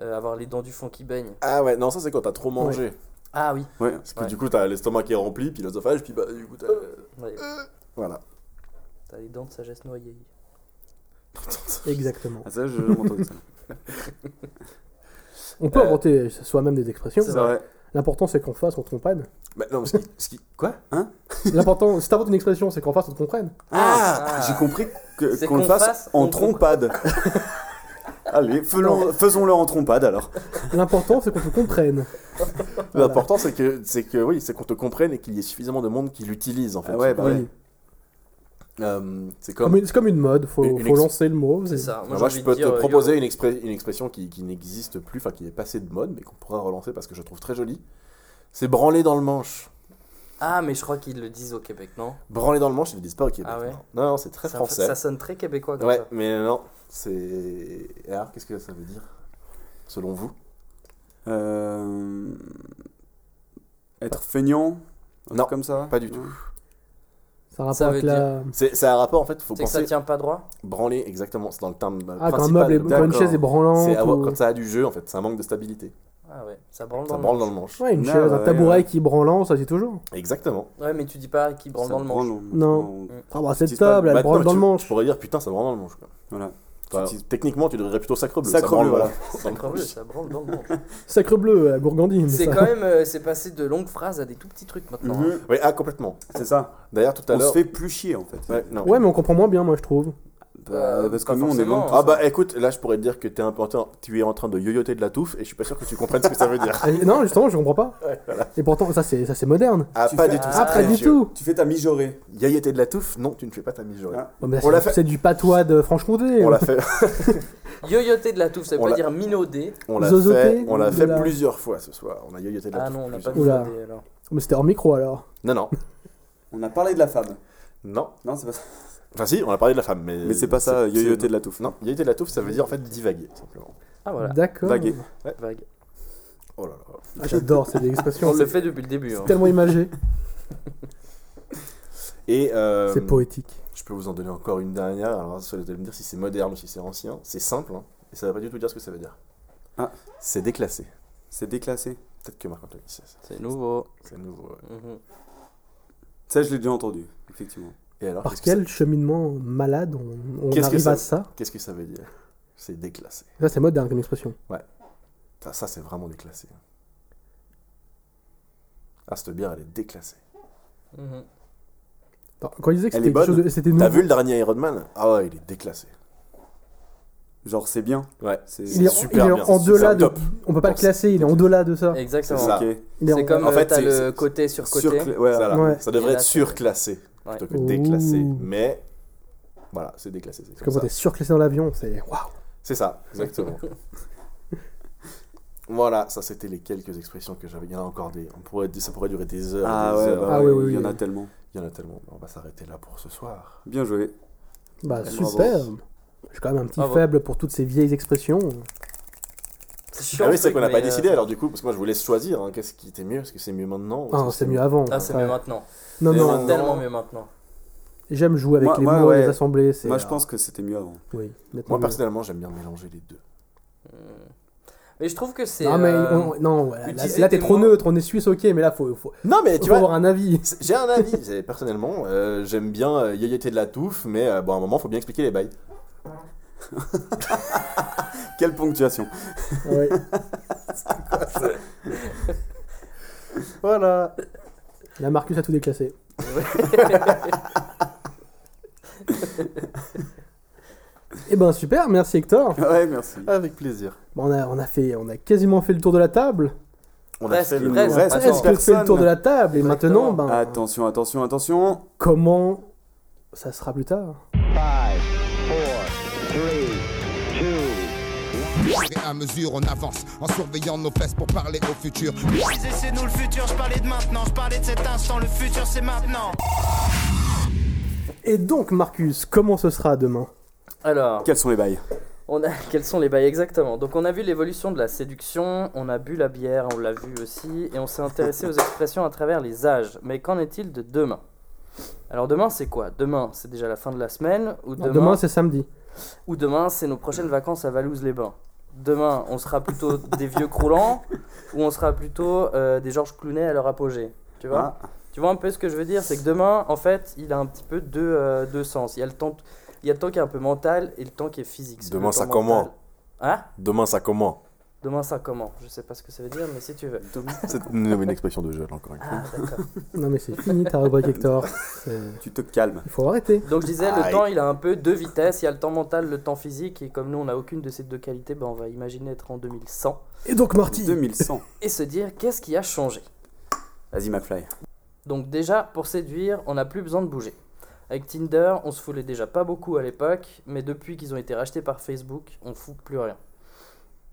N: euh, avoir les dents du fond qui baignent.
M: Ah ouais, non, ça c'est quand t'as trop mangé.
N: Ah oui.
C: Ouais.
M: Parce que
N: Ouais.
M: du coup, t'as l'estomac qui est rempli, puis l'œsophage, puis bah du coup t'as.
C: Euh.
N: Ouais,
M: Voilà.
N: T'as les dents de sagesse noyées.
L: Exactement.
C: Ah, ça, je jamais entendu ça.
L: On peut
M: Euh,
L: inventer soi-même des expressions.
N: c'est
C: C'est vrai.
L: L'important c'est qu'on fasse, on trompe pas.
M: Bah, non, mais ce qui- ce qui. Quoi Hein
L: L'important, si t'inventes une expression, c'est qu'en face on te comprenne.
C: Ah, J'ai compris que- qu'on le fasse en trompade. Allez, faisons- faisons-le en trompade alors.
L: L'important, c'est qu'on te comprenne.
M: L'important, c'est que, c'est que oui, c'est qu'on te comprenne et qu'il y ait suffisamment de monde qui l'utilise en fait.
L: Ah ouais, bah Oui. ouais.
M: Euh, c'est
C: Ah,
L: Comme
M: comme.
L: une- C'est comme une mode, faut,
M: Une- une
L: faut
M: ex-
L: lancer le mot.
N: C'est ça. Moi,
M: Ah, Moi,
N: j'ai
M: je
N: envie
M: peux
N: de dire,
M: te
N: euh,
M: proposer une, expré- une expression qui, qui n'existe plus, enfin qui est passée de mode, mais qu'on pourrait relancer parce que je trouve très jolie. C'est branler dans le manche.
N: Ah, mais je crois qu'ils le disent au Québec, non
M: Branler dans le manche, ils le disent pas au Québec.
N: Ah ouais
M: Non, non, non, c'est très
N: Ça-
M: français.
N: ça sonne très québécois comme
M: ouais,
N: ça.
M: mais non, c'est. Alors, qu'est-ce que ça veut dire Selon vous
C: Euh, Être feignant un
M: Non,
C: truc comme ça
M: Pas du tout.
L: Ça a rapport Ça veut avec la- dire-
M: C'est c'est un rapport en fait, faut
N: C'est
M: penser.
N: que ça tient pas droit
M: Branler, exactement, c'est dans le terme. euh,
L: Ah, quand un
M: principal.
L: meuble est- quand une chaise est branlante
M: C'est avoir-
L: ou-
M: quand ça a du jeu en fait, c'est un manque de stabilité.
N: Ah ouais, ça branle
M: Ça
N: dans
M: branle
N: le
M: dans le
N: manche.
M: manche.
L: Ouais, une chaise, un tabouret qui branlant, ça dit toujours.
M: Exactement.
N: Ouais, mais tu dis pas qu'ils branle
M: Ça
N: dans le manche.
M: branle
L: Non.
N: Mm.
L: Ah bah cette
M: T'utilises pas-
L: table, elle
M: Maintenant,
L: branle dans
M: tu-
L: le manche.
M: Tu pourrais dire putain, ça branle dans le manche. quoi.
C: Voilà.
M: Enfin,
C: Tu-
M: techniquement, tu devrais plutôt sacre bleu.
C: Sacre bleu, voilà.
N: Sacre-bleu, ça branle dans le manche.
L: Sacre bleu, à Gourgandine.
N: C'est
L: ça.
N: quand même, euh, c'est passé de longues phrases à des tout petits trucs maintenant. hein.
M: Oui, ah, complètement.
C: Mhm. C'est ça.
M: D'ailleurs, tout à
C: On se
M: l'heure.
C: fait plus chier en fait.
M: Ouais, non.
L: Ouais, mais on comprend moins bien, moi je trouve.
C: Bah, parce que nous, on est loin de tout
M: Ah
C: ça.
M: bah écoute, là je pourrais te dire que t'es un peu en train- tu es en train de yoyoter de la touffe et je suis pas sûr que tu comprennes ce que ça veut dire.
L: Et- non, justement, je comprends pas.
M: Ouais, voilà.
L: Et pourtant, ça c'est ça c'est moderne.
M: Ah, pas du tout.
L: Ah, pas du tout.
C: Tu fais ta mijorée.
M: Yoyoter de la touffe Non, tu ne fais pas ta mijorée.
L: Ouais, mais
M: On
L: c'est-
M: l'a fait.
L: C'est du patois de Franche-Comté. hein.
M: On l'a fait.
N: Yoyoter de la touffe, ça veut
M: Mhm. On
N: pas
M: l'a-
N: dire minauder.
M: On l'a
L: Zozoter
M: fait, on l'a
L: de
M: fait
L: la-
M: plusieurs fois ce soir. On a yoyoté de la
N: Ah
M: touffe
N: non, on n'a
M: plusieurs
N: pas
L: Oula.
N: minauder alors.
L: Mais c'était hors micro alors.
M: Non, non.
C: On a parlé de la femme.
M: Non.
C: Non, c'est pas ça.
M: Enfin si, on a parlé de la femme, mais...
C: Mais c'est pas ça,
M: c'est-
C: yoyoter
M: c'est-
C: de la touffe.
M: Non, yoyoter de la touffe, ça veut dire en fait divaguer, simplement.
N: Ah voilà.
L: D'accord.
C: Vaguer.
M: Ouais.
N: Vague.
M: Oh là
L: Ah,
M: là.
L: J'adore cette expression.
N: On le fait depuis le début. hein.
L: C'est tellement imagé.
M: Et, euh,
L: C'est poétique.
M: Je peux vous en donner encore une dernière, alors ça, vous allez me dire si c'est moderne ou si c'est ancien. C'est simple, hein, et ça va pas du tout dire ce que ça veut dire.
C: Ah.
M: C'est déclassé.
C: C'est déclassé.
M: Peut-être que Marc-Antoine sait ça.
N: C'est nouveau.
M: C'est nouveau, ouais.
N: Mhm.
C: Ça, je l'ai déjà entendu, effectivement.
M: Et alors,
L: Par
M: qu'est-ce que ça-
L: quel cheminement malade on, on
M: qu'est-ce que
L: arrive
M: ça-
L: à ça
M: Qu'est-ce que ça veut dire C'est déclassé.
L: Ça c'est moderne comme expression.
M: Ouais. Ça, ça, c'est vraiment déclassé. hein. Ah, cette bière, elle est déclassée.
N: Mhm.
L: Attends, quand il disait que
M: Elle est
L: c'était quelque
M: bonne.
L: chose de- c'était nouveau.
M: T'as vu le dernier Iron Man Ah ouais, il est déclassé.
C: Genre, c'est bien.
M: Ouais.
C: C'est
L: Il est,
M: c'est
L: il
M: super
L: est
M: bien,
L: en
M: c'est
L: delà
M: super
L: de.
M: top.
L: On peut pas le classer, il est en delà de ça.
N: Exactement.
M: C'est ça.
C: Ok.
L: Il est en-
N: C'est comme
M: En
N: euh,
M: fait,
N: t'as
M: c'est-
N: le
M: c'est-
N: côté sur côté.
C: Surcla- ouais,
M: Voilà.
L: Ouais.
M: Ça devrait
N: Et
M: être
N: là, c'est-
M: surclassé
N: Ouais.
M: plutôt que déclassé.
L: Ouh.
M: Mais voilà, c'est déclassé. C'est
L: Parce que
M: comme
L: quand
M: ça.
L: t'es surclassé dans l'avion, c'est waouh.
M: C'est ça, exactement. voilà, ça c'était les quelques expressions que j'avais. Il y en a encore des. On pourrait, ça pourrait durer des heures. et
C: Ah
M: des
C: ouais,
M: heures.
C: bah
L: Ah
C: ouais,
L: oui, oui,
C: il y
L: oui.
C: en a tellement.
M: Il y en a tellement. On va s'arrêter là pour ce soir.
C: Bien joué.
L: Bah
C: Bravo.
L: superbe. J'ai quand même un petit
N: Bravo.
L: faible pour toutes ces vieilles expressions.
M: Oh,
N: C'est chiant,
M: ah oui,
N: le
M: c'est
N: truc,
M: qu'on n'a
N: mais,
M: pas
N: euh,
M: décidé alors du coup, parce que moi je vous laisse choisir. hein. Qu'est-ce qui était mieux Est-ce que c'est mieux maintenant ou est-ce
L: Ah,
M: que
L: c'est mieux avant.
N: Ah, c'est
L: Ouais.
N: mieux maintenant.
L: Non,
N: C'est
L: non,
C: non.
N: tellement mieux maintenant.
L: J'aime jouer avec
C: Moi-
L: les
C: moi,
L: mots et les
C: ouais.
L: assemblées. c'est- euh,
C: Moi, je pense que c'était mieux avant.
L: Oui, nettement
M: Moi
L: mieux.
M: personnellement, j'aime bien mélanger les deux.
N: Mais je trouve que c'est.
L: Ah, mais
N: euh,
L: on- non, ouais, là,
N: utiliser
L: là, t'es
N: des
L: trop
N: mots-
L: neutre, on est suisse, ok, mais là faut, faut,
M: Non, mais
L: faut
M: tu vois,
L: avoir un avis.
M: c'est- j'ai un avis. C'est- Personnellement, euh, j'aime bien euh, yoyoter de la touffe, mais euh, bon, à un moment, faut bien expliquer les bails.
C: Quelle ponctuation.
L: Ouais.
M: Voilà.
L: Là, Marcus a tout déclassé. Eh ben super, merci Hector.
C: Ouais, merci.
M: Avec plaisir.
L: Bon, on, a, on a fait, on a quasiment fait le tour de la table.
M: On
N: Presque,
M: a fait le
N: presque.
M: reste.
C: Reste
L: Est-ce que fait le tour de la table Et maintenant, ben,
C: Attention, attention, attention.
L: comment ça sera plus tard
R: Et à mesure, on avance en surveillant nos fesses pour parler au futur.
I: C'est nous le futur, je parlais de maintenant, je parlais de cet instant, le futur c'est maintenant.
L: Et donc, Marcus, comment ce sera demain
N: Alors,
C: Quels sont les bails
N: on a... quels sont les bails exactement Donc, on a vu l'évolution de la séduction, on a bu la bière, on l'a vu aussi, et on s'est intéressé aux expressions à travers les âges. Mais qu'en est-il de demain Alors, demain, c'est quoi Demain, c'est déjà la fin de la semaine ou
L: Non, Demain,
N: demain,
L: c'est samedi.
N: ou demain, c'est nos prochaines vacances à Valouze-les-Bains Demain, on sera plutôt des vieux croulants ou on sera plutôt euh, des Georges Clounet à leur apogée Tu vois
C: Ah,
N: Tu vois un peu ce que je veux dire C'est que demain, en fait, il a un petit peu deux, euh, deux sens. Il y, a le temps, il y a le temps qui est un peu mental et le temps qui est physique. C'est
M: Demain,
N: le temps
M: ça comment
N: mental. Hein
M: Demain, ça comment
N: Demain ça comment Je sais pas ce que ça veut dire, mais si tu veux. Ah,
M: C'est une, une expression de jeune, encore une fois.
L: Non, mais c'est fini ta rubrique Hector. C'est-
C: Tu te calmes.
L: Il faut arrêter.
N: Donc je disais, le
C: Aïe.
N: temps il a un peu deux vitesses, il y a le temps mental, le temps physique, et comme nous on n'a aucune de ces deux qualités, ben, on va imaginer être en 2100
L: Et donc Marty
C: 2100.
N: et se dire qu'est-ce qui a changé.
C: Vas-y, McFly.
N: Donc déjà, pour séduire, on n'a plus besoin de bouger. Avec Tinder, on se foulait déjà pas beaucoup à l'époque, mais depuis qu'ils ont été rachetés par Facebook, on fout plus rien.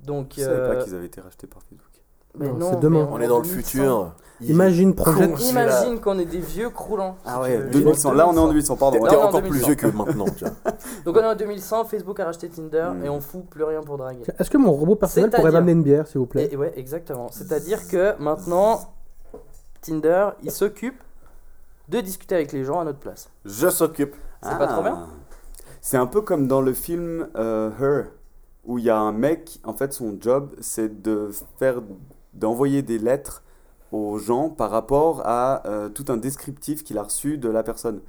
N: Donc,
C: Je savais
N: euh,
C: pas qu'ils avaient été rachetés par Facebook.
N: mais
L: Non,
N: non,
L: c'est demain.
N: mais
L: On
M: Ah, est dans le
N: 2100.
M: futur. Il-
L: Imagine,
M: Con,
L: projette-
M: c'est là.
N: Imagine qu'on est des vieux croulants.
C: Ah
N: si
C: ouais,
N: tu veux.
C: 2100. Là, on est en 2100, pardon.
N: Là,
M: T'es
N: on est en
M: encore plus
N: 2100.
M: vieux que maintenant, tu vois.
N: Donc on est en 2100, Facebook a racheté Tinder
C: Hmm.
N: et on fout plus rien pour draguer.
L: Tiens, Est-ce que mon robot personnel pourrait
N: C'est-à-dire-
L: m'amener une bière, s'il vous plaît
N: Et, et ouais, exactement. C'est-à-dire que maintenant, Tinder, il s'occupe de discuter avec les gens à notre place.
M: Je s'occupe.
N: C'est pas trop
C: Ah.
N: bien
C: C'est un peu comme dans le film euh, Her, où il y a un mec, en fait, son job, c'est de faire, d'envoyer des lettres aux gens par rapport à euh, tout un descriptif qu'il a reçu de la personne.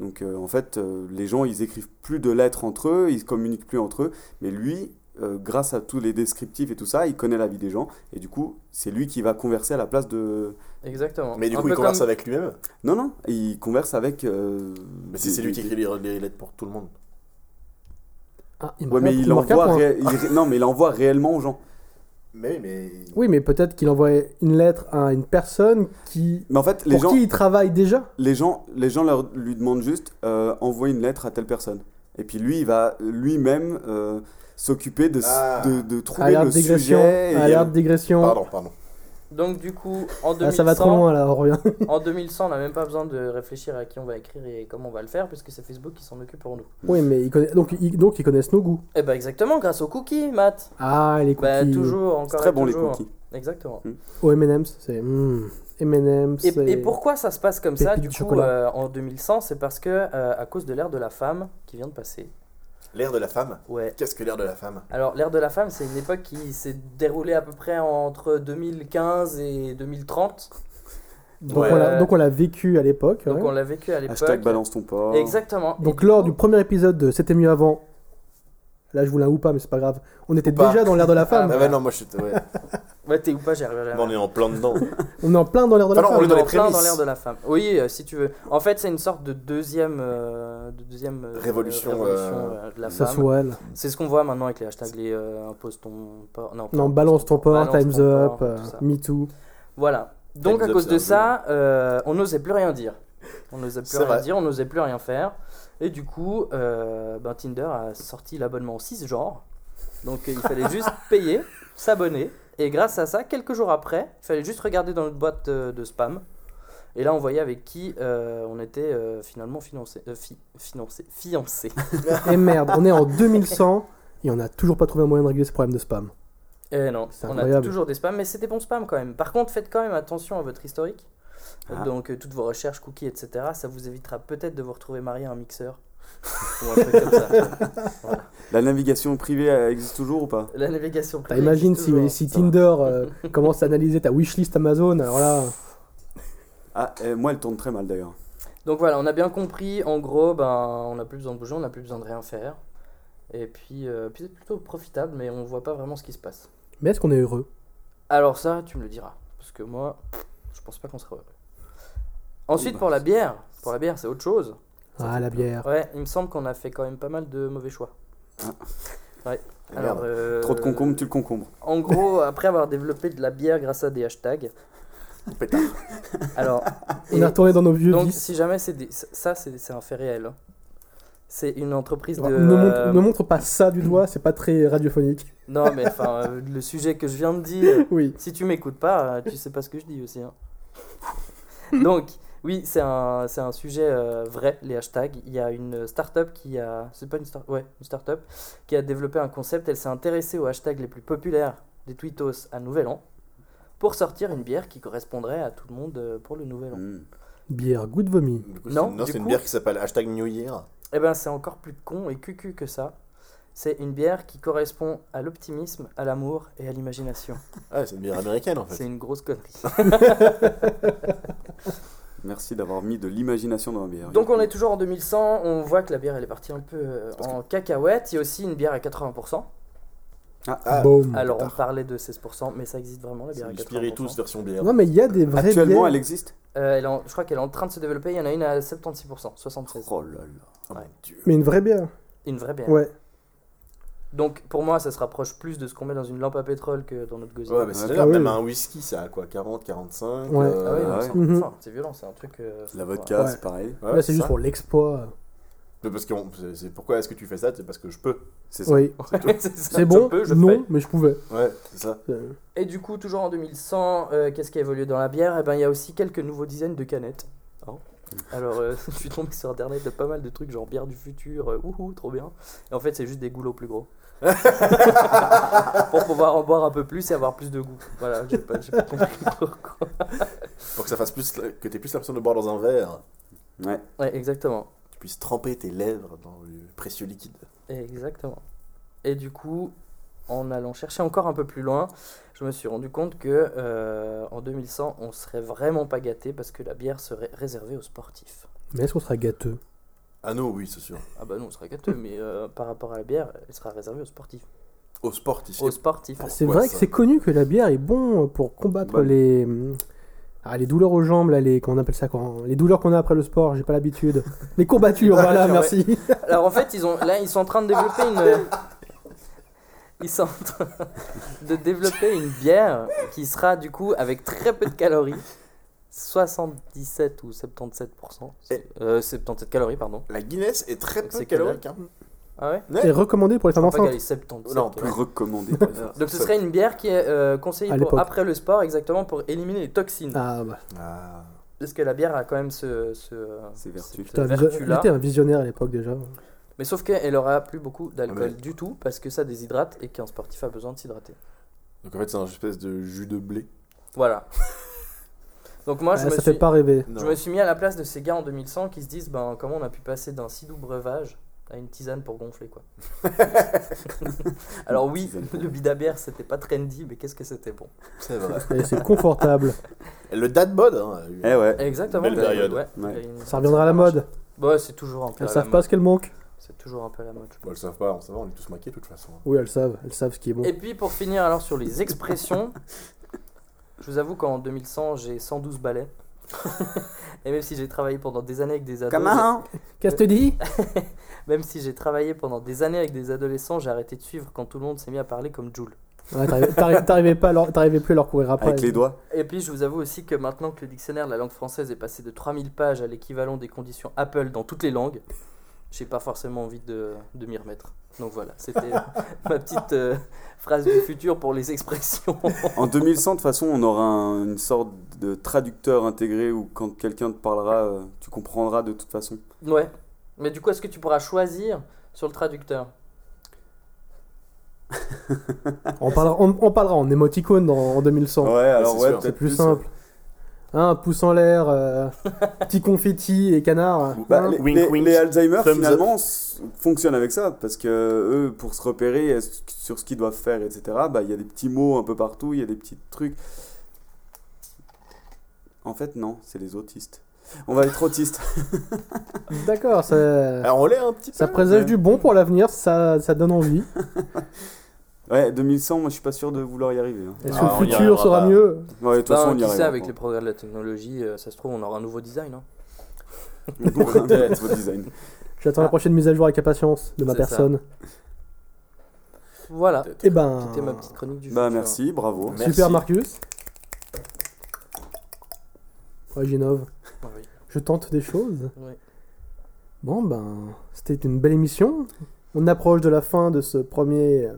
C: Donc, euh, en fait, euh, les gens, ils écrivent plus de lettres entre eux, ils se communiquent plus entre eux, mais lui, euh, grâce à tous les descriptifs et tout ça, il connaît la vie des gens, et du coup, c'est lui qui va converser à la place de...
N: Exactement.
M: Mais du
N: Un
M: coup, il
N: peu
M: converse
N: comme-
M: avec lui-même.
C: Non, non, il converse avec... euh,
M: Mais si
C: des-
M: c'est lui
C: des-
M: qui écrit les, les lettres pour tout le monde.
L: Ah, il
C: Ouais,
L: marque un-
C: mais il
L: il marque un
C: envoie,
L: point.
C: ré- il ré- non, mais il envoie réellement aux gens.
M: Mais oui, mais.
L: Oui, mais peut-être qu'il envoie une lettre à une personne qui...
C: Mais en fait, les
L: pour
C: gens,
L: qui il travaille déjà.
C: les gens, les gens leur, lui demandent juste euh, envoie une lettre à telle personne. Et puis lui, il va lui-même euh, s'occuper de, s-
M: Ah.
C: de, de trouver le
L: Alerte digression.
C: sujet. et-
L: Alerte digression.
M: Pardon, pardon.
N: Donc du coup, en 2100,
L: Ah, ça va trop loin là, on revient.
N: en 2100, on n'a même pas besoin de réfléchir à qui on va écrire et comment on va le faire, puisque c'est Facebook qui s'en occupe pour nous.
L: oui, mais ils connaissent... Donc, ils... donc ils connaissent nos goûts.
N: Et bah exactement, grâce aux cookies, Matt.
L: Ah, les cookies.
N: Bah toujours, encore.
C: C'est très
N: et
C: bon les
N: toujours.
C: cookies.
N: Exactement.
L: Aux Oh, M&M's, c'est... hmm, M&M's,
N: Et,
L: c'est-
N: et pourquoi ça se passe comme ça
L: Pépites
N: du
L: de
N: coup
L: chocolat.
N: euh, en 2100 C'est parce que euh, à cause de l'ère de la femme qui vient de passer.
M: L'air de la femme.
N: Ouais.
M: Qu'est-ce que l'air de la femme
N: Alors l'ère de la femme, c'est une époque qui s'est déroulée à peu près entre 2015 et 2030.
L: Donc, on l'a-
N: Euh,
L: donc on l'a vécu à l'époque.
N: donc
L: ouais.
N: on l'a vécu à l'époque.
C: Hashtag balance ton porc.
N: Exactement.
L: Donc
N: Et
L: lors
N: coup-
L: du premier épisode de C'était mieux avant, là je vous l'ai ou pas, mais c'est pas grave, on était
M: pas.
L: déjà dans l'ère de la
M: Ah
L: femme.
M: bah non, moi je suis. Ouais.
N: Ouais, t'es ou pas, j'y arriverai
M: Non,
N: jamais.
M: on est en plein dedans.
N: bah.
L: On est en plein dans l'ère de la
M: Enfin, non,
L: femme.
M: on est dans
N: en
M: les
N: plein
M: prémices.
N: dans l'air de la femme. Oui, euh, si tu veux. En fait, c'est une sorte de deuxième, euh, de deuxième euh,
M: Révolution,
N: révolution,
M: euh,
N: euh, de la
L: Ça
N: femme.
L: soit elle.
N: C'est ce qu'on voit maintenant avec les hashtags, les euh, impose ton porc- Non, pas
L: Non,
N: impose
L: balance ton porc,
N: balance
L: time's
N: ton
L: up,
N: porc,
L: euh,
N: tout ça.
L: me too.
N: Voilà. Donc
M: Time's
N: à
M: up,
N: cause
M: c'est
N: de
M: un
N: ça, euh, on n'osait plus rien dire. On n'osait plus
M: C'est
N: rien
M: vrai.
N: dire, on n'osait plus rien faire. Et du coup, euh, ben, Tinder a sorti l'abonnement 6 genres. Donc euh, il fallait juste payer, s'abonner. Et grâce à ça, quelques jours après, il fallait juste regarder dans notre boîte euh, de spam. Et là, on voyait avec qui euh, on était euh, finalement financé. euh, fi- financé. Fiancé.
L: Et merde, on est en 2100 et on n'a toujours pas trouvé un moyen de régler ce problème de spam.
N: Eh non,
L: C'est
N: on a
L: incroyable.
N: toujours des spams, mais c'est des bons spams quand même. Par contre, faites quand même attention à votre historique. Euh,
C: Ah.
N: Donc, euh, toutes vos recherches, cookies, etc., ça vous évitera peut-être de vous retrouver marié à un mixeur. Ou un truc comme ça.
C: La navigation privée elle existe toujours ou pas
N: La navigation
L: T'as
N: privée
L: imagine
N: existe
L: si,
N: toujours,
L: si
N: ça va.
L: Tinder euh, commence à analyser ta wishlist Amazon, alors là,
C: Ah, euh, moi, elle tourne très mal d'ailleurs.
N: Donc voilà, on a bien compris, en gros, ben, on n'a plus besoin de bouger, on n'a plus besoin de rien faire. Et puis, euh, puis c'est plutôt profitable, mais on voit pas vraiment ce qui se passe.
L: mais est-ce qu'on est heureux
N: Alors ça, tu me le diras. Parce que moi, je pense pas qu'on sera heureux. Ensuite, pour la bière, pour la bière, Oh, bah, c'est autre chose.
L: Ah, la bière.
N: Ouais, il me semble qu'on a fait quand même pas mal de mauvais choix. Ouais.
C: Ah,
N: Alors,
C: merde.
N: euh,
C: Trop de concombre, tu le concombres.
N: En gros, après avoir développé de la bière grâce à des hashtags.
C: Oh,
M: Pétard.
N: Alors,
L: On
N: et-
L: est retourné dans nos vieux
N: donc
L: vices.
N: si jamais c'est des- ça, c'est c'est un fait réel. hein. C'est une entreprise de.
L: Alors, Ah, ne,
N: euh,
L: montre, ne montre pas ça du doigt, c'est pas très radiophonique.
N: Non, mais enfin, euh, le sujet que je viens de dire.
L: Oui.
N: Si tu m'écoutes pas, euh, tu sais pas ce que je dis aussi. hein. Donc, oui, c'est un, c'est un sujet euh, vrai, les hashtags. Il y a une start-up qui a. C'est pas une start Ouais, une start-up qui a développé un concept. Elle s'est intéressée aux hashtags les plus populaires des Twittos à Nouvel An pour sortir une bière qui correspondrait à tout le monde euh, pour le Nouvel An.
C: Mm.
L: Bière, goût de vomi.
M: Du coup, c'est-
N: Non,
M: Non,
N: du
M: c'est une
N: coup-
M: bière qui s'appelle hashtag New Year.
N: Eh ben, c'est encore plus con et cucu que ça. C'est une bière qui correspond à l'optimisme, à l'amour et à l'imagination.
M: Ah, c'est une bière américaine en
N: C'est
M: fait.
N: une grosse connerie.
C: Merci d'avoir mis de l'imagination dans la bière.
N: Donc on est toujours en 2100, on voit que la bière elle est partie un peu euh,
M: parce
N: en cacahuète, il y a aussi une bière à 80%. Ah,
L: ah, boum.
N: Alors on parlait de 16%, mais ça existe vraiment la bière à
M: du
N: 80%.
M: spiritus version bière.
L: Non, mais il y a des vraies
C: Actuellement,
L: bières.
C: elle existe
N: Euh, elle est en- je crois qu'elle est en train de se développer. Il y en a une à 76%, 76.
M: Oh là là.
N: Ouais.
L: Mais une vraie bière.
N: Une vraie bière.
L: Ouais.
N: Donc pour moi, ça se rapproche plus de ce qu'on met dans une lampe à pétrole que dans notre gosier.
M: Ouais, mais c'est
L: Ah
M: là
L: oui.
M: même un whisky, ça a quoi 40, 45
L: Ouais.
M: euh,
N: Ah ouais, non,
M: ouais.
N: c'est un-
L: Mhm.
N: enfin, c'est violent, c'est un truc. euh,
M: La
N: faut-
M: vodka,
L: Ouais.
M: c'est pareil.
L: Là, c'est juste pour l'exploit.
M: Mais parce que on- c'est- c'est- pourquoi est-ce que tu fais ça C'est parce que je peux. C'est ça.
L: Oui.
M: C'est tout.
L: C'est bon
N: peux, je
L: Non,
N: fais.
L: mais je pouvais.
M: Ouais, c'est ça.
L: Euh,
N: Et du coup, toujours en 2100, euh, qu'est-ce qui a évolué dans la bière Eh ben, il y a aussi quelques nouveaux dizaines de canettes. hein. Alors, euh, je suis tombé sur internet de pas mal de trucs genre bière du futur, euh, ouhou, trop bien. Et en fait, c'est juste des goulots plus gros. pour pouvoir en boire un peu plus et avoir plus de goût. Voilà, j'ai pas, j'ai pas compris pourquoi.
M: Pour que ça fasse plus. que t'aies plus l'impression de boire dans un verre.
C: Ouais.
N: Ouais, exactement.
M: Tu puisses tremper tes lèvres dans le précieux liquide.
N: Exactement. Et du coup, en allant chercher encore un peu plus loin, je me suis rendu compte que euh, en 2100, on serait vraiment pas gâté parce que la bière serait réservée aux sportifs.
L: Mais est-ce qu'on sera gâteux
M: Ah non, oui, c'est sûr.
N: Ah bah non, on serait gâteux, mais euh, par rapport à la bière, elle sera réservée aux sportifs.
M: Au sportif.
N: Aux sportifs.
L: C'est vrai que c'est connu que la bière est bon pour
N: Bah
L: combattre les. Ah, les douleurs aux jambes, là, les, qu'on appelle ça quand Les douleurs qu'on a après le sport, j'ai pas l'habitude. Les courbatures, voilà,
N: Ouais.
L: merci.
N: Alors en fait, ils ont, là, ils sont en train de développer une. Ils sont en train de développer une bière qui sera du coup avec très peu de calories. 77 ou 77%. Euh, 77 calories, pardon.
M: La Guinness est très peu
N: C'est
M: calorique.
N: que dalle.
M: hein.
N: Ah ouais
L: C'est recommandé pour les femmes
N: Je crois pas
L: enceintes.
N: qu'elle est 77.
M: Non, plus
C: recommandé.
N: Donc ce serait une bière qui est euh, conseillée
L: À
N: pour
L: l'époque.
N: après le sport, exactement pour éliminer les toxines.
L: Ah bah.
M: Ah.
N: Parce que la bière a quand même ce, ce,
C: Ces vertus.
L: Putain, viso-
N: là.
L: J'étais un visionnaire à l'époque déjà.
N: Mais sauf qu'elle aura plus beaucoup d'alcool
M: Ah ouais.
N: du tout parce que ça déshydrate et qu'un sportif a besoin de s'hydrater.
M: Donc en fait, c'est un espèce de jus de blé.
N: Voilà. Donc moi, je
L: Ah,
N: me
L: ça
N: suis...
L: fait pas rêver.
N: Je me suis mis à la place de ces gars en 2100 qui se disent ben, comment on a pu passer d'un si doux breuvage à une tisane pour gonfler quoi. Alors oui, le bidabière c'était pas trendy mais qu'est-ce que c'était bon.
M: C'est vrai.
L: Et c'est confortable.
M: Le dad bod. Hein, a eu
C: Eh ouais.
N: Exactement.
M: Belle
N: le
M: période.
N: ouais.
M: Ouais.
N: Il y a une-
L: Ça reviendra à la mode.
N: Ouais, c'est toujours un peu
L: Elles
N: à la
L: savent pas
N: mode.
L: ce qu'elles manquent.
N: C'est toujours un peu à la mode. je
M: Bon, elles savent pas, on, savait, on est tous maqués de toute façon.
L: Oui, elles savent. Elles savent ce qui est bon.
N: Et puis pour finir alors sur les expressions, je vous avoue qu'en 2100 j'ai 112 balais. Et même si j'ai travaillé pendant des années avec des ados,
C: Comment
L: Qu'est-ce que tu dis
N: même si j'ai travaillé pendant des années avec des adolescents, j'ai arrêté de suivre quand tout le monde s'est mis à parler comme Joule.
L: Ouais, t'arrivais- t'arri- T'arrivais pas à leur- t'arrivais plus à leur courir après.
C: Avec les doigts.
N: Et puis je vous avoue aussi que maintenant que le dictionnaire de la langue française est passé de 3000 pages à l'équivalent des conditions Apple dans toutes les langues, j'ai pas forcément envie de, de m'y remettre. Donc voilà, c'était ma petite euh, phrase du futur pour les expressions.
C: En 2100, de toute façon, on aura un- une sorte de traducteur intégré où quand quelqu'un te parlera, euh, tu comprendras de toute façon.
N: ouais. Mais du coup, est-ce que tu pourras choisir sur le traducteur
L: On parlera, on, on parlera en émoticône dans- en 2100.
C: Ouais, alors
M: c'est
C: ouais,
M: sûr.
L: c'est
C: peut-être
L: plus simple. Hein, pouce en l'air, euh, petit confetti et canard.
C: Bah,
L: hein.
C: les,
M: Wink,
C: les-
M: wink.
C: les Alzheimer
M: Thumbs
C: finalement s- fonctionnent avec ça parce que eux pour se repérer est-ce que- sur ce qu'ils doivent faire etc bah il y a des petits mots un peu partout il y a des petits trucs en fait non c'est les autistes on va être autistes
L: D'accord, ça,
M: Alors on l'est un petit peu.
L: ça présage du bon pour l'avenir, ça, ça donne envie.
M: Ah,
C: ouais 2100 moi je suis pas sûr de vouloir y arriver hein.
L: Est-ce que
M: Ah, on
L: le
M: y arrivera
L: futur sera
M: pas.
L: mieux
C: ouais de toute
N: Bah,
C: façon on y
N: Qui sait,
C: arrivera
N: avec
C: pas.
N: les progrès de la technologie, euh, ça se trouve, on aura un nouveau design. hein.
C: Bon, peut-être au design
L: J'attends
M: Ah.
L: la prochaine mise à jour avec impatience de ma
N: C'est ça.
L: personne.
N: Voilà,
L: Eh ben,
N: c'était ma petite chronique du
C: bah
N: futur.
C: merci bravo
M: Merci.
L: super Marcus. Ouais, j'innove.
N: Ah oui.
L: Je tente des choses.
N: Ouais.
L: Bon, ben, c'était une belle émission. On approche de la fin de ce premier. euh,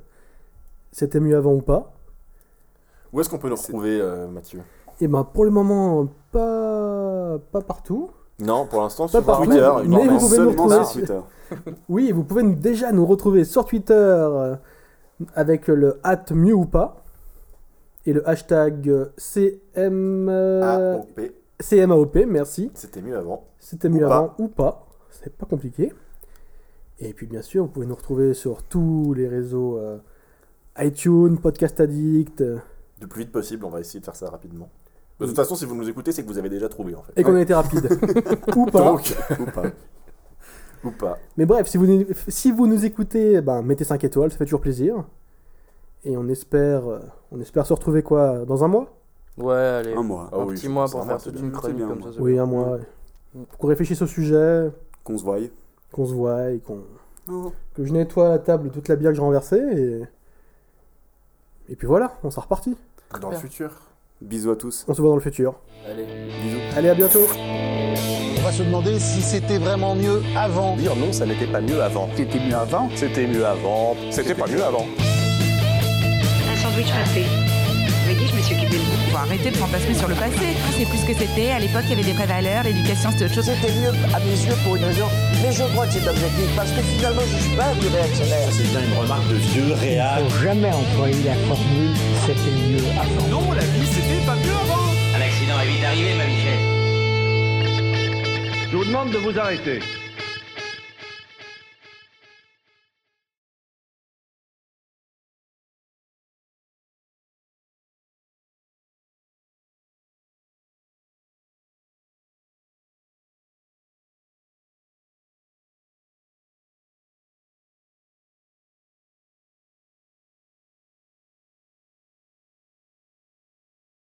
L: C'était mieux avant ou pas
M: Où est-ce qu'on peut nous retrouver, euh, Mathieu
L: Et ben, pour le moment, pas, pas partout.
M: Non, pour l'instant,
L: Pas
M: sur
L: par
M: Twitter.
L: mail,
M: uniquement.
L: mais vous pouvez nous
C: seulement
L: retrouver
C: sur
L: sur-
C: Twitter
L: Oui, vous pouvez nous- déjà nous retrouver sur Twitter euh, avec le hâte mieux ou pas et le hashtag euh, CM, euh,
M: AOP,
L: CMAOP, merci.
M: c'était mieux avant.
L: C'était
M: Ou
L: mieux
M: pas.
L: avant ou pas, c'est pas compliqué. Et puis bien sûr, vous pouvez nous retrouver sur tous les réseaux euh, iTunes, Podcast Addict, euh,
M: Le plus vite possible, on va essayer de faire ça rapidement. De toute façon, si vous nous écoutez, c'est que vous avez déjà trouvé en fait.
L: et qu'on a été rapide. ou pas.
M: Donc, ou pas. Ou pas.
L: eh Mais bref, si vous, si vous nous écoutez, ben, mettez 5 étoiles, ça fait toujours plaisir. Et on espère, euh, on espère se retrouver quoi Dans un mois
N: Ouais, allez.
C: Un mois.
N: Un
C: Ah oui,
N: petit
C: je
N: mois
C: pense
N: pour
C: un
N: faire
C: mois, c'est
N: toute
C: bien.
N: une
C: C'est
N: chronique
C: bien,
N: comme
C: un
N: ça. c'est
L: Oui,
N: bon.
L: un mois. ouais. Qu'on réfléchisse au sujet,
C: Qu'on se voie.
L: qu'on se voie et qu'on. Que je nettoie la table de toute la bière que j'ai renversée et. Et puis voilà, on sera reparti.
M: Dans le
L: bien.
M: futur.
C: Bisous à tous.
L: On se voit dans le futur.
N: Allez,
C: bisous.
L: Allez, à bientôt
A: On va se demander si c'était vraiment mieux avant.
G: Dire non, ça n'était pas mieux avant.
A: C'était mieux avant.
G: C'était mieux avant. C'était pas mieux avant.
E: Un sandwich râpé. Vous dit, je me suis occupé de vous.
F: Faut arrêter de fantasmer sur le passé. Tout, Ah, c'est plus ce que c'était. À l'époque, il y avait des vraies valeurs. L'éducation, c'était autre chose.
J: C'était mieux à mes yeux pour une raison, mais je crois que c'est objectif parce que finalement je suis pas un vieux réactionnaire.
G: C'est bien une remarque de vieux réac.
H: Faut jamais employer la formule c'était mieux avant.
G: Non, la vie, c'était pas mieux avant.
K: Un accident est vite arrivé, ma Michel.
P: Je vous demande de vous arrêter.